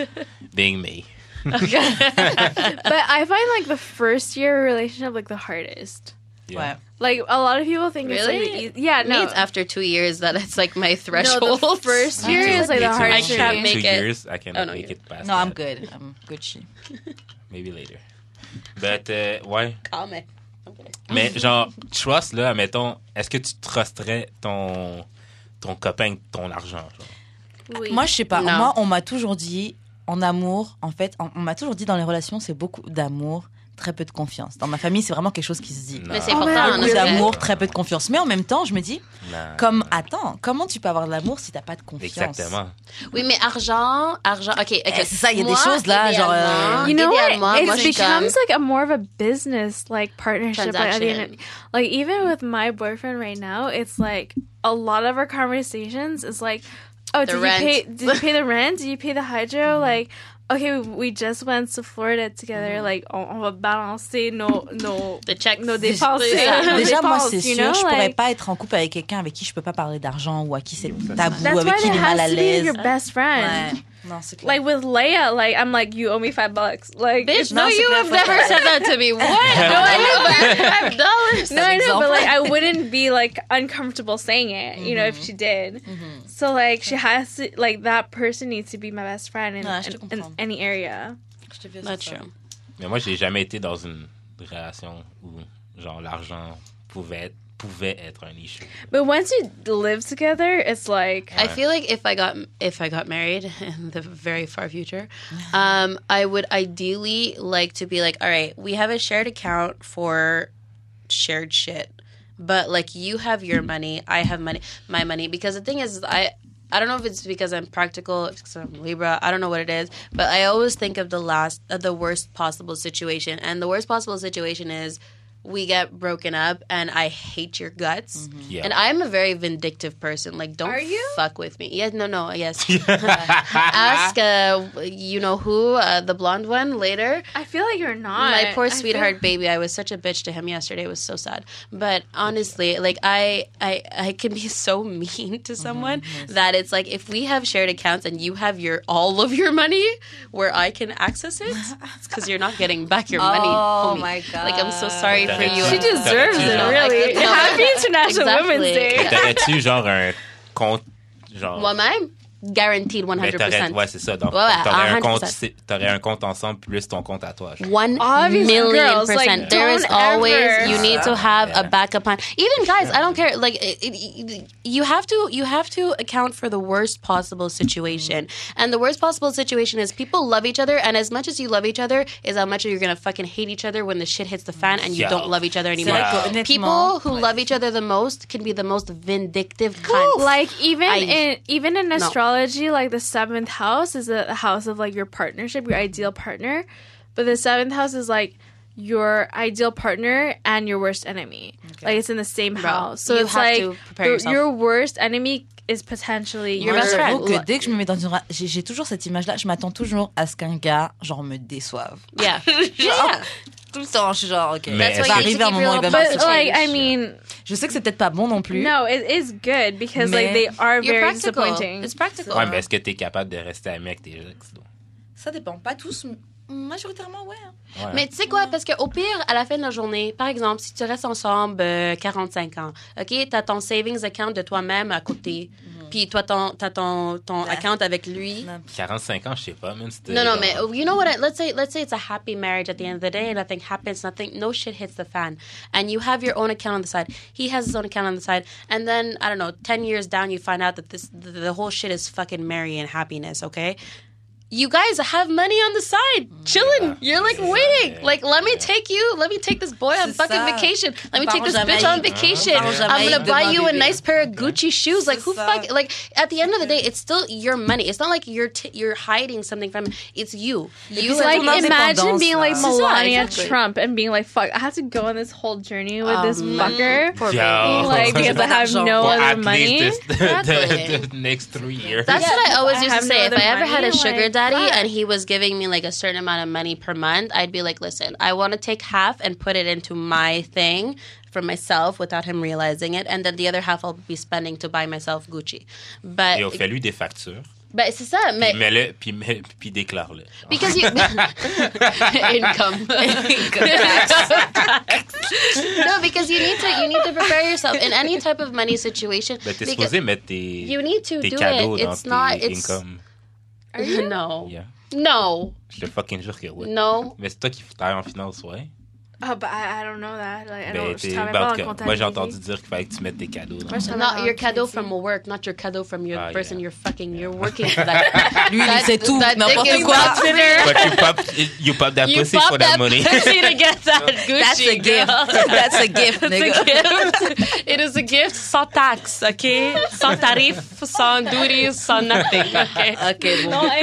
S3: being me.
S4: But I find like the first year relationship like the hardest.
S3: Yeah.
S2: Ouais.
S4: Like a lot of people think it's
S5: Really?
S4: like the e- yeah, (laughs)
S5: Me,
S4: no.
S5: it's after two years that it's like my
S4: no,
S5: threshold.
S4: the (laughs) first year
S3: Me
S4: is
S3: too.
S4: like
S3: Me
S4: the
S3: too.
S4: hardest
S5: I
S4: year.
S5: can't
S3: Two
S5: make it.
S3: years, I cannot
S5: Oh, no,
S3: make
S5: you're-
S3: it past
S2: No, I'm
S3: that.
S2: good. I'm Gucci.
S3: Maybe later. But, euh, ouais.
S5: Comic.
S3: Mais genre, trust, là, admettons, est-ce que tu trusterais ton, ton copain avec ton argent? genre?
S4: Oui.
S2: Moi, je sais pas.
S5: Non.
S2: Moi, on m'a toujours dit, en amour, en fait, on, on m'a toujours dit dans les relations, c'est beaucoup d'amour, très peu de confiance. Dans ma famille, c'est vraiment quelque chose qui se dit.
S3: Non.
S5: Mais c'est
S4: Oh, mais
S5: important.
S4: un
S5: en
S4: coup
S2: Beaucoup
S5: effet.
S2: d'amour, très peu de confiance. Mais en même temps, je me dis,
S3: Non.
S2: comme, attends, comment tu peux avoir de l'amour si t'as pas de confiance
S3: Exactement.
S5: Oui, mais argent, argent. Ok, ok.
S2: Eh, c'est ça, il y a des
S5: Moi,
S2: choses là, genre,
S5: idéalement-
S2: euh,
S4: you know what?
S5: idéalement, moi, je
S4: It
S5: suis comme-
S4: becomes like a more of a business like partnership. Like, at the end of- like even with my boyfriend right now, it's like a lot of our conversations is like, oh,
S5: The
S4: did
S5: rent. Mm-hmm.
S4: you pay? Did you
S5: (laughs)
S4: pay the rent? Did you pay the hydro? Like. Okay, we- we just went to Florida together. Like, on, on va balancer nos, nos,
S5: Mm-hmm. The checks.
S4: nos
S5: Déjà-
S4: dépenses.
S5: Déjà-
S4: nos
S2: Déjà, moi,
S4: dépenses,
S2: c'est
S4: you
S2: sûr,
S4: know?
S2: je pourrais
S4: Like,
S2: pas être en couple avec quelqu'un avec qui je peux pas parler d'argent ou à qui c'est tabou,
S4: That's
S2: avec
S4: why
S2: qui il
S4: there
S2: est mal à
S4: has to be
S2: l'aise.
S4: your best friend.
S2: Non, c'est clair.
S4: Like with Leia, like I'm like you owe me five bucks. Like
S5: (laughs) Bitch,
S4: it's
S5: no,
S4: not
S5: you
S4: so
S5: have
S4: good for
S5: never
S4: her.
S5: said that
S2: (laughs)
S5: to me. What? No, I never. Five dollars.
S4: No, I
S2: example.
S4: know, but like I wouldn't be like uncomfortable saying it, you know, if
S5: Mm-hmm.
S4: she did. So like she has to like that person needs to be my best friend in,
S2: No, I should
S4: in- in
S2: confirm.
S4: any area.
S5: That's true.
S3: Mais moi, j'ai jamais été dans une relation où, genre, l'argent pouvait être, pouvait être un issue.
S4: But once you live together, it's like
S5: I feel like if I got if I got married (laughs) in the very far future, um, I would ideally like to be like, all right, we have a shared account for shared shit, but like you have your money, I have money, my money. Because the thing is, is I I don't know if it's because I'm practical, if it's because I'm Libra, I don't know what it is, but I always think of the last, of the worst possible situation, and the worst possible situation is we get broken up, and I hate your guts.
S3: Yeah.
S5: And I'm a very vindictive person. Like, don't
S4: Are you?
S5: fuck with me. Yes, no, no, yes. (laughs) Ask, uh, you know who, uh, the blonde one later.
S4: I feel like you're not
S5: My poor
S4: I
S5: sweetheart baby. I was such a bitch to him yesterday. It was so sad. But honestly, like I, I, I can be (laughs) so mean
S4: Mm-hmm.
S5: to someone that it's like if we have shared accounts and you have your all of your money where I can
S4: (laughs)
S5: access it, it's because you're not getting back your money.
S2: Oh
S5: homie.
S2: my God.
S5: Like I'm so sorry for
S3: She
S5: you.
S4: Feel, she deserves
S3: Exactly.
S4: it,
S3: No,
S4: really.
S5: I- no,
S4: Happy International
S5: Exactly.
S4: Women's
S5: (laughs)
S4: Day.
S3: T'aurais-tu, genre, un compte, genre...
S5: Moi-même, guaranteed one
S3: ben,
S5: hundred
S3: t'aurais-
S5: percent.
S3: ouais, c'est ça. Donc,
S5: Ouais, ouais,
S3: t'aurais, un
S5: 100%.
S3: compte, t'aurais un compte ensemble plus ton compte à toi. genre.
S5: One
S4: Obviously,
S5: million
S4: girls, like,
S5: percent. there is
S4: don't
S5: always
S4: ever-
S5: you need to have
S3: Yeah.
S5: a backup plan. Even guys, I don't care. Like it, it, you have to you have to account for the worst possible situation.
S3: Mm-hmm.
S5: And the worst possible situation is people love each other, and as much as you love each other, is how much you're gonna fucking hate each other when the shit hits the fan and you
S3: Yeah.
S5: don't love each other anymore.
S3: vrai que
S2: honnêtement-
S5: People who love each other the most can be the most vindictive cunts.
S4: Like even
S5: I-
S4: in even in astrology, like the seventh house is the house of like your partnership, your ideal partner. But the seventh house is like your ideal partner and your worst enemy. Like it's in the same
S5: Bro,
S4: house. So
S5: you
S4: it's
S5: have
S4: like
S5: to prepare
S4: the-
S5: yourself.
S4: your worst enemy is potentially your
S2: Moi,
S4: best friend.
S2: j'avoue que dès que je me mets dans une... ra- J'ai j'ai toujours cette image-là. Je m'attends toujours à ce qu'un gars, genre, me déçoive.
S4: (laughs) Yeah.
S5: yeah.
S2: Tout le temps, je suis genre, ok.
S3: Mais
S2: ça
S3: est-ce
S2: va
S3: que-
S2: arriver un moment, il va
S5: But,
S2: m'en
S4: But
S2: sortir.
S4: like I mean,
S2: Je sais que c'est peut-être pas bon non plus.
S4: no, it is good because
S2: Mais-
S4: like they are
S5: You're
S4: very
S5: practical.
S4: disappointing.
S5: It's practical.
S3: Ouais, mais est-ce que t'es capable de rester ami avec tes ex? donc?
S2: Ça dépend. Pas tous, m- majoritairement, ouais. hein.
S3: Ouais.
S5: Mais tu sais quoi, parce qu'au pire, à la fin de la journée, par exemple, si tu restes ensemble euh, 45 ans, OK, t'as ton savings account de toi-même à côté, puis toi, ton, t'as ton, ton
S2: Ouais.
S5: account avec lui.
S3: 45 ans, je sais pas, même si t'es
S5: No, no,
S3: genre-
S5: man. You know what? I, let's say, let's say it's a happy marriage at the end of the day. Nothing happens. Nothing. No shit hits the fan. And you have your own account on the side. He has his own account on the side. And then I don't know. Ten years down, you find out that this the, the whole shit is fucking merry and happiness. Okay. You guys have money on the side, chilling. You're like waiting.
S3: Yeah.
S5: Like, let me take you. Let me take this boy on
S2: C'est
S5: fucking
S2: ça.
S5: vacation. Let me
S2: Part
S5: take
S2: en
S5: this bitch on
S2: Jamaïque.
S5: vacation.
S2: Part en
S5: I'm
S2: Jamaïque
S5: gonna buy
S2: devant
S5: you a
S2: bébé.
S5: nice pair of Gucci shoes. Like, who
S2: ça.
S5: fuck? Like, at the end of the day, it's still your money. It's not like you're t- you're hiding something from. It's you. You
S2: puis ça
S5: like
S2: tourne en
S5: ima-
S2: dépendance,
S4: Imagine being like
S2: là.
S5: C'est ça,
S4: Melania
S5: exactly.
S4: Trump and being like, "Fuck, I have to go on this whole journey with
S5: Oh,
S4: this
S5: man.
S4: fucker."
S5: Poor
S3: Yo. (laughs)
S5: baby.
S4: Like because I have
S2: Genre,
S4: no
S3: Oh. Well,
S4: other
S3: at
S4: money.
S3: least this-
S5: Exactly.
S3: (laughs) the, the, the next three years.
S5: That's what I always
S4: I
S5: used to
S4: have no
S5: say. if
S4: other
S5: I ever had a
S4: money,
S5: sugar
S4: like,
S5: daddy
S4: fuck.
S5: and he was giving me like a certain amount of money per month, I'd be like, listen, I want to take half and put it into my thing for myself without him realizing it, and then the other half I'll be spending to buy myself Gucci. But
S3: Yo, fais-lui des factures.
S5: but c'est ça, mais
S3: Mets-le, puis, mets- puis déclare-le.
S5: because you (laughs) (laughs) income. (laughs) no, because you need to you need to prepare yourself in any type of money situation.
S3: Ben, t'es
S5: because
S3: supposé mettre tes,
S5: you need to
S3: tes
S5: do
S3: cadeaux
S5: it.
S3: dans
S5: It's
S3: tes
S5: not. It's
S3: income.
S5: no,
S3: Yeah.
S5: no,
S3: Je te fucking jure que oui.
S5: no.
S3: Mais c'est toi qui travailles en finance, ouais.
S4: Oh, but I, I don't know that. Like, I
S3: Ben,
S4: don't.
S3: t'es-
S4: Je travaille
S3: ben, en
S4: pas
S3: tout
S4: en
S3: cas, moi, j'ai entendu
S4: comptabilité.
S3: dire qu'il fallait que tu mettes tes cadeaux dans
S4: Moi, je travaille
S5: Not
S4: en
S5: your cadeau
S4: comptabilité.
S5: from work, not your cadeau from your
S3: Ah,
S5: person.
S3: yeah.
S5: You're fucking. You're
S3: (laughs)
S5: working for that.
S2: Lui, il
S5: That-
S2: sait tout,
S5: that
S2: n'importe
S5: dick is
S2: quoi.
S5: not thinner.
S3: But you pop, you pop that
S5: You
S3: pussy for
S5: pop
S3: that
S5: that
S3: money.
S5: pussy to get that Gucci.
S2: That's a gift.
S5: girl.
S2: That's a gift,
S5: It's a
S2: nigga.
S5: gift. It is a gift sans taxe, OK? Sans tarif, sans duties, sans nothing, OK?
S2: Ok, bon.
S4: Non
S5: (laughs)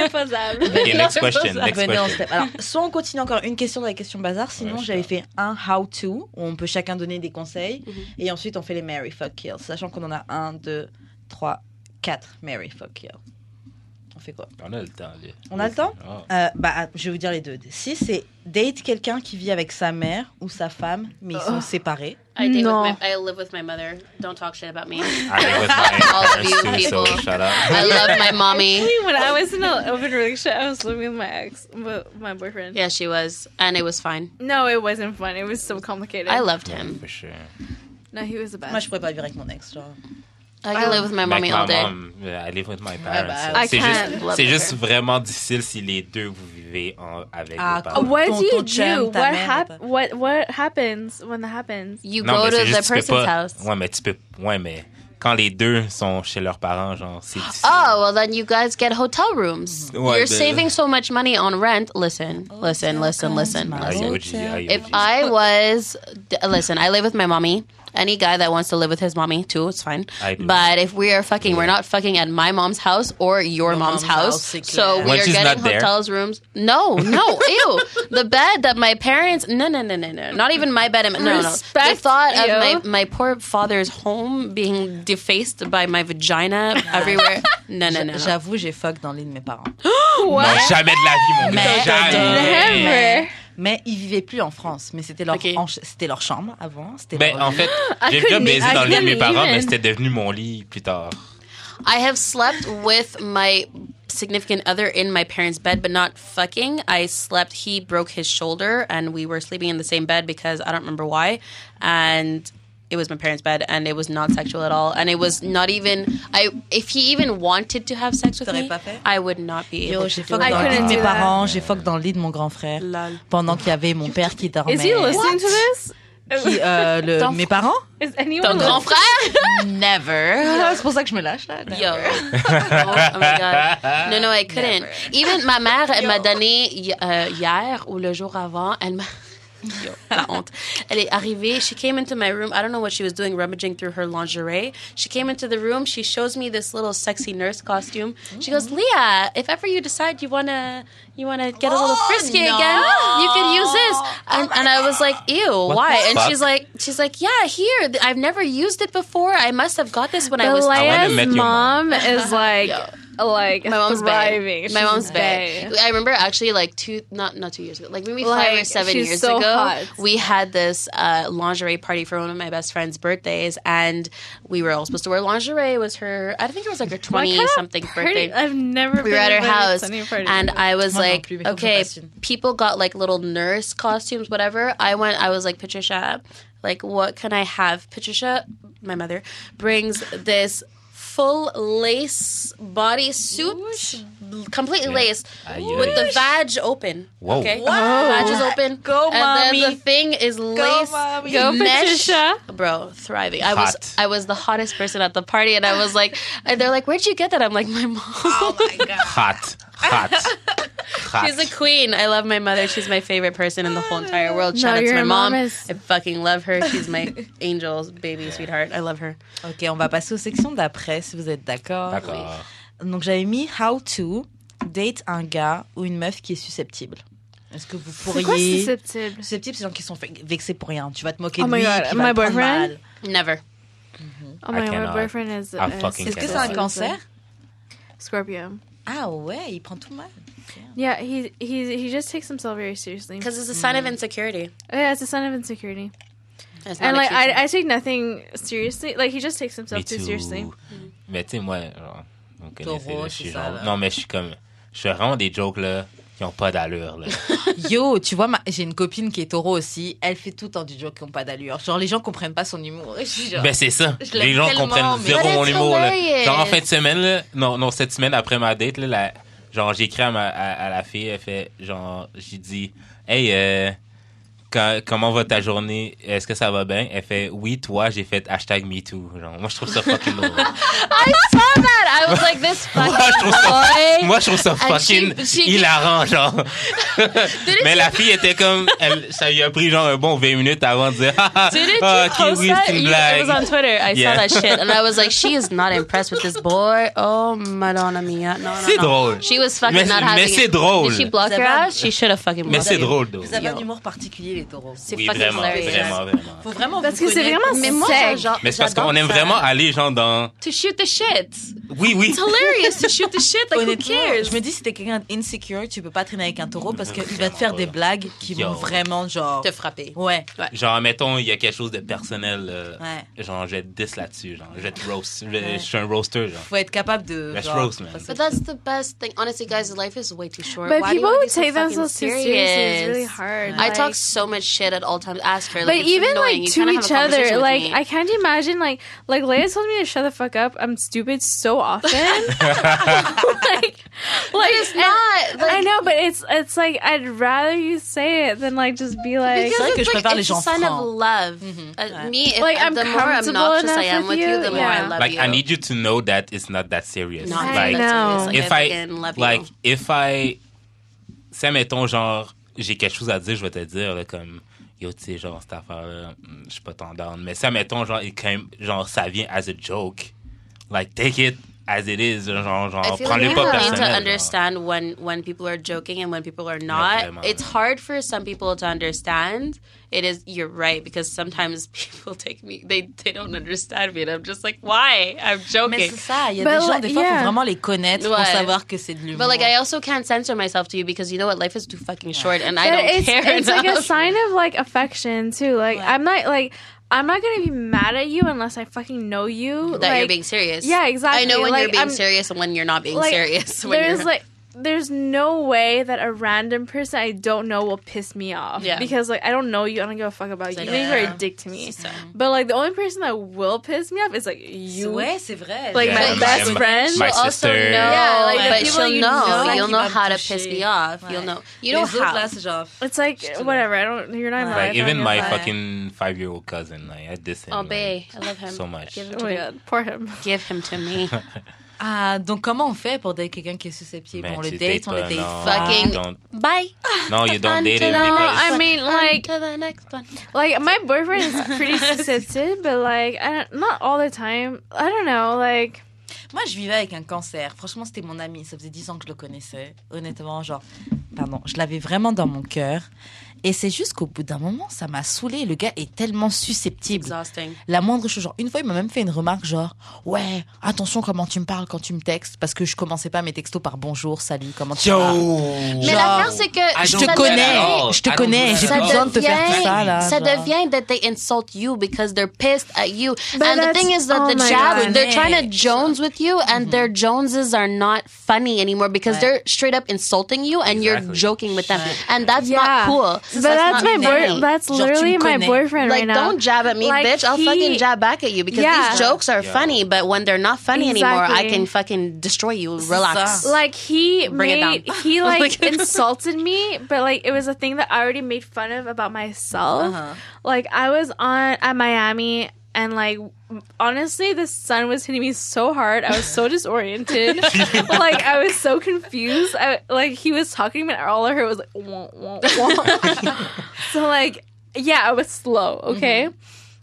S3: (laughs)
S4: imposable.
S3: Okay, next
S5: Non,
S3: question.
S5: ça-
S3: Next
S2: Venez, on
S3: question.
S2: step. ben Alors, soit on continue encore une question dans les questions bazar, sinon
S3: Ouais,
S2: j'avais
S3: je sais
S2: fait un how-to, où on peut chacun donner des conseils, et ensuite on fait les Mary Fuck Kill, sachant qu'on en a un, deux, trois, quatre Mary Fuck Kill. On fait quoi
S3: On a le temps, là.
S2: On a le temps
S3: Ah.
S2: Euh, bah, je vais vous dire les deux. Si c'est date quelqu'un qui vit avec sa mère ou sa femme, mais ils sont séparés.
S5: I, date with
S4: No.
S5: my, I live with my mother. Don't talk shit about me.
S3: I was
S5: All of you
S3: my parents too, so
S5: people.
S3: shut up.
S5: I (laughs) love my mommy.
S4: Actually, when I was in an open relationship, I was living with my ex, with my boyfriend.
S5: Yeah, she was. And it was fine.
S4: No, it wasn't fun. It was so complicated.
S5: I loved him.
S3: For sure.
S4: No, he was the best.
S2: Moi, je pourrais pas vivre avec mon ex. Genre.
S5: I could live with my
S3: Like
S5: mommy
S3: my
S5: all day.
S3: mom, yeah, I live with my parents.
S2: bah,
S3: so
S4: I
S3: c'est
S4: can't
S3: juste,
S5: love
S3: c'est
S5: her.
S3: juste vraiment difficile si les deux vous vivez en, avec
S2: Ah,
S3: vos
S2: cool.
S3: parents.
S4: what
S2: Ton-
S4: do you
S2: ton chum,
S4: do?
S2: ta
S4: What
S2: mère,
S4: hap-
S2: papa.
S4: What what happens when that happens?
S5: You
S3: Non,
S5: go
S3: mais
S5: to
S3: c'est
S5: the
S3: juste, tu peux
S5: person's
S3: pas.
S5: house.
S3: Ouais, mais tu peux. Ouais, mais quand les deux sont chez leurs parents, genre, c'est difficile.
S5: Oh, well, then you guys get hotel rooms.
S3: Ouais, ben-
S5: You're saving so much money on rent. Listen, listen, listen, listen,
S3: Aïe,
S5: listen.
S3: OG, aïe,
S5: If
S3: OG.
S5: I was, d- listen, I live with my mommy. Any guy that wants to live with his mommy too, it's fine.
S3: I do.
S5: But if we are fucking, we're not fucking at my mom's house or your mom's,
S2: mom's
S5: house.
S2: house, c'est
S5: so
S2: clair.
S3: When
S5: we are
S3: she's
S5: getting
S3: not there.
S5: hotels rooms. No, no,
S3: (laughs)
S5: ew. The bed that my parents, no, no, no, no, no. Not even my bed. No, no. The
S4: Respect,
S5: thought
S4: yo.
S5: of my, my poor father's home being defaced by
S3: (laughs)
S5: my vagina everywhere. No, no, no. no.
S2: J'avoue, j'ai fuck dans l'île de mes parents.
S3: Non,
S4: What?
S3: jamais de la vie, mon
S2: Mais-
S3: gars. Jamais.
S4: Never.
S2: Mais ils vivaient plus en France, mais c'était leur,
S5: Ok.
S2: en- c'était leur chambre avant. C'était
S3: Ben,
S2: leur-
S3: en fait,
S4: I
S3: j'ai déjà
S4: couldn't-
S3: baisé
S4: I
S3: dans le lit de mes
S4: couldn't
S3: parents,
S4: even.
S3: mais c'était devenu mon lit plus tard.
S5: I have slept with my significant other in my parents' bed, but not fucking. I slept, he broke his shoulder, and we were sleeping in the same bed because I don't remember why. And it was my parents' bed, and it was not sexual at all. And it was not even, I. if he even wanted to have sex with
S2: T'aurais
S5: me,
S2: pas fait?
S5: I would not be able
S2: Yo,
S5: to
S2: Oh, j'ai
S5: do
S2: fuck
S5: it.
S4: I
S2: dans le lit de
S4: couldn't
S2: mes
S4: do that.
S2: parents, j'ai fuck dans le lit de mon grand frère.
S5: Lol.
S2: Pendant qu'il y avait mon père qui
S5: Oh,
S2: dormait.
S4: Is he listening to this?
S2: Qui,
S5: uh,
S2: euh, le-
S5: Ton-
S2: mes parents
S4: (laughs) Is
S5: Ton
S4: anyone?
S5: grand
S4: listening?
S5: frère?
S2: Never. (laughs) C'est pour ça que je me lâche là.
S5: Yo. (laughs)
S6: (laughs)
S5: oh my god. No, no, I couldn't. Even ma (laughs) mère, elle m'a donné hi- euh, hier ou le jour avant, elle m'a. Yo, la honte. Elle est arrivée. She came into my room. I don't know what she was doing, rummaging through her lingerie. She came into the room. She shows me this little sexy nurse costume. She goes, Leah, if ever you decide you wanna you wanna get a little
S6: Oh,
S5: frisky
S6: no. Oh
S5: again, you can use this. And, and I was like, Ew, why?
S3: the
S5: And
S3: fuck?
S5: she's like, she's like, Yeah, here. Th- I've never used it before. I must have got this when I was.
S3: I went
S4: Belaya's
S3: and met your
S4: mom is like,
S5: (laughs) Yo.
S4: like
S5: my mom's
S4: thriving.
S5: bae. My
S4: She's
S5: mom's bae. I remember actually like two not not two years ago, like maybe five or
S4: Like,
S5: seven
S4: she's
S5: years
S4: so
S5: ago,
S4: hot.
S5: we had this uh, lingerie party for one of my best friend's birthdays, and we were all supposed to wear lingerie. It was her? I think it was like
S4: (laughs)
S5: her
S4: What
S5: twenty
S4: kind of
S5: something
S4: party-
S5: birthday.
S4: I've never
S5: we
S4: been
S5: were at her
S4: invited to
S5: house,
S4: any party.
S5: and I was
S2: Moi non
S5: like,
S2: plus, mais
S5: okay,
S2: compassion.
S5: people got like little nurse costumes, whatever. I went, I was like, Patricia, like, what can I have? Patricia, my mother, brings this full lace bodysuit, completely
S3: Yeah.
S5: lace,
S3: Aïe,
S5: with the
S3: aïe.
S5: vag open.
S3: Whoa.
S5: Okay,
S6: What?
S5: vag is open.
S6: Go,
S5: and then
S6: mommy.
S5: the thing is lace,
S6: mommy.
S4: Go,
S5: mesh.
S4: Patricia.
S5: Bro, thriving. I
S3: Hot.
S5: was I was the hottest person at the party, and I
S4: (laughs)
S5: was like, and they're like, "Where'd you get that?" I'm (laughs) like, "My mom."
S6: Oh my god.
S3: Hot. Hot. Hot.
S5: She's a queen. I love my mother. She's my favorite person in the whole entire world. Shout out to
S4: your
S5: my mom.
S4: mom is-
S5: I fucking love her. She's
S4: (laughs)
S5: my angel's baby sweetheart. I love her.
S2: Ok, on va passer aux sections d'après, si vous êtes d'accord.
S3: D'accord.
S2: Donc j'avais mis how to date un gars ou une meuf qui est susceptible. Est-ce que vous
S4: C'est quoi
S2: pourriez
S4: susceptible?
S2: Susceptible, c'est gens qui sont fait- vexés pour rien. Tu vas te moquer
S4: Oh
S2: de
S4: my
S2: lui,
S4: God,
S2: puis il
S4: my
S2: va le prendre
S4: boyfriend?
S2: mal.
S5: Never.
S4: Oh my, my
S3: cannot.
S4: boyfriend is.
S3: I
S4: is
S3: fucking
S2: Est-ce que
S3: Cancer.
S2: c'est un cancer
S4: Scorpio.
S2: Ah ouais, il prend tout mal.
S4: Yeah, he he he just takes himself very seriously. Oh,
S5: Because it's a sign of insecurity.
S4: Yeah, it's a sign of insecurity.
S5: It's not
S4: And
S5: a
S4: like
S5: cute (laughs)
S4: I,
S5: sign.
S4: I take nothing seriously. Like he just takes
S3: Mais
S4: himself too
S3: tu-
S4: seriously.
S3: Mais tu sais, moi, genre, vous me connaissez,
S2: Taureau,
S3: là, je
S2: c'est
S3: suis
S2: ça,
S3: genre-
S2: là.
S3: Non, mais je suis comme. Je fais vraiment des jokes, là, qui ont pas d'allure, là.
S2: Yo, tu vois, ma- j'ai une copine qui est taureau aussi. Elle fait tout le temps du joke qui n'ont pas d'allure. Genre, les gens comprennent pas son humour. (laughs) Et je suis genre,
S3: Ben, c'est ça.
S2: Je l'aime
S3: Les gens
S2: tellement,
S3: comprennent
S2: mais-
S3: zéro
S5: But
S3: mon
S5: it's
S3: humour. Là.
S5: hilarious.
S3: Genre, en fin de semaine, là, non, non, cette semaine, après ma date, là, la- genre, j'ai écrit à, ma- à- à la fille, elle fait, genre, j'ai dit, hey, euh, quand- comment va ta journée? Est-ce que ça va bien? Elle fait, oui, toi, j'ai fait hashtag MeToo. Genre, moi, je trouve ça fucking
S5: (laughs)
S3: drôle.
S5: Ah, I saw that. I was
S3: (laughs)
S5: like, this fucking
S3: moi, je trouve ça,
S5: boy.
S3: moi, je trouve ça
S5: And she-
S3: fucking
S5: she-
S3: hilarant,
S5: (laughs)
S3: genre. Mais la fille était comme, elle- ça lui a pris, genre, un bon 20 minutes avant de dire, (laughs) ah, ah,
S5: Didn't
S3: ah,
S5: you
S3: ok,
S5: post
S3: oui,
S5: that?
S3: c'est une
S5: You-
S3: blague.
S5: it was on Twitter. I
S3: Yeah.
S5: saw that shit, and I was like, "She is (laughs) not impressed with this boy." Oh, Madonna mia! No, no,
S3: C'est
S5: no.
S3: drôle.
S5: She was fucking
S3: Mais-
S5: not
S3: mais
S5: having.
S3: c'est
S5: it.
S3: drôle.
S5: Did she block
S2: Ça
S5: her
S2: va.
S5: out? She should have fucking.
S3: Mais
S5: blocked
S3: c'est
S5: it.
S3: drôle, though.
S2: vous avez un
S5: Yo.
S2: humour particulier, les taureaux.
S5: C'est
S3: Oui,
S5: fucking
S3: vraiment,
S5: hilarious.
S3: vraiment, vraiment.
S2: Faut vraiment
S4: Parce
S2: vous
S4: que c'est
S2: connaître.
S4: vraiment
S5: Mais moi,
S4: Sec.
S5: j'adore-
S3: Mais c'est parce
S5: j'adore
S3: qu'on aime
S5: ça.
S3: vraiment aller, genre, dans.
S5: To shoot the shit.
S3: Oui, oui.
S5: It's hilarious to shoot the shit. Like who
S2: Honnêtement,
S5: cares?
S2: je me dis si t'es quelqu'un d'insecure, tu peux pas traîner avec un taureau parce qu'il va
S3: Vraiment
S2: te faire
S3: pas.
S2: des blagues qui
S3: Yo.
S2: vont vraiment genre.
S5: Te frapper.
S2: Ouais.
S3: Genre, mettons, il y a quelque chose de personnel. euh,
S2: Ouais.
S3: Genre, je vais te diss là-dessus. Genre, je vais te roast. Je, vais- je suis un roaster, genre.
S2: Faut être capable de.
S3: Let's
S2: genre,
S3: roast, man.
S2: parce que-
S5: But that's the best thing. Honestly, guys, life is way too short.
S4: But
S5: Why do you
S4: people
S5: wanna
S4: who
S5: be so
S4: take
S5: fucking
S4: themselves too seriously is really hard.
S5: I talk
S4: Like-
S5: so much shit at all times. Ask her. Like,
S4: But
S5: it's
S4: even like
S5: annoying. You
S4: to
S5: can't have a
S4: each other,
S5: conversation with
S4: like
S5: me.
S4: I can't imagine like like Leia told me to shut the fuck up. I'm stupid so
S5: (laughs)
S4: often. (laughs) like, like
S5: it's
S4: and-
S5: not. Like,
S4: I know, but it's it's like I'd rather you say it than like just be like.
S2: Because- vrai que
S5: (laughs)
S2: je
S5: it's
S2: préfère
S5: like,
S2: les
S5: it's
S2: gens Mm-hmm.
S5: a sign of
S2: francs.
S5: love. Uh, Me, if,
S4: Like, I'm
S5: the more
S4: comfortable
S5: obnoxious I
S4: enough
S5: am
S4: with
S5: with you,
S4: you,
S5: the
S4: yeah.
S5: more I love
S3: Like,
S5: you.
S3: I need you to know that it's not that serious.
S5: No,
S4: I
S3: like,
S4: know.
S5: that's- it's
S3: if
S5: like, I
S3: I.
S5: fucking love
S3: Like,
S5: you.
S3: if I. Ça, mettons, genre, j'ai quelque chose à dire, je vais te dire, là, comme. Yo, tu sais, genre, cette affaire-là, mm, je suis pas tendance. Mais ça, mettons, genre, il- quand même, genre, ça vient as a joke. Like, take it as it is. Genre, genre,
S5: I feel like
S3: prends-le
S5: people
S3: pas
S5: need to
S3: personnel. genre.
S5: understand when when people are joking and when people are
S3: vraiment,
S5: not.
S3: ouais.
S5: It's hard for some people to understand. It is you're right because sometimes (laughs) people take me they they don't understand me and I'm just like why I'm
S2: Mais
S5: joking.
S2: c'est ça, il y a
S4: But
S2: des gens,
S4: like,
S2: des fois,
S4: yeah.
S2: faut vraiment les connaître
S5: Ouais.
S2: pour savoir que c'est de l'humour.
S5: But like I also can't censor myself to you because you know what life is too fucking short and I
S4: But
S5: don't
S4: it's,
S5: care
S4: It's
S5: enough.
S4: like a sign of like affection too. Like
S2: Yeah.
S4: I'm not like I'm not gonna be mad at you unless I fucking know you.
S5: that you're
S4: Like,
S5: being serious.
S4: Yeah, exactly.
S5: I know when
S4: Like,
S5: you're being
S4: I'm-
S5: serious and when you're not being
S4: like,
S5: serious. (laughs) When
S4: There's
S5: you're,
S4: like there's no way that a random person I don't know will piss me off.
S5: Yeah.
S4: Because like I don't know you, I don't give a fuck about you.
S5: I
S4: You
S5: don't
S4: You're
S5: know.
S4: a dick to me. But like the only person that will piss me off is like you.
S2: Ouais, c'est vrai.
S4: Like,
S5: my best
S4: friend?
S3: My
S5: She'll also
S3: sister.
S5: know, (laughs)
S4: Yeah, like, the
S5: but
S4: people
S5: she'll
S4: you
S5: know.
S4: know
S5: You'll
S2: qui
S5: know
S2: va me
S5: how to
S2: toucher.
S5: piss me off.
S2: Ouais.
S5: You'll know. You
S2: Les
S5: know
S2: autres,
S5: how.
S2: là, c'est genre.
S4: It's like
S2: Je te-
S4: whatever. I don't. You're not in my
S3: Like
S4: life,
S3: even
S4: I don't
S3: my
S4: give a fuck.
S3: fucking five year old cousin, like I diss him.
S5: oh,
S3: like,
S5: Bay, I love him
S3: so much.
S5: Give him
S4: Oh
S5: to
S4: my
S5: me.
S4: god, poor him.
S3: (laughs)
S5: Give him to me.
S2: Ah, donc comment on fait pour date quelqu'un qui est susceptible
S3: Ben,
S2: On le
S3: tu hein.
S2: date,
S3: dates
S2: on le
S3: pas,
S2: date
S3: non.
S2: pas.
S5: Fucking-
S3: You don't-
S5: Bye.
S3: no, you don't date him
S4: No,
S3: because
S4: I mean, like,
S5: to the next one.
S4: (laughs) like my boyfriend is (laughs) pretty sensitive, but like, I don't, not all the time. I don't know, like,
S2: Moi, je vivais avec un cancer. Franchement, c'était mon ami. Ça faisait 10 ans que je le connaissais. Honnêtement, genre, pardon, je l'avais vraiment dans mon cœur. Et c'est juste qu'au bout d'un moment, ça m'a saoulé. Le gars est tellement susceptible.
S5: Exhausting.
S2: La moindre chose, genre, une fois, il m'a même fait une remarque, genre, ouais, attention comment tu me parles quand tu me textes, parce que je commençais pas mes textos par bonjour, salut, comment tu vas.
S5: Mais
S2: Genre,
S5: l'affaire, c'est que.
S3: I
S2: Je te
S3: don't do
S5: ça
S3: that at
S2: connais,
S3: all.
S2: je te
S3: Oh, I don't
S2: connais,
S3: do
S2: j'ai
S3: that
S2: plus
S3: at all.
S2: besoin de te faire tout ça, là.
S5: Ça
S2: genre.
S5: devient that they insult you because they're pissed at you.
S4: But
S5: and the
S4: that's-
S5: thing is that
S4: oh
S5: the
S4: my
S5: jab,
S2: God.
S5: they're trying to Jones with you, and their Joneses are not funny anymore because
S2: Ouais.
S5: they're straight up insulting you, and you're
S3: Exactly.
S5: joking with them, and that's
S4: yeah.
S5: not cool.
S4: But that's, my boy.
S5: funny.
S4: That's
S2: Genre, tu me
S4: literally my
S2: connais.
S4: boyfriend
S5: Like,
S4: right now.
S5: don't jab at me,
S4: Like,
S5: bitch. I'll
S4: he-
S5: fucking jab back at you because
S4: Yeah.
S5: these jokes are
S3: Yeah.
S5: funny, but when they're not funny anymore, I
S4: Exactly.
S5: can fucking destroy you.
S2: C'est
S5: Relax.
S2: ça.
S4: like he
S5: Bring it
S4: made
S5: down. (laughs) Oh
S4: he like
S5: Like-
S4: insulted me but like it was a thing that i already made fun of about myself
S5: Uh-huh.
S4: like i was on at miami and like honestly the sun was hitting me so hard i was
S5: (laughs)
S4: so disoriented like i was so confused I, like he was talking but all i heard was like wah, wah,
S5: (laughs)
S4: wah. (laughs) so like yeah i was slow okay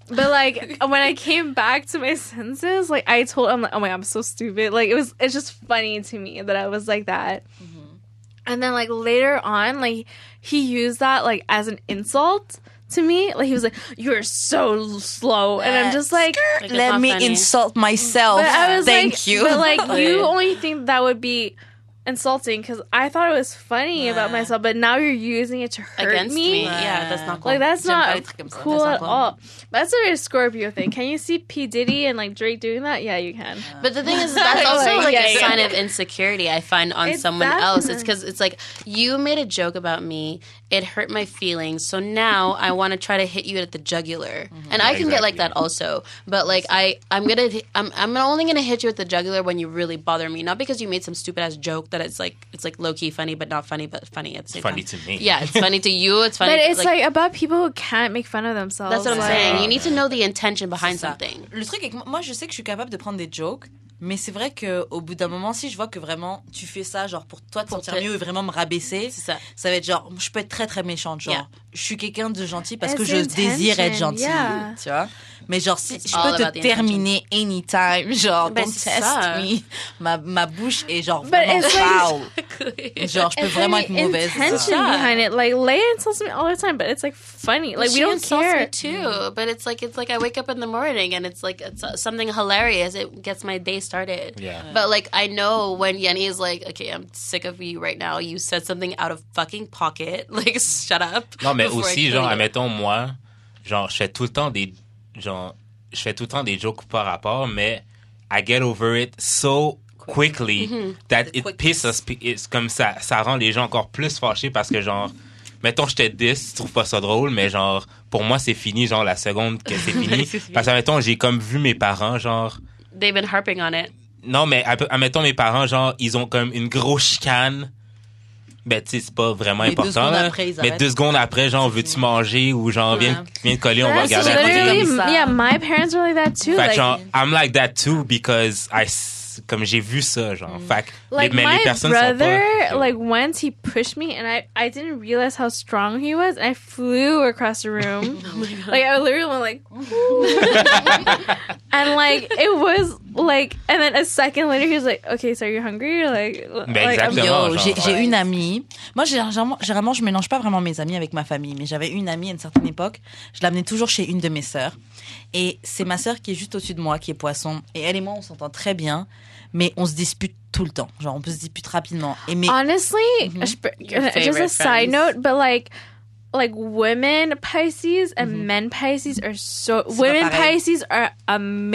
S4: But like when I came back to my senses, like I told I'm like, oh my god, I'm so stupid. Like it was it's just funny to me that I was like that. And then like later on, like he used that like as an insult to me. Like he was like, You're so slow and I'm just like
S5: Like, it's
S1: Let
S5: not
S1: me
S5: funny.
S1: insult myself.
S4: but I was
S1: Thank
S4: like,
S1: you. (laughs)
S4: But like you
S2: Yeah.
S4: only think that would be insulting because I thought it was funny about
S2: Yeah.
S4: myself, but now you're using it to hurt
S5: Against me. Yeah, that's not cool.
S4: Like that's
S2: J'aime pas
S4: not
S2: les trucs comme ça.
S4: cool
S2: That's not
S4: at
S2: cool.
S4: all. That's a very Scorpio thing. Can you see P Diddy and like Drake doing that? Yeah, you can.
S5: But the thing
S4: (laughs)
S5: is, that's also
S4: Like,
S5: like
S4: yeah,
S5: a
S4: yeah.
S5: sign of insecurity I find on
S4: It's
S5: someone
S4: that-
S5: else. It's because it's like you made a joke about me, it hurt my feelings, so now
S4: (laughs)
S5: I want to try to hit you at the jugular,
S4: Mm-hmm.
S5: and I
S3: Yeah,
S5: can get like
S3: exactly.
S5: that also. But like I, I'm gonna, I'm, I'm only gonna hit you at the jugular when you really bother me, not because you made some stupid ass joke that it's like it's like low key funny, but not funny, but funny at the same
S3: funny
S5: time.
S3: to me.
S5: Yeah, it's funny to you. It's funny.
S4: (laughs) But
S5: to-
S4: it's like, about people who can't make fun of themselves.
S5: that's what I'm
S4: Like,
S5: saying. You need to know the intention behind
S2: ça.
S5: something.
S2: Le truc est que moi, je sais que je suis capable de prendre des jokes, mais c'est vrai que au bout d'un moment, si je vois que vraiment tu fais ça, genre pour toi te
S5: Pour
S2: sentir
S5: te-
S2: mieux et vraiment me rabaisser,
S5: C'est ça.
S2: ça va être genre, je peux être très très méchante, genre,
S5: Yeah.
S2: je suis quelqu'un de gentil parce que
S4: It's
S2: je désire
S4: intention,
S2: être gentille,
S4: yeah.
S2: tu vois. Mais genre, si
S5: It's
S2: je
S5: all
S2: peux
S5: about
S2: te
S5: the
S2: terminer anytime, (laughs) genre,
S5: Ben,
S2: don't
S5: c'est
S2: test
S5: ça.
S2: me. Ma, ma bouche est genre,
S4: But
S2: vraiment,
S4: it's like-
S5: (laughs)
S2: wow.
S4: (laughs)
S2: Genre, je peux
S4: It's
S2: vraiment
S4: like
S2: être mauvaise.
S4: intention
S5: Yeah.
S4: behind it. Like Leia insults me all the time, but it's like funny. Like we
S5: She
S4: don't
S5: insults
S4: care.
S5: me too, but it's like it's like I wake up in the morning and it's like it's uh, something hilarious. It gets my day started.
S3: Yeah.
S5: But like I know when Yenny is like, okay, I'm sick of you right now. You said something out of fucking pocket. (laughs) Like, shut up.
S3: Non, mais
S5: before I
S3: aussi,
S5: kill
S3: genre,
S5: you.
S3: admettons, moi, genre, je fais tout le temps des. Genre, je fais tout le temps des jokes par rapport, mais I get over it so quickly
S2: Mm-hmm.
S3: that it
S2: quickness.
S3: pisses. It's comme ça, ça rend les gens encore plus fâchés parce que, genre, mettons, je te dis, tu trouves pas ça drôle, mais genre, pour moi, c'est fini, genre, la seconde que c'est fini.
S2: C'est fini.
S3: parce que, admettons, j'ai comme vu mes parents, genre,
S5: They've been harping on it.
S3: non, mais app- admettons, mes parents, genre, ils ont comme une grosse chicane. Ben, tu sais, c'est pas vraiment
S2: Mais deux
S3: important.
S2: secondes
S3: là.
S2: après, ils
S3: mais
S2: arrêtent.
S3: deux secondes après, genre, veux-tu manger ou genre, viens, viens te coller, on va
S4: That's
S3: regarder la
S4: literally,
S3: télé.
S2: comme ça.
S4: yeah, my parents were like that too.
S3: Fait que,
S4: Like,
S3: genre, I'm like that too because I. s- Comme j'ai vu ça, genre.
S2: Mm.
S3: Fait que,
S4: like
S3: mais les
S4: my
S3: personnes
S4: brother,
S3: sont pas.
S4: like once he pushed me, and I I didn't realize how strong he was, and I flew across
S2: (laughs)
S4: the room.
S2: Oh
S4: like I literally went like, and like (laughs) it was like, and then a second later he was like, okay, so you're hungry? You're Like, like um,
S3: exactly.
S2: Yo, Ah
S3: Exactement, genre,
S4: I'm-
S2: oh, j'ai j'ai
S3: ouais.
S2: une amie. Moi, généralement, généralement, je mélange pas vraiment mes amis avec ma famille, mais j'avais une amie à une certaine époque. Je l'amenais toujours chez une de mes sœurs. Et c'est ma sœur qui est juste au-dessus de moi, qui est poisson. Et elle et moi, on s'entend très bien, mais on se dispute tout le temps. Genre, on peut se dispute rapidement. Et mais
S4: honestly,
S2: Mm-hmm.
S4: je pr-
S5: Your
S4: just a
S5: favorite
S4: side
S5: friends.
S4: note, but like. Like women Pisces and men Pisces are so
S2: C'est pas
S4: women
S2: Mm-hmm. pareil. Mm-hmm.
S4: Pisces are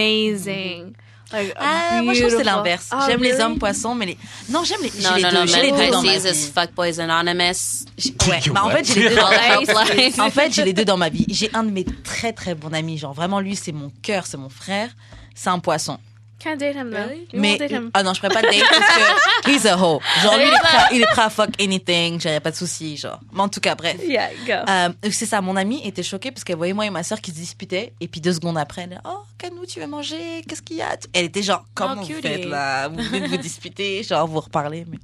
S4: amazing. Like
S2: Ah, moi, je trouve que c'est
S4: beautiful.
S2: l'inverse.
S4: Oh,
S2: j'aime les
S4: really?
S2: hommes poissons, mais les. Non, j'aime les. j'ai
S5: No,
S2: les
S5: no,
S2: deux.
S5: no.
S2: J'ai les
S5: Men
S2: deux dans ma
S5: Pisces
S2: vie.
S5: is fuckboys anonymous. (laughs)
S2: Ouais.
S3: You
S2: Bah, en
S3: what?
S2: fait, j'ai (laughs) les deux dans
S5: All
S2: ma vie.
S5: the helplines.
S2: En fait, j'ai les deux dans ma vie. J'ai un de mes très très bons amis, genre vraiment lui, c'est mon cœur, c'est mon frère, c'est un poisson.
S4: Can't date him though.
S5: Really?
S4: You
S2: mais
S4: won't
S2: (laughs)
S4: date him.
S2: ah non, je pourrais pas date parce que
S4: (laughs)
S2: he's a hoe. Genre lui, il est prêt, à- il est prêt à fuck anything, j'aurais pas de soucis, genre. Mais en tout cas, bref.
S4: Yeah, go.
S2: Euh, c'est ça, mon amie était choquée parce qu'elle voyait moi et ma soeur qui se disputaient. Et puis deux secondes après, elle Oh, Canou, tu veux manger Qu'est-ce qu'il y a Elle était genre Comment
S5: Oh,
S2: vous
S5: cutie.
S2: faites là Vous venez de vous disputer, genre vous reparlez. Mais...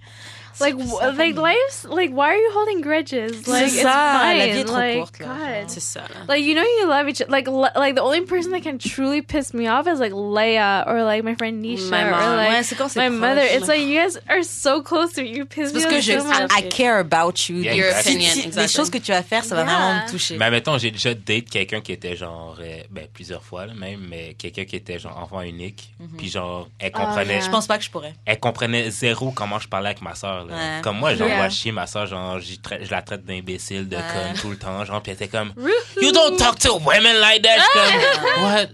S4: (laughs) like,
S2: C'est
S4: w-
S2: ça,
S4: like
S2: famille.
S4: life's like, why are you holding grudges?
S2: C'est
S4: Like, it's
S2: ça, la vie est
S4: fine.
S2: trop
S4: Like,
S2: courte, là, genre.
S4: God.
S5: C'est ça, là.
S4: Like you know you love each like le- like the only person that can truly piss me off is like Leia or like my friend Nisha
S5: My
S4: or
S5: mom.
S4: like
S2: Ah, ouais, c'est quand c'est
S4: my
S2: proche.
S4: mother. It's like you guys are so close to me. You piss me
S2: Parce
S4: off
S2: que je.
S4: so much.
S2: I, I care about you.
S3: Yeah, Bah,
S2: Donc,
S5: Your
S2: si-
S5: opinion,
S2: si- Les
S5: exactly.
S2: choses que tu vas faire, ça va
S4: Yeah.
S2: vraiment me toucher.
S3: Mais mettons, Ben, j'ai déjà date quelqu'un qui était genre, euh, ben plusieurs fois là, même, mais quelqu'un qui était genre enfant unique. Puis genre, elle
S4: Ah,
S3: comprenait,
S2: Mm-hmm. Je pense pas que je pourrais.
S3: elle comprenait zéro comment je parlais avec ma soeur.
S2: Ouais.
S3: Comme moi, j'envoie
S4: Yeah.
S3: chier ma soeur, genre, j'y traite- je la traite d'imbécile, de
S2: Ouais.
S3: conne tout le temps, genre, puis elle était comme, You don't talk to women like that. Je suis comme, What? Euh,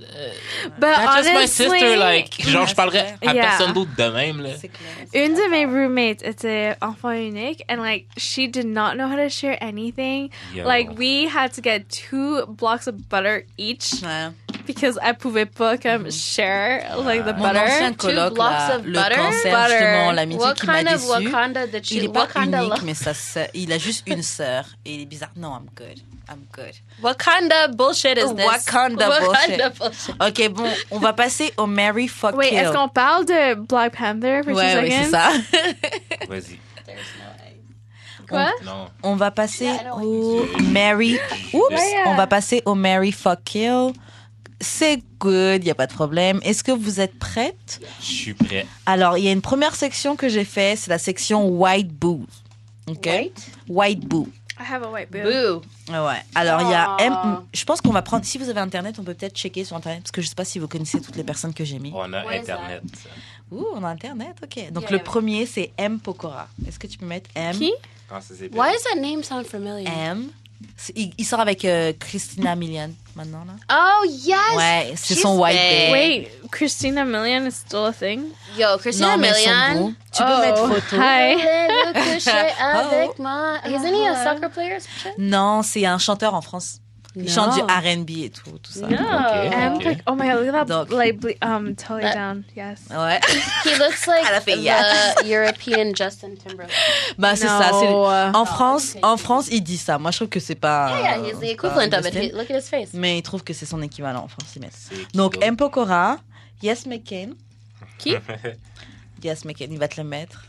S4: But
S3: That's just my
S4: honestly,
S3: sister, like. Genre, je parlerais à
S4: Yeah.
S3: personne d'autre de même, là.
S2: C'est clair.
S4: Une de mes roommates était enfant unique, and like she did not know how to share anything.
S3: Yo.
S4: Like we had to get two blocks of butter each
S2: Ouais.
S4: because I pouvait pas
S2: Mm-hmm.
S4: comme share like the
S3: Mon
S4: butter.
S2: ancien
S5: um, Two
S2: colloque,
S5: blocks
S2: là,
S5: of
S2: le
S5: butter?
S2: cancer,
S4: Butter.
S2: justement, l'amitié
S5: What
S2: qui m'a
S5: kind of
S2: déçu.
S5: Wakanda did she...
S2: Il est pas
S5: Wakanda
S2: unique,
S5: love-
S2: mais ça, se- il a juste une sœur. Et il est bizarre. Non, I'm good. I'm good.
S5: Wakanda bullshit is this.
S2: Wakanda bullshit.
S5: bullshit.
S2: Ok, bon, on va passer au Mary Fuck
S4: Wait,
S2: Kill.
S4: est-ce qu'on parle de Black Panther for
S2: Ouais,
S4: two
S2: ouais, c'est
S4: seconds?
S2: ça. (laughs)
S3: Vas-y.
S4: Quoi?
S3: Non.
S2: on va passer
S5: Yeah, I know.
S2: au Mary. Oups,
S4: Yeah.
S2: on va passer au Mary Fuck Kill. C'est good, il y a pas de problème. Est-ce que vous êtes prête
S3: Je suis prêt.
S2: Alors, il y a une première section que j'ai fait, c'est la section White Boo. Ok.
S5: White?
S2: White Boo.
S4: I have a white boo.
S5: Boo.
S2: Ah Ouais. Alors il y a
S5: Ah.
S2: M- je pense qu'on va prendre si vous avez internet, on peut peut-être checker sur internet parce que je sais pas si vous connaissez toutes les personnes que j'ai mis.
S5: Oh.
S3: On a
S5: What is
S3: Internet.
S2: Ouh, on a internet, OK. Donc
S5: Yeah,
S2: le
S5: yeah.
S2: premier c'est M Pokora. Est-ce que tu peux mettre M
S4: Qui?
S3: Quand Ah, ça s'est
S5: Why does that name sound familiar?
S2: M C'est- il, il sort avec euh, Christina Milian maintenant là.
S5: Oh, yes!
S2: Ouais, c'est
S5: she's
S2: son white
S5: big.
S2: babe.
S4: Wait, Christina Milian is still a thing?
S5: Yo, Christina
S2: non, mais son
S5: Milian.
S2: goût. Tu peux
S4: Oh,
S2: mettre photo. Oh.
S4: Hi.
S2: (laughs)
S5: Le (laughs) coucher avec moi. Isn't he a
S4: Uh-huh.
S5: soccer player or some shit?
S2: Non, c'est un chanteur en France. Il
S5: Non.
S2: chante du R&B et tout, tout ça.
S3: Ok.
S4: And
S3: Ok.
S4: like, oh my god, look at that
S2: Dog.
S4: like ble- um totally
S5: That-
S4: down. Yes.
S2: Ouais.
S5: He looks like
S2: À la fin,
S5: (laughs)
S2: yeah.
S5: the European Justin Timberlake.
S2: bah c'est ça, c'est
S4: No.
S2: en France, en France, il dit ça. Moi, je trouve que c'est pas
S5: Yeah, yeah,
S2: euh,
S5: he's the
S2: pas
S5: equivalent of it.
S2: Justin.
S5: He- look at his face.
S2: mais il trouve que c'est son équivalent en France, ils mettent.
S3: C'est qui
S2: Donc
S3: d'autre?
S2: M Pokora, Yes McCain,
S4: Qui?
S2: (laughs) Yes McCain, il va te le mettre.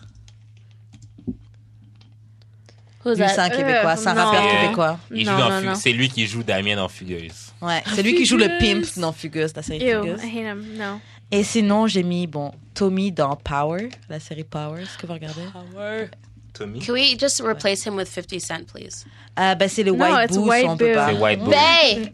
S5: Who's
S2: Lui, c'est un
S5: that?
S2: québécois, c'est un
S4: non.
S2: rappeur
S3: Euh,
S2: québécois.
S3: Il joue
S4: Non,
S3: dans
S4: non,
S3: Fu-
S4: non.
S3: C'est lui qui joue Damien dans Fugueuse.
S2: Ouais, c'est lui qui joue le
S4: Fugueuse.
S2: pimp dans Fugueuse, la série
S4: Ew, I
S2: Fugueuse.
S4: hate him. No.
S2: Et sinon, j'ai mis bon Tommy dans Power, la série Power. Est-ce que vous regardez
S3: Tommy?
S5: Can we just replace him with 50 Cent, please?
S2: Ah bah c'est le
S4: Non,
S2: White
S4: it's
S2: Boo,
S4: White
S2: ça, on peut
S4: Boo.
S2: pas.
S3: C'est White
S4: Ben,
S3: Boy.
S5: Bay!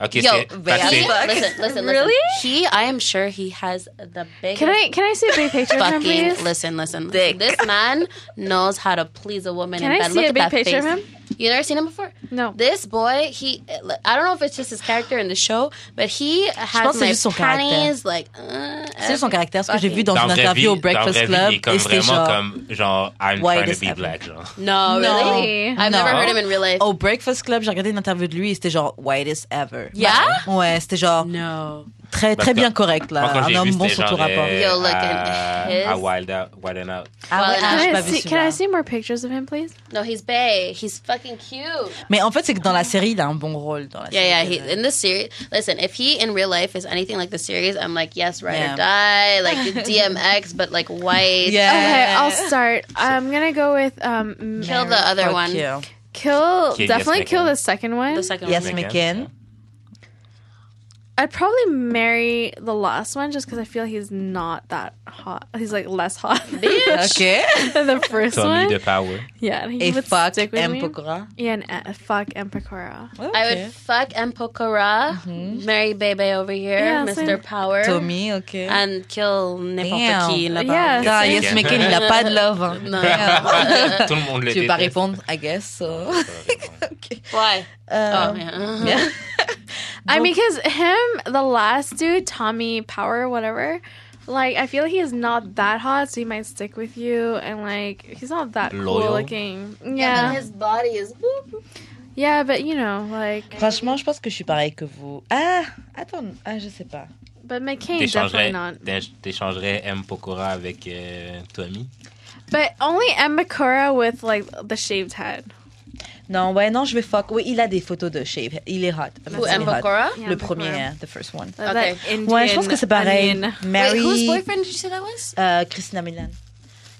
S5: Bay!
S3: Ok,
S5: Yo,
S3: c'est parce que
S5: he,
S2: Fuck.
S5: listen, listen,
S4: Really?
S5: listen. He, I am sure he has the biggest
S4: Can I can I see a big picture of him,
S5: fucking,
S4: please?
S5: listen, listen, listen. This man knows how to please a woman
S4: Can
S5: in
S4: I
S5: bed.
S4: see
S5: Look
S4: a
S5: at
S4: big
S5: that
S4: picture of
S5: face.
S4: him?
S5: You never seen him before?
S4: No.
S5: This boy, he, I don't know if it's just his character in the show, but he
S2: pense
S5: has
S2: que
S5: my
S2: c'est juste son
S5: panties, like, uh,
S2: C'est son caractère, ce que j'ai vu dans,
S3: Dans
S2: une
S3: la vraie
S2: interview
S3: vie-
S2: au Breakfast
S3: dans la vraie
S2: Club.
S3: vie, il est comme
S2: et c'était
S3: vraiment
S2: genre,
S3: comme genre I'm
S2: Why
S3: trying
S2: this
S3: to be
S2: happened?
S3: black genre.
S5: No, Oh, really?
S4: No.
S5: I've never
S3: No.
S5: heard him in real life.
S2: au Breakfast Club, j'ai regardé une interview de lui et c'était genre whitest ever. Bah,
S5: Yeah?
S2: Ouais, c'était genre
S5: No.
S2: très très
S3: D'accord.
S2: bien correct
S3: Moi,
S2: là,
S3: quand
S2: Bah, un
S3: Bah, j'ai
S2: homme
S3: vu,
S2: bon
S3: c'était
S2: sur tout
S3: genre
S2: rapport.
S3: euh,
S5: Yo, look
S3: à,
S5: at his-
S3: à Wild Out, Wild and Out.
S2: Ah ouais,
S5: Voilà.
S2: ah, j'ai
S4: Can
S2: pas
S4: I,
S2: vu
S4: see, can
S2: celui-là.
S4: I see more pictures of him, please?
S5: No, he's bae. He's fucking cute.
S2: Mais en fait, c'est que dans la série, il a un bon rôle dans la série.
S5: Yeah, yeah. He, in the series, listen, if he in real life is anything like the series, I'm like, yes, ride
S2: Yeah.
S5: or die, like the (laughs) DMX, but like white.
S2: Yeah.
S4: Okay, I'll start. I'm gonna go with um
S5: Kill
S4: Mary.
S5: the other
S2: Fuck
S5: one.
S2: you.
S4: kill
S3: Okay, yes,
S4: definitely
S3: Megan.
S4: kill the second one.
S5: The second
S2: Yes,
S4: (laughs)
S5: one.
S2: McCann.
S4: I'd probably marry the last one just because I feel he's not that hot. He's like less hot
S2: Ok.
S4: (laughs) than the first
S3: Tommy
S4: one.
S3: de
S2: (laughs)
S3: Power.
S4: yeah, and he
S2: Et
S4: would
S2: fuck
S4: stick with
S2: M.
S4: me.
S2: Pokora.
S4: Yeah, and uh, fuck M. Pokora.
S5: I would fuck M. Pokora, marry Bebe over here,
S4: Yeah,
S5: Mr.
S4: same.
S5: Power,
S2: Tommy, ok.
S5: and kill n'importe
S2: Damn.
S5: qui là-bas.
S4: Yeah.
S2: Putain, yes,
S3: Megan.
S2: McCann, il a pas de love. hein. (laughs)
S5: Non.
S2: Yeah.
S3: (laughs) Tout le monde le
S2: Tu veux pas
S3: déteste.
S2: répondre, I guess. so.
S3: Non, je
S2: (laughs)
S3: peux pas répondre.
S5: Why?
S2: Euh,
S5: oh,
S2: (laughs)
S5: yeah. (laughs)
S2: yeah.
S4: I mean, because him, the last dude, Tommy Power, whatever. Like, I feel he is not that hot, so he might stick with you, and like, he's not that
S3: Loyal.
S4: cool looking.
S5: And
S4: Yeah,
S5: his body is.
S4: yeah, but you know, like,
S2: Franchement, je pense que je suis pareil que vous. Ah, attends, ah, je sais pas.
S4: But McCain, definitely
S3: T'échangerais
S4: not.
S3: t'éch- t'échangerais M. Pokora avec euh, Tommy?
S4: But only Emma Cora with like the shaved head.
S2: Non, ouais, non, je vais fuck. Oui, il a des photos de shave. Il est hot.
S5: Who,
S2: Il est
S5: M.
S2: hot.
S5: Pokora?
S4: Yeah,
S2: Le
S4: M. Pokora.
S2: premier, hein, the first one.
S4: That
S5: Okay.
S4: Indian
S2: Ouais, je pense que c'est pareil.
S4: onion.
S5: Wait, whose
S2: Mary,
S5: boyfriend did you say that was?
S2: euh, Christina Milian.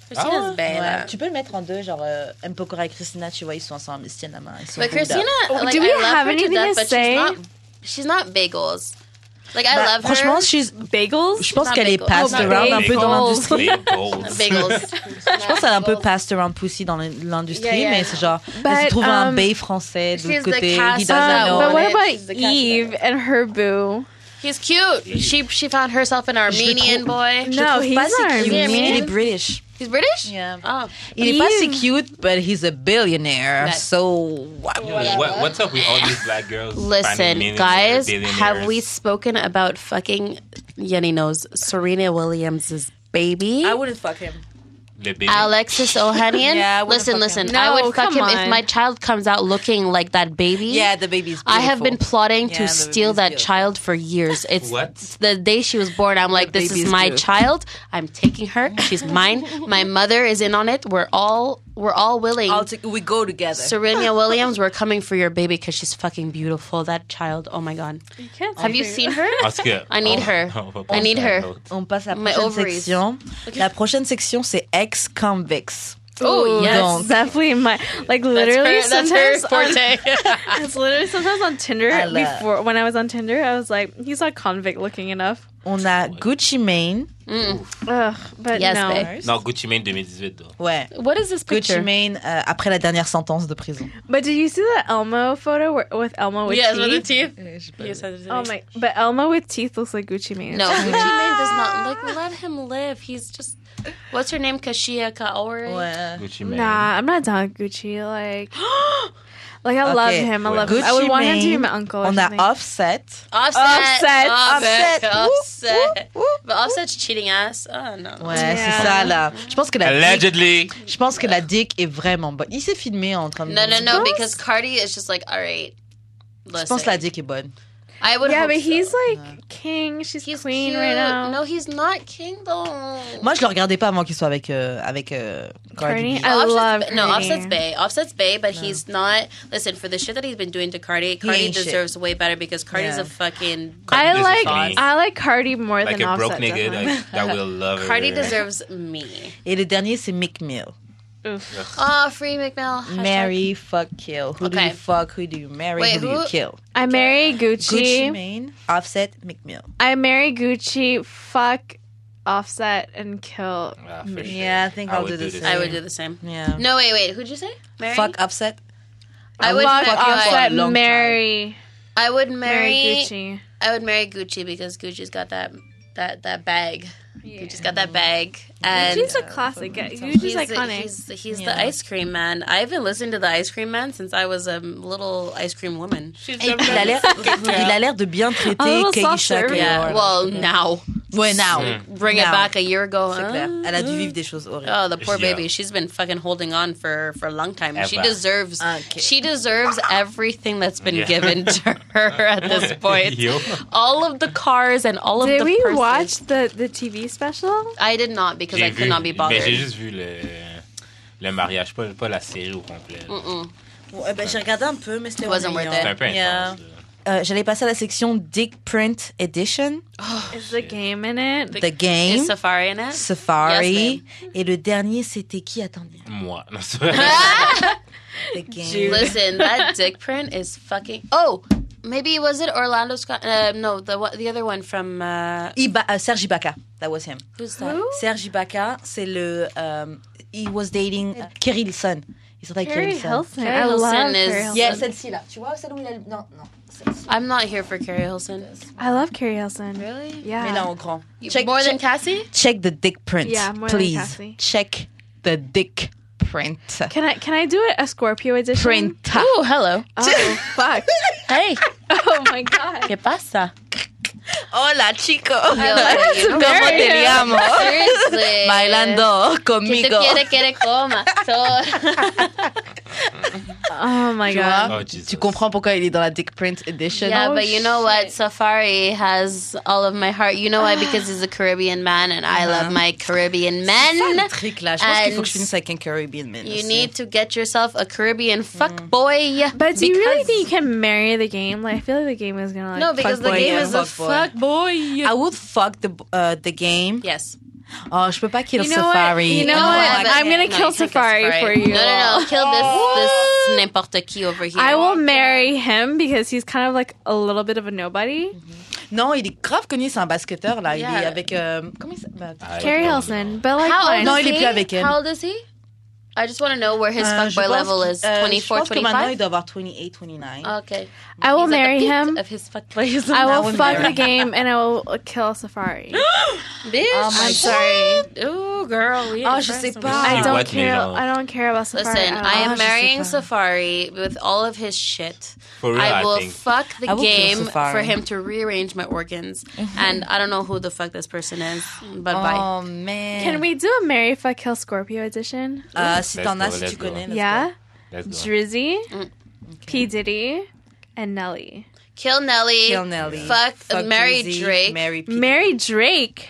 S5: Christina's
S2: Ouais.
S5: bad.
S2: Tu peux le mettre en deux, genre euh, M. Pokora et Christina, tu vois, ils sont ensemble, ils se tiennent la main. Ils sont
S5: But
S2: hooked up.
S5: Bah, Christina,
S4: Oh,
S5: like,
S4: do
S5: I
S4: we
S5: love
S4: have
S5: her to
S4: anything
S5: death,
S4: to
S5: but
S4: say?
S5: She's not, she's not bagels. Like I
S2: Bah,
S5: love her.
S2: franchement, she's-
S4: Bagels?
S2: je pense
S5: Not
S2: qu'elle est
S5: bagels.
S2: passed
S4: Non,
S2: around un peu dans
S4: bagels.
S2: l'industrie.
S3: Les Golds.
S5: (laughs) bagels.
S2: Je pense qu'elle est un peu passed around pussy dans l'industrie,
S5: Yeah, yeah.
S2: mais c'est genre, elle
S4: But,
S2: se trouve un
S4: um, Ah,
S2: bae français de
S5: she's
S2: l'autre
S5: the
S2: côté,
S5: cast
S2: he
S5: of-
S2: doesn't know.
S4: but what
S5: it.
S4: about
S5: She's the cast
S4: Eve and her boo?
S5: He's cute. She she found herself an Armenian boy.
S4: No, he's
S2: pas si
S4: not
S2: cute.
S5: Armenian.
S2: Il est British.
S5: He's British.
S2: Yeah.
S5: Oh,
S2: Il est pas si
S4: Eve.
S2: cute, but he's a billionaire.
S5: That-
S2: So,
S3: Yo, what- what's up with all these black girls? finding
S5: listen,
S3: millionaires,
S5: guys, have
S3: billionaires?
S5: we spoken about fucking Yenny knows Serena Williams's baby?
S2: wouldn't fuck him.
S3: Le baby-
S5: Alexis Ohanian.
S2: Yeah, I wouldn't
S5: listen,
S2: fuck him.
S5: listen. I
S4: No,
S5: would fuck
S4: come
S5: him
S4: on.
S5: if my child comes out looking like that baby.
S2: Yeah, the baby's beautiful.
S5: I have been plotting
S2: Yeah,
S5: to
S2: the
S5: steal
S2: baby's
S5: that
S2: beautiful.
S5: child for years. It's
S3: What?
S5: it's the day she was born. I'm like, this
S2: baby's
S5: is my
S2: beautiful.
S5: child. I'm taking her. She's mine. My mother is in on it. We're all we're all willing.
S2: I'll take- we go together.
S5: Serena Williams, we're coming for your baby because she's fucking beautiful. That child. Oh my god. Have you seen her?
S3: En tout cas,
S5: I need
S3: on-
S5: her.
S3: on va
S5: I
S3: passer
S5: need
S3: à
S5: her.
S3: l'autre.
S2: On passe à la
S5: My
S2: prochaine
S5: ovaries.
S2: section. La prochaine section, c'est ex-convicts.
S5: Oh
S4: Ooh,
S5: yes.
S2: Don't.
S4: That's definitely my like
S5: That's
S4: literally
S5: her- that's her
S4: sometimes on-
S5: forte.
S4: (laughs) It's literally sometimes on Tinder
S2: I love-
S4: before when I was on Tinder, I was like, he's not convict looking enough.
S2: On a Gucci Mane.
S4: Ugh, but
S5: Yes,
S4: no.
S5: babe.
S3: Non, Gucci Mane 2018. donc.
S2: Ouais.
S5: what is this
S2: Gucci
S5: picture?
S2: Mane euh, après la dernière sentence de prison.
S4: But did you see the Elmo photo where, with Elmo with
S5: Yes,
S4: teeth?
S5: with the teeth.
S4: Oh my! But Elmo with teeth looks like Gucci Mane.
S5: No, Gucci Mane does not look. Let him live. He's just. What's her name? Kashia Kaori.
S2: Ouais.
S3: Gucci Mane.
S4: nah, I'm not down with Gucci.
S5: (gasps)
S4: Like, like I love
S2: Okay.
S4: him. I love him. I
S2: Gucci
S4: would want him to be
S2: Mane.
S4: my uncle. Or
S2: On
S4: something.
S2: a Offset.
S5: Offset.
S4: Offset,
S2: Offset.
S5: Offset.
S2: Ouh,
S5: Offset.
S2: ouh, ouh,
S5: But Offset's cheating ass. Oh no.
S2: Ouais,
S4: Yeah.
S2: c'est ça là. Je pense que la dick,
S3: Allegedly.
S2: je pense que la dick est vraiment bonne. Il s'est filmé en train de.
S5: No, no, no.
S4: Boss?
S5: Because Cardi is just like, all right.
S2: Je
S5: Listen,
S2: pense que la dick est bonne.
S5: I would.
S4: Yeah,
S5: hope
S4: but he's
S5: so.
S4: like king. She's
S5: He's
S4: queen
S5: cute.
S4: right now.
S5: No, he's not king though.
S2: Moi, je le regardais pas avant qu'il soit avec euh, avec euh, Cardi. B.
S4: Cardi? I
S5: Offset's-
S4: love
S5: no
S4: Cardi.
S5: Offset's Bay. Offset's Bay, but he's not. Listen, for the shit that he's been doing to Cardi, Cardi
S2: ain't shit.
S5: deserves way better because Cardi's
S2: Yeah.
S5: a fucking.
S3: Cardi
S4: I
S3: deserves
S4: like
S3: me.
S4: I like Cardi more
S3: like
S4: than
S3: a broke
S4: Offset.
S3: nigga
S4: definitely.
S3: that,
S2: (laughs)
S3: that will love her. (laughs)
S5: Cardi deserves me.
S2: Et le dernier, c'est Mick Mill.
S4: (laughs)
S5: Ah, free McMill. Hashtag.
S2: Marry, fuck, kill. Who do
S5: Okay.
S2: you fuck? Who do you marry?
S5: Wait,
S2: who, do
S5: who-
S2: you kill?
S4: I marry
S2: Gucci
S4: Gucci.
S2: Mane, Offset, Mick Mill.
S4: I marry Gucci. Fuck Offset and kill.
S5: (laughs)
S3: Ah, for sure.
S2: Yeah, I think
S3: I
S2: I'll
S3: would
S2: do
S3: do
S2: the
S3: the
S2: same.
S5: I would do the same.
S2: Yeah.
S5: No, wait, wait. Who'd you say? Marry?
S2: Fuck Offset.
S5: I would
S4: fuck
S5: fuck
S4: Offset.
S2: you for a long
S4: marry
S5: I would
S4: marry
S5: marry.
S4: Gucci.
S5: I would marry Gucci because Gucci's
S4: (laughs)
S5: got that that that bag.
S4: Yeah.
S5: Gucci's got that bag. And
S4: Gucci's a classic. Gucci's
S5: he's the-
S4: iconic.
S5: he's, he's
S2: Yeah.
S5: the ice cream man. I've been listening to the ice cream man since I was a little ice cream woman. (laughs)
S2: Et puis, il a l'air, (laughs) il a l'air de bien
S4: Un
S2: traiter
S4: little
S2: Keisha.
S4: soft serve.
S2: Cole.
S5: Oh, Yeah. Well, now
S2: ouais, now.
S5: bring it
S2: Now.
S5: back a year ago.
S2: C'est
S5: huh?
S2: clair. Elle a dû vivre des choses horribles.
S5: Oh, the poor
S3: Yeah.
S5: baby. She's been fucking holding on for for a long time. She
S3: Ever.
S5: deserves
S2: Okay.
S5: she deserves everything that's been
S3: Yeah.
S5: given to her at (laughs) this
S3: (laughs)
S5: point.
S3: Yo.
S5: All of the cars and all
S4: Did
S5: of the
S4: we
S5: purses.
S4: watch the the TV special?
S5: I did not because I
S3: J'ai
S5: could
S3: vu,
S5: not be
S3: mais j'ai
S5: bothered.
S3: juste vu le, le mariage, pas, pas la série au complet. là.
S2: Ouais, ben, j'ai regardé un peu, mais c'était
S5: Wasn't worth
S2: ennuyant.
S5: it.
S3: C'est un peu intense.
S2: Yeah.
S3: là.
S2: Euh, J'allais passer à la section Dick Print Edition,
S4: Is the game in it?
S2: The Game,
S5: Is Safari in it?
S2: Safari. Et le dernier, c'était qui Attendez.
S3: Moi. (laughs) Non, c'est
S5: (laughs)
S3: vrai.
S2: The Game.
S5: Listen, that dick print is fucking. Oh, maybe was it Orlando Scott? Uh, no, the one- the other one from uh,
S2: Iba- euh, Serge Ibaka, that was him.
S5: who's that?
S2: Serge Ibaka, c'est le. euh, he was dating euh, Kerry Hilson. Il sortait avec Kerry
S4: Carrie
S2: Hilson.
S4: Hilson.
S5: Carrie
S4: I love
S5: Hilson is-
S4: Carrie Hilson.
S2: Yeah, celle-ci là. Tu vois celle où il a. le- Non, non. Celle-ci.
S5: I'm not here for Carrie Hilson.
S4: I love Carrie Hilson.
S5: Really?
S4: Yeah.
S2: Mais là, en Ah. grand.
S5: You-
S2: Check-
S5: More than
S2: check-
S5: Cassie?
S2: Check the dick print,
S4: Yeah, more than
S2: please.
S4: Cassie.
S2: Check the dick print.
S4: Can I can I do it a Scorpio edition?
S2: Print.
S5: Oh, hello.
S4: Oh
S2: (laughs)
S4: fuck.
S5: Hey,
S4: Oh my god.
S5: ¿qué pasa?
S2: Hola, chico.
S1: (laughs)
S5: Yo, you know,
S2: ¿Cómo te
S4: Very-
S2: llamo?
S4: (laughs)
S5: seriously. Euh,
S2: Bailando
S5: ¿Qué
S4: (laughs)
S5: te
S2: conmigo.
S5: quiere que le coma? So-
S4: Oh my
S2: Tu
S4: god.
S2: vois
S3: Oh, Jesus.
S2: Tu comprends pourquoi il est dans la Dick Print Edition.
S5: Yeah,
S4: Oh,
S5: but you know what?
S4: shit.
S5: Safari has all of my heart. You
S4: (sighs)
S5: know why? Because he's a Caribbean man, and I love
S4: Uh-huh.
S5: my Caribbean
S2: C'est ça,
S5: men.
S2: le truc là. Je pense qu'il faut
S5: and
S2: que je finisse avec un Caribbean man.
S5: You
S2: aussi.
S5: need to get yourself a Caribbean fuck boy.
S4: But do you really
S5: because-
S4: think you can marry the game? Like I feel like the game is gonna like
S5: No, because the
S4: fuckboy
S5: game
S4: you.
S5: is a
S2: Fuck boy.
S5: fuck boy.
S2: I would fuck the, uh, the game.
S5: Yes.
S2: Oh, je peux pas kill
S4: You know
S2: Safari.
S4: what? You know
S5: No,
S4: what?
S5: but-
S4: I'm gonna
S5: No,
S4: kill
S5: you can't
S4: Safari, for you.
S5: No, no, no. Kill this
S2: Oh.
S5: this n'importe qui over here.
S4: I will marry him because he's kind of like a little bit of a nobody.
S2: Non, il est grave connu, c'est un basketteur là. Il est
S5: Yeah.
S2: avec. euh, comment il s'appelle Bah,
S3: I
S4: Carrie
S3: don't
S4: Hilson,
S3: know.
S4: but like
S5: How
S4: fine.
S5: old
S2: No,
S5: is
S2: il est
S5: he?
S2: plus avec elle.
S5: How old is he? I just want to know where his
S2: euh, je
S5: fuckboy
S2: pense
S5: level
S2: qu'il-
S5: is. Oh,
S2: euh,
S5: 24,
S2: Je pense que maintenant, il
S5: 25?
S2: doit avoir 28, 29.
S5: Okay.
S4: I will
S5: He's at the
S4: marry
S5: peak
S4: him.
S5: Of his fuckboyism.
S4: I
S2: I
S4: will
S2: would
S4: fuck
S2: marry
S4: the game and I will kill
S5: (gasps)
S4: Safari.
S5: Bitch.
S2: my
S5: I'm sorry. Ooh, girl. we
S2: Oh,
S5: are
S2: je sais
S5: friends.
S2: pas.
S4: I
S3: You
S4: don't
S3: what,
S4: care.
S3: Milo?
S4: I don't care about Safari.
S5: Listen,
S4: at all.
S5: I am
S2: Ah, je sais
S5: marrying
S2: pas.
S5: Safari with all of his shit.
S3: For real,
S5: I
S3: I,
S5: will
S3: think.
S5: fuck the
S2: I will kill
S5: game for
S2: Safari. Mm-hmm.
S5: him to rearrange my organs. And I don't know who the fuck this person is, but bye.
S2: Oh, man.
S4: Can we do a Mary Fuck Kill Scorpio edition?
S2: Euh, si
S3: Let's
S2: t'en as,
S3: go,
S2: si
S3: let's
S2: tu
S3: go.
S2: connais. let's
S4: yeah.
S2: go.
S3: Let's go.
S4: Drizzy,
S5: Mm.
S4: P Diddy, and Nelly.
S5: Kill Nelly.
S2: Kill Nelly.
S5: Fuck,
S2: Fuck
S5: marry
S2: Jay-Z,
S5: Drake.
S2: Mary P.
S4: Marry Drake.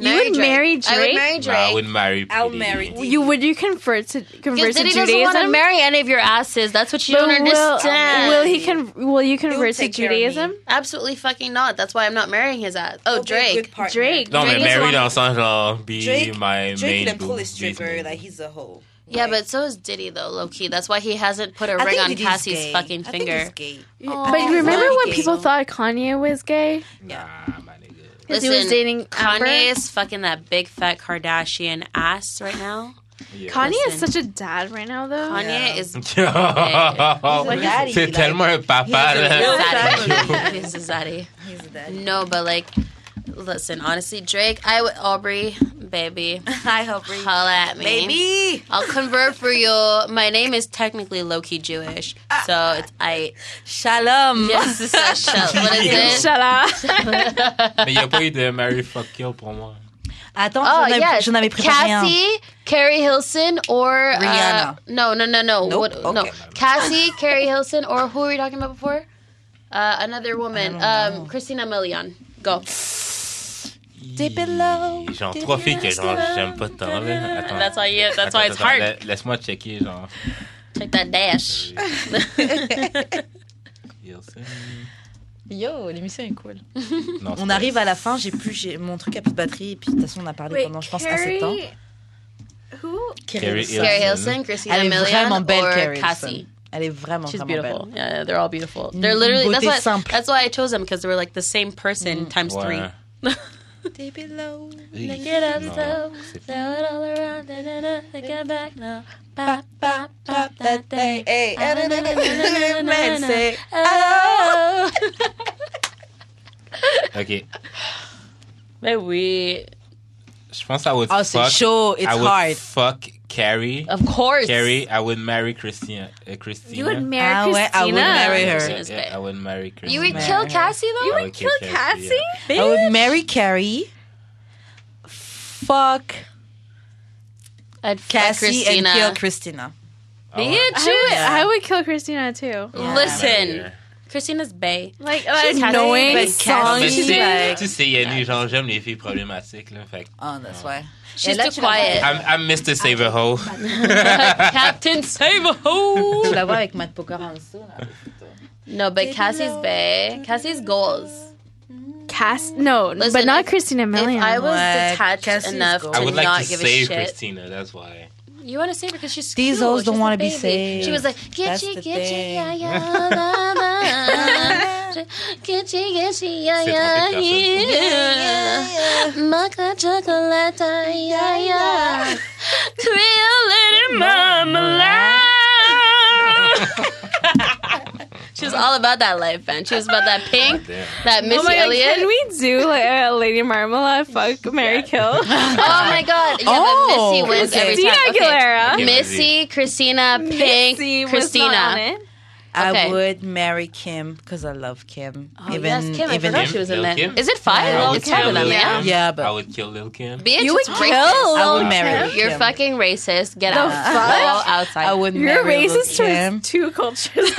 S5: Marry
S4: would marry
S5: I would
S4: Drake?
S5: marry
S3: No, I
S5: Drake.
S3: would marry. E.
S2: I'll
S3: Diddy.
S2: marry Diddy.
S4: You would you convert to convert
S5: Because
S4: to
S5: Diddy doesn't want to
S4: Judaism?
S5: marry any of your asses. That's what you
S4: But
S5: don't understand.
S4: Will, will he con- will you convert to
S2: take care of me.
S4: Judaism?
S5: Absolutely fucking not. That's why I'm not marrying his ass. Oh,
S2: He'll be a
S5: Drake.
S2: good partner.
S4: Drake.
S3: Non, mais
S5: Drake is
S3: marry
S5: one-
S3: dans le sens genre, be
S2: Drake-
S3: my
S2: Drake,
S3: main
S2: il aime trop les
S3: boo- big
S2: strippers.
S3: man. (laughs)
S2: Like, he's a hoe.
S5: Yeah,
S2: Like,
S4: (laughs)
S5: but so is Diddy though, low key. That's why he hasn't put a
S2: I
S5: ring
S2: think
S5: on
S2: Diddy's
S5: Cassie's
S2: gay.
S5: fucking
S2: I think he's
S5: finger.
S2: gay.
S4: But
S5: Oh,
S4: you remember
S2: Why
S4: when
S2: gay?
S4: people thought Kanye was gay?
S3: Nah, my nigga.
S4: 'Cause he was
S5: Listen,
S4: dating Amber?
S5: Kanye's fucking that big fat Kardashian ass right now.
S3: Yeah.
S4: Kanye is
S5: Listen.
S4: such a dad right now, though.
S5: Kanye
S2: Yeah.
S5: is
S3: (laughs)
S2: like daddy,
S3: C'est
S2: like-
S3: tellement un papa,
S2: He's a
S3: là.
S2: real
S5: zaddy. (laughs) He's a zaddy.
S2: He's a daddy.
S5: No, but like, listen, honestly, Drake, I would Aubrey,
S2: (laughs)
S5: baby,
S2: I hope.
S5: holla at me,
S2: Baby!
S5: I'll convert for you. My name is technically low key Jewish,
S2: Uh,
S5: so it's I.
S2: Shalom!
S5: Yes, it's a shut. What is it?
S4: Shut up.
S3: Mais il n'y a pas eu de Mary Fuck Kill pour moi.
S2: Attends,
S5: Oh
S2: j'en, avais,
S5: yes,
S2: j'en avais préparé un.
S5: Cassie, Carrie Hilson, or uh,
S2: Rihanna.
S5: no, no, no, no.
S2: Nope.
S5: What, No,
S2: Okay.
S5: Cassie, Carrie Hilson, or who were you talking about before? Uh, another woman,
S2: I
S5: um, Christina Milian. Go.
S2: Dip it low,
S3: Genre,
S2: dip
S3: trois
S2: it
S3: filles que
S2: low,
S3: genre, j'aime pas tant, là. Attends.
S5: That's why. Yeah, that's
S3: Attends,
S5: why it's
S3: attends,
S5: hard.
S3: la- Laisse-moi checker, genre.
S5: Check
S2: (laughs)
S5: that dash.
S3: Hilson.
S2: Yo, l'émission est cool.
S3: Non, c'est
S2: On
S3: pas-
S2: arrive à la fin, j'ai plus j'ai mon truc à plus de batterie et puis de toute façon on a parlé pendant je pense assez de temps.
S4: Who?
S3: Carrie
S2: Hilson.
S5: Carrie
S3: Hilson.
S5: Hilson, Christina
S2: Elle est vraiment
S5: Milian,
S2: belle,
S5: or
S2: Carrie Hilson.
S5: Cassie.
S2: Elle est vraiment
S5: She's
S2: vraiment
S5: beautiful.
S2: belle.
S5: Yeah, yeah, they're all beautiful. They're
S2: Mm,
S5: literally
S2: beauté
S5: that's why
S2: simple.
S5: that's why I chose them because they were like the same person
S2: Mm.
S5: times
S3: Ouais.
S5: three.
S2: Dip it low.
S3: Hic,
S5: Get up,
S3: non,
S5: so,
S3: c'est-
S5: throw it all around, da, da, da, da, get back now. Pop, pop, pop,
S2: Pop that thing. Hey,
S5: Ah, na, na, na, na, na,
S2: man,
S5: na,
S2: say,
S5: Oh.
S3: Ok.
S5: Mais oui,
S3: Je pense que I would
S2: Oh, c'est
S3: fuck...
S2: chaud, it's
S3: I would
S2: hard.
S3: fuck Carrie.
S5: of course.
S3: Carrie, I would marry Christina. uh, Christina.
S4: You would marry
S2: Ah ouais,
S4: Christina.
S2: I would marry
S5: She
S2: her.
S5: was
S3: Yeah,
S5: bad.
S3: I would marry
S5: You
S3: Christina.
S5: would kill Cassie though.
S3: I would
S4: Kill Cassie?
S3: yeah.
S2: I would marry Carrie. Fuck
S5: I'd fuck
S2: Cassie and
S5: Christina.
S2: kill Christina.
S3: I would-
S5: Bitch, you
S4: I would,
S5: would-
S2: Yeah.
S4: I would kill Christina too.
S2: Yeah.
S5: Listen, Christina's bae.
S4: Like
S5: She's
S4: uh,
S5: Cassie.
S4: knowing
S5: But
S3: Non,
S2: Cassie,
S3: mais
S2: She's
S3: tu sais,
S2: like-
S3: tu sais, Yannick, genre, j'aime les filles problématiques, là. Fait que
S2: Oh, that's why.
S5: She's
S2: là,
S5: too
S2: tu vas voir-
S3: (laughs)
S5: quiet.
S3: I'm, I'm Mr. Save a Ho.
S5: Captain Save a Ho.
S2: Tu la vois avec Matt Poker en dessous là.
S5: No, but Cassie's bae. Cassie's goals.
S4: Cass. No,
S5: Listen,
S4: but not
S5: if-
S4: Christina Milian.
S5: If I was
S2: Ouais,
S5: detached
S2: Cassie's
S5: enough
S2: goals.
S5: to
S3: I would like
S5: not
S3: to
S5: give
S3: save
S5: a shit,
S3: Christina, that's
S5: (laughs)
S3: why.
S5: You want to save her because she's
S2: These
S5: cute.
S2: hoes don't
S5: She's a
S2: wanna be
S5: baby.
S2: saved.
S5: She was like, get
S2: That's
S5: you,
S2: the
S5: get you,
S2: thing.
S5: yeah, yeah, la, la. Get you, get you, yeah,
S3: C'est
S5: yeah,
S3: trompé de
S5: yeah. Maca chocolate, yeah, yeah. Real little mama She was all about that life, man. She was about that pink,
S3: Damn.
S5: that Missy
S4: oh my god,
S5: Elliott.
S4: can we do like a Lady Marmalade fuck
S5: (laughs)
S4: Mary Kill?
S5: Oh my god. Yeah,
S2: Oh,
S5: but Missy wins
S2: okay.
S5: every
S4: Christina
S5: time. Okay.
S4: Aguilera.
S3: Okay.
S5: Missy, Christina, Pink,
S4: Missy was not on
S5: Christina.
S4: it.
S2: I
S5: Okay.
S2: would marry Kim because I love Kim.
S7: Oh, yes, Kim. I
S2: even
S7: forgot
S2: if-
S7: she was in
S3: Lil'
S7: that.
S3: Kim?
S5: Is it fire?
S3: I would
S5: it's
S3: kill
S5: Canada,
S3: Lil'
S5: man.
S3: Kim.
S2: Yeah,
S3: I
S2: but
S3: would kill Lil Kim.
S5: Bitch,
S2: You
S5: it's
S2: would
S5: racist.
S2: kill
S5: I would
S2: Lil'
S5: marry
S2: Kim.
S5: You're
S2: Kim.
S5: fucking racist. Get out.
S4: fuck?
S5: Go outside.
S2: I would
S4: You're
S2: marry Lil'
S4: racist
S2: Kim. Um,
S4: towards two cultures.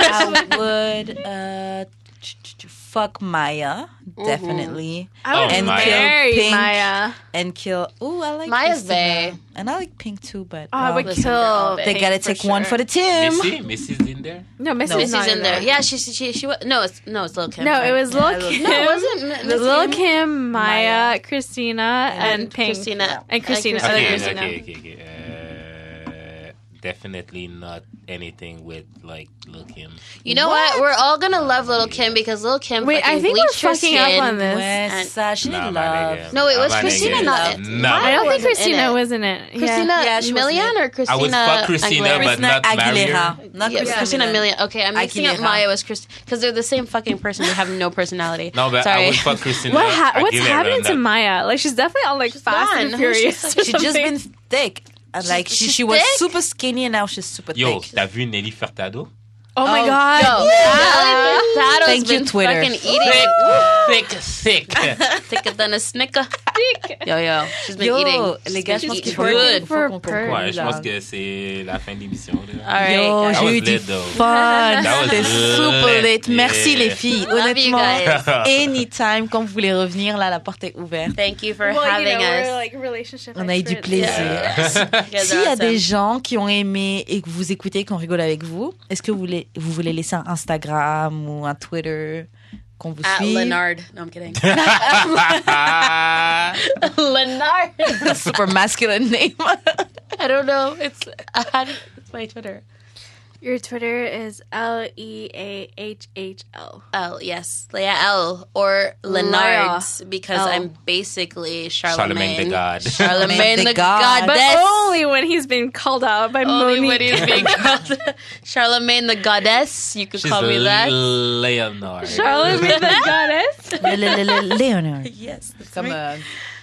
S2: (laughs)
S5: Um,
S2: I would uh, ch- ch- ch- fuck Maya
S5: Mm-hmm.
S2: definitely,
S4: I
S3: Oh,
S4: would
S3: Maya.
S4: marry
S2: Pink.
S4: Maya.
S2: and kill. Ooh, I like
S5: Maya's
S2: Christina.
S5: bae.
S2: and I like Pink too, but
S4: Oh, I
S2: um,
S4: would
S5: Listen,
S4: kill.
S5: girl,
S2: they
S5: babe,
S2: gotta take one for the team.
S3: Missy, Missy's in there.
S4: No, Missy's,
S5: Missy's
S4: not
S5: in there. Yeah, she she she, she was, no, it's no, it's Lil Kim.
S4: No,
S5: sorry.
S4: it was Lil Kim.
S5: No, it wasn't.
S4: It was Lil
S5: Lil Kim.
S4: Kim, Maya, Christina, and, Pink.
S5: Christina.
S4: And Christina.
S5: And
S4: Other
S3: Okay,
S4: Christina.
S3: okay, okay, okay. Uh, definitely not anything with like Lil Kim.
S5: You know what? We're all gonna love Little Kim because Little Kim.
S4: Wait, I
S5: fucking
S4: think we're
S5: bleached her
S4: fucking up
S5: skin.
S4: on this.
S2: West
S5: And-
S2: Side, she
S3: Nah, my
S2: love.
S3: nigga.
S5: No, it
S3: Nah,
S5: was
S3: my
S5: Christina,
S3: nigga.
S5: not-
S3: Nah.
S4: I don't
S5: I
S4: think
S5: wasn't in
S4: Christina
S5: it.
S4: was in it.
S5: Christina
S4: Yeah.
S2: Yeah, she was
S5: Milian or Christina?
S3: I would fuck Christina,
S5: Aguilera?
S3: but not
S2: Aguilera.
S3: Mario.
S2: Not
S5: Yeah,
S2: Christina
S5: Christina
S2: Milian.
S5: Milian. Okay, I'm mixing up
S2: Aguilera.
S5: Maya with Christina because they're the same fucking person. They have no personality.
S3: No, but
S5: Sorry.
S3: I would fuck Christina.
S4: What ha- what's
S3: Aguilera,
S4: happening to
S3: not-
S4: Maya? Like she's definitely on like Fast
S5: gone.
S4: and
S5: Who's
S4: Furious.
S5: she-
S4: or
S2: She just
S4: something.
S5: (laughs)
S2: been thick. Uh, Like she, she was
S5: thick?
S2: super skinny and now she's super
S3: Yo,
S2: thick.
S3: t'as vu Nelly Furtado?
S4: Oh my
S2: Oh,
S4: god.
S5: Yo, that- (laughs) that has
S2: Thank you,
S5: been
S2: Twitter.
S5: fucking eating
S3: Thick, thick,
S5: (laughs)
S3: thick.
S5: thicker than a snicker. (laughs) Yo, yo, she's been
S2: Yo,
S5: eating.
S2: les gars, je
S5: She's
S2: pense qu'il
S5: been
S4: She's
S2: faut
S5: eating
S4: working
S5: good.
S4: for
S2: Faut qu'on
S4: Pearl.
S2: comprenne.
S3: Ouais, je pense que c'est la fin de l'émission. là.
S5: All right.
S2: Yo,
S5: guys.
S3: That was
S2: j'ai eu du
S3: lit, though.
S2: fun.
S3: That was
S2: C'était
S3: lit.
S2: super lit. Merci
S3: Yeah.
S2: les filles.
S5: Love you
S2: Honnêtement,
S5: guys.
S2: anytime quand vous voulez revenir, là, la porte est ouverte.
S5: Thank you for
S4: Well, you
S5: having
S4: know,
S5: us.
S4: we're, like, relationship
S2: On a eu du
S4: experts.
S2: plaisir.
S5: (laughs)
S3: Yeah.
S5: You guys
S2: S'il y
S5: are
S2: a des
S5: awesome.
S2: gens qui ont aimé et que vous écoutez, qu'on rigole avec vous, est-ce que vous voulez, vous voulez laisser un Instagram ou un Twitter qu'on vous
S7: At
S2: suive
S7: Leonard. No, I'm kidding.
S2: (laughs)
S5: Lenar.
S2: Super masculine name.
S5: I don't know. It's it's my Twitter.
S4: Your Twitter is L E A H H L.
S5: L, yes, Leia L or Lenards because
S4: L.
S5: I'm basically
S3: Charlemagne
S5: Charlemagne.
S3: the God.
S5: Charlemagne the,
S2: the
S5: God.
S2: God.
S4: But
S5: Goddess.
S4: only when he's been called out by
S5: Only when
S4: Monique.
S5: he's
S4: (laughs)
S5: being called Charlemagne the Goddess. You could
S3: She's
S5: call me that.
S3: Leonard.
S4: Charlemagne the goddess.
S2: Le- le- le- le- Leonard.
S5: Yes, that's
S2: Comme
S5: me.
S2: euh,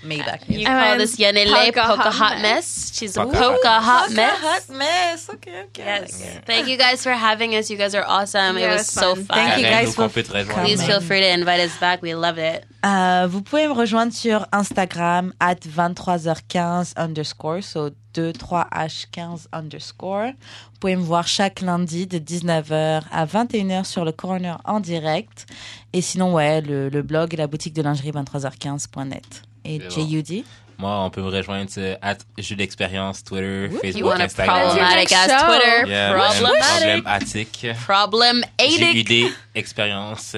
S2: Maybach.
S5: You
S4: And
S5: call
S4: I'm
S5: this Yanele
S4: Poca
S5: Poca
S4: Hot
S5: Hot
S4: Mess.
S5: Mess. She's a
S3: Poca
S5: Poca
S3: Hot
S5: Hot Mess.
S2: Hot mess. Ok, ok.
S5: Yes. Thank you guys for having us. You guys are awesome.
S4: Yeah, it
S5: it was
S4: was
S5: so
S4: fun.
S5: fun.
S2: Thank you
S3: Arrête-nous
S2: guys
S3: qu'on
S2: for
S3: peut te rejoindre.
S2: coming.
S5: Please feel free to invite us back. We love it.
S2: Euh, vous pouvez me rejoindre sur Instagram at 23h15 underscore, so 23h15 underscore. Vous pouvez me voir chaque lundi de 19h à 21h sur le corner en direct. Et sinon, ouais, le, le blog et la boutique de lingerie 23h15.net. Et
S3: C'est bon.
S2: JUD.
S3: Moi, on peut me rejoindre sur at Jus d'expérience, Twitter,
S5: You
S3: Facebook,
S5: want a
S3: Instagram.
S5: problematic ass
S4: Show.
S5: Twitter?
S3: Yeah,
S5: problematic.
S3: Problematic.
S5: Problematic.
S3: J'ai eu des expériences.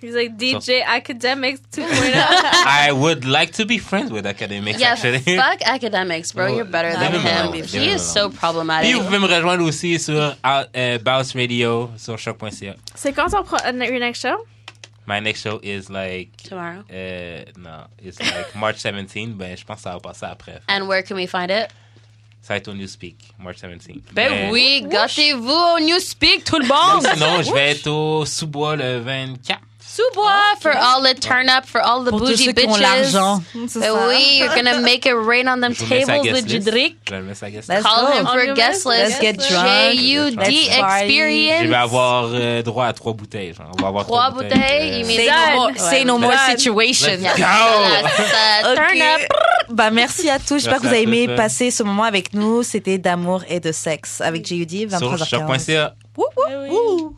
S4: He's like DJ Academics 2.0.
S3: I would like to be friends with academics,
S5: Yeah,
S3: actually.
S5: fuck academics, bro.
S3: No,
S5: You're better
S3: leave
S5: than
S3: him
S5: him.
S3: alone, leave
S5: He
S3: him
S5: is so
S3: alone. Puis
S5: problematic.
S3: vous pouvez me rejoindre aussi sur euh, euh, Bounce Radio, sur choc.ca.
S4: C'est quand on prend your next show?
S3: My next show is like...
S7: Tomorrow.
S3: Euh, non, it's like (laughs) March 17, ben je pense que ça va passer après.
S5: And where can we find it?
S3: Ça va être au Newspeak, March 17.
S5: Ben oui, gâtez-vous au Newspeak, tout le monde!
S3: Sinon, je vais être au Sous-Bois le 24.
S5: Sous-bois for all the turn up, for all the
S2: Pour tous
S5: bougie
S2: ceux qui ont
S5: bitches.
S2: l'argent.
S5: Ben oui, you're gonna make it rain on them
S3: Je vous mets sa
S5: tables
S3: guest
S5: with
S3: list.
S5: Judrick.
S3: Je vais le mettre sa guest
S2: Let's
S3: list.
S5: Call
S2: go.
S5: him for a
S4: On
S5: guest
S4: your
S5: list.
S2: Let's get drunk.
S5: J-U-D
S2: Let's party.
S5: experience.
S3: Je vais avoir euh, droit à trois bouteilles. genre. On va avoir
S5: Trois
S3: trois,
S5: bouteilles,
S3: Euh,
S5: il met-
S2: Say no more, say no more
S4: Let's-
S2: situation.
S3: let's
S5: Voilà,
S3: go!
S2: (laughs) Ok.
S5: ça, uh, Turn up!
S2: Bah, merci à tous. J'espère
S3: Merci
S2: que vous
S3: à
S2: avez aimé
S3: tous.
S2: passer ce moment avec nous. C'était d'amour et de sexe avec JUD,
S3: Sur
S2: 23h15.
S3: choc.ca.
S5: Eh
S2: Wouh, wouh, wouh.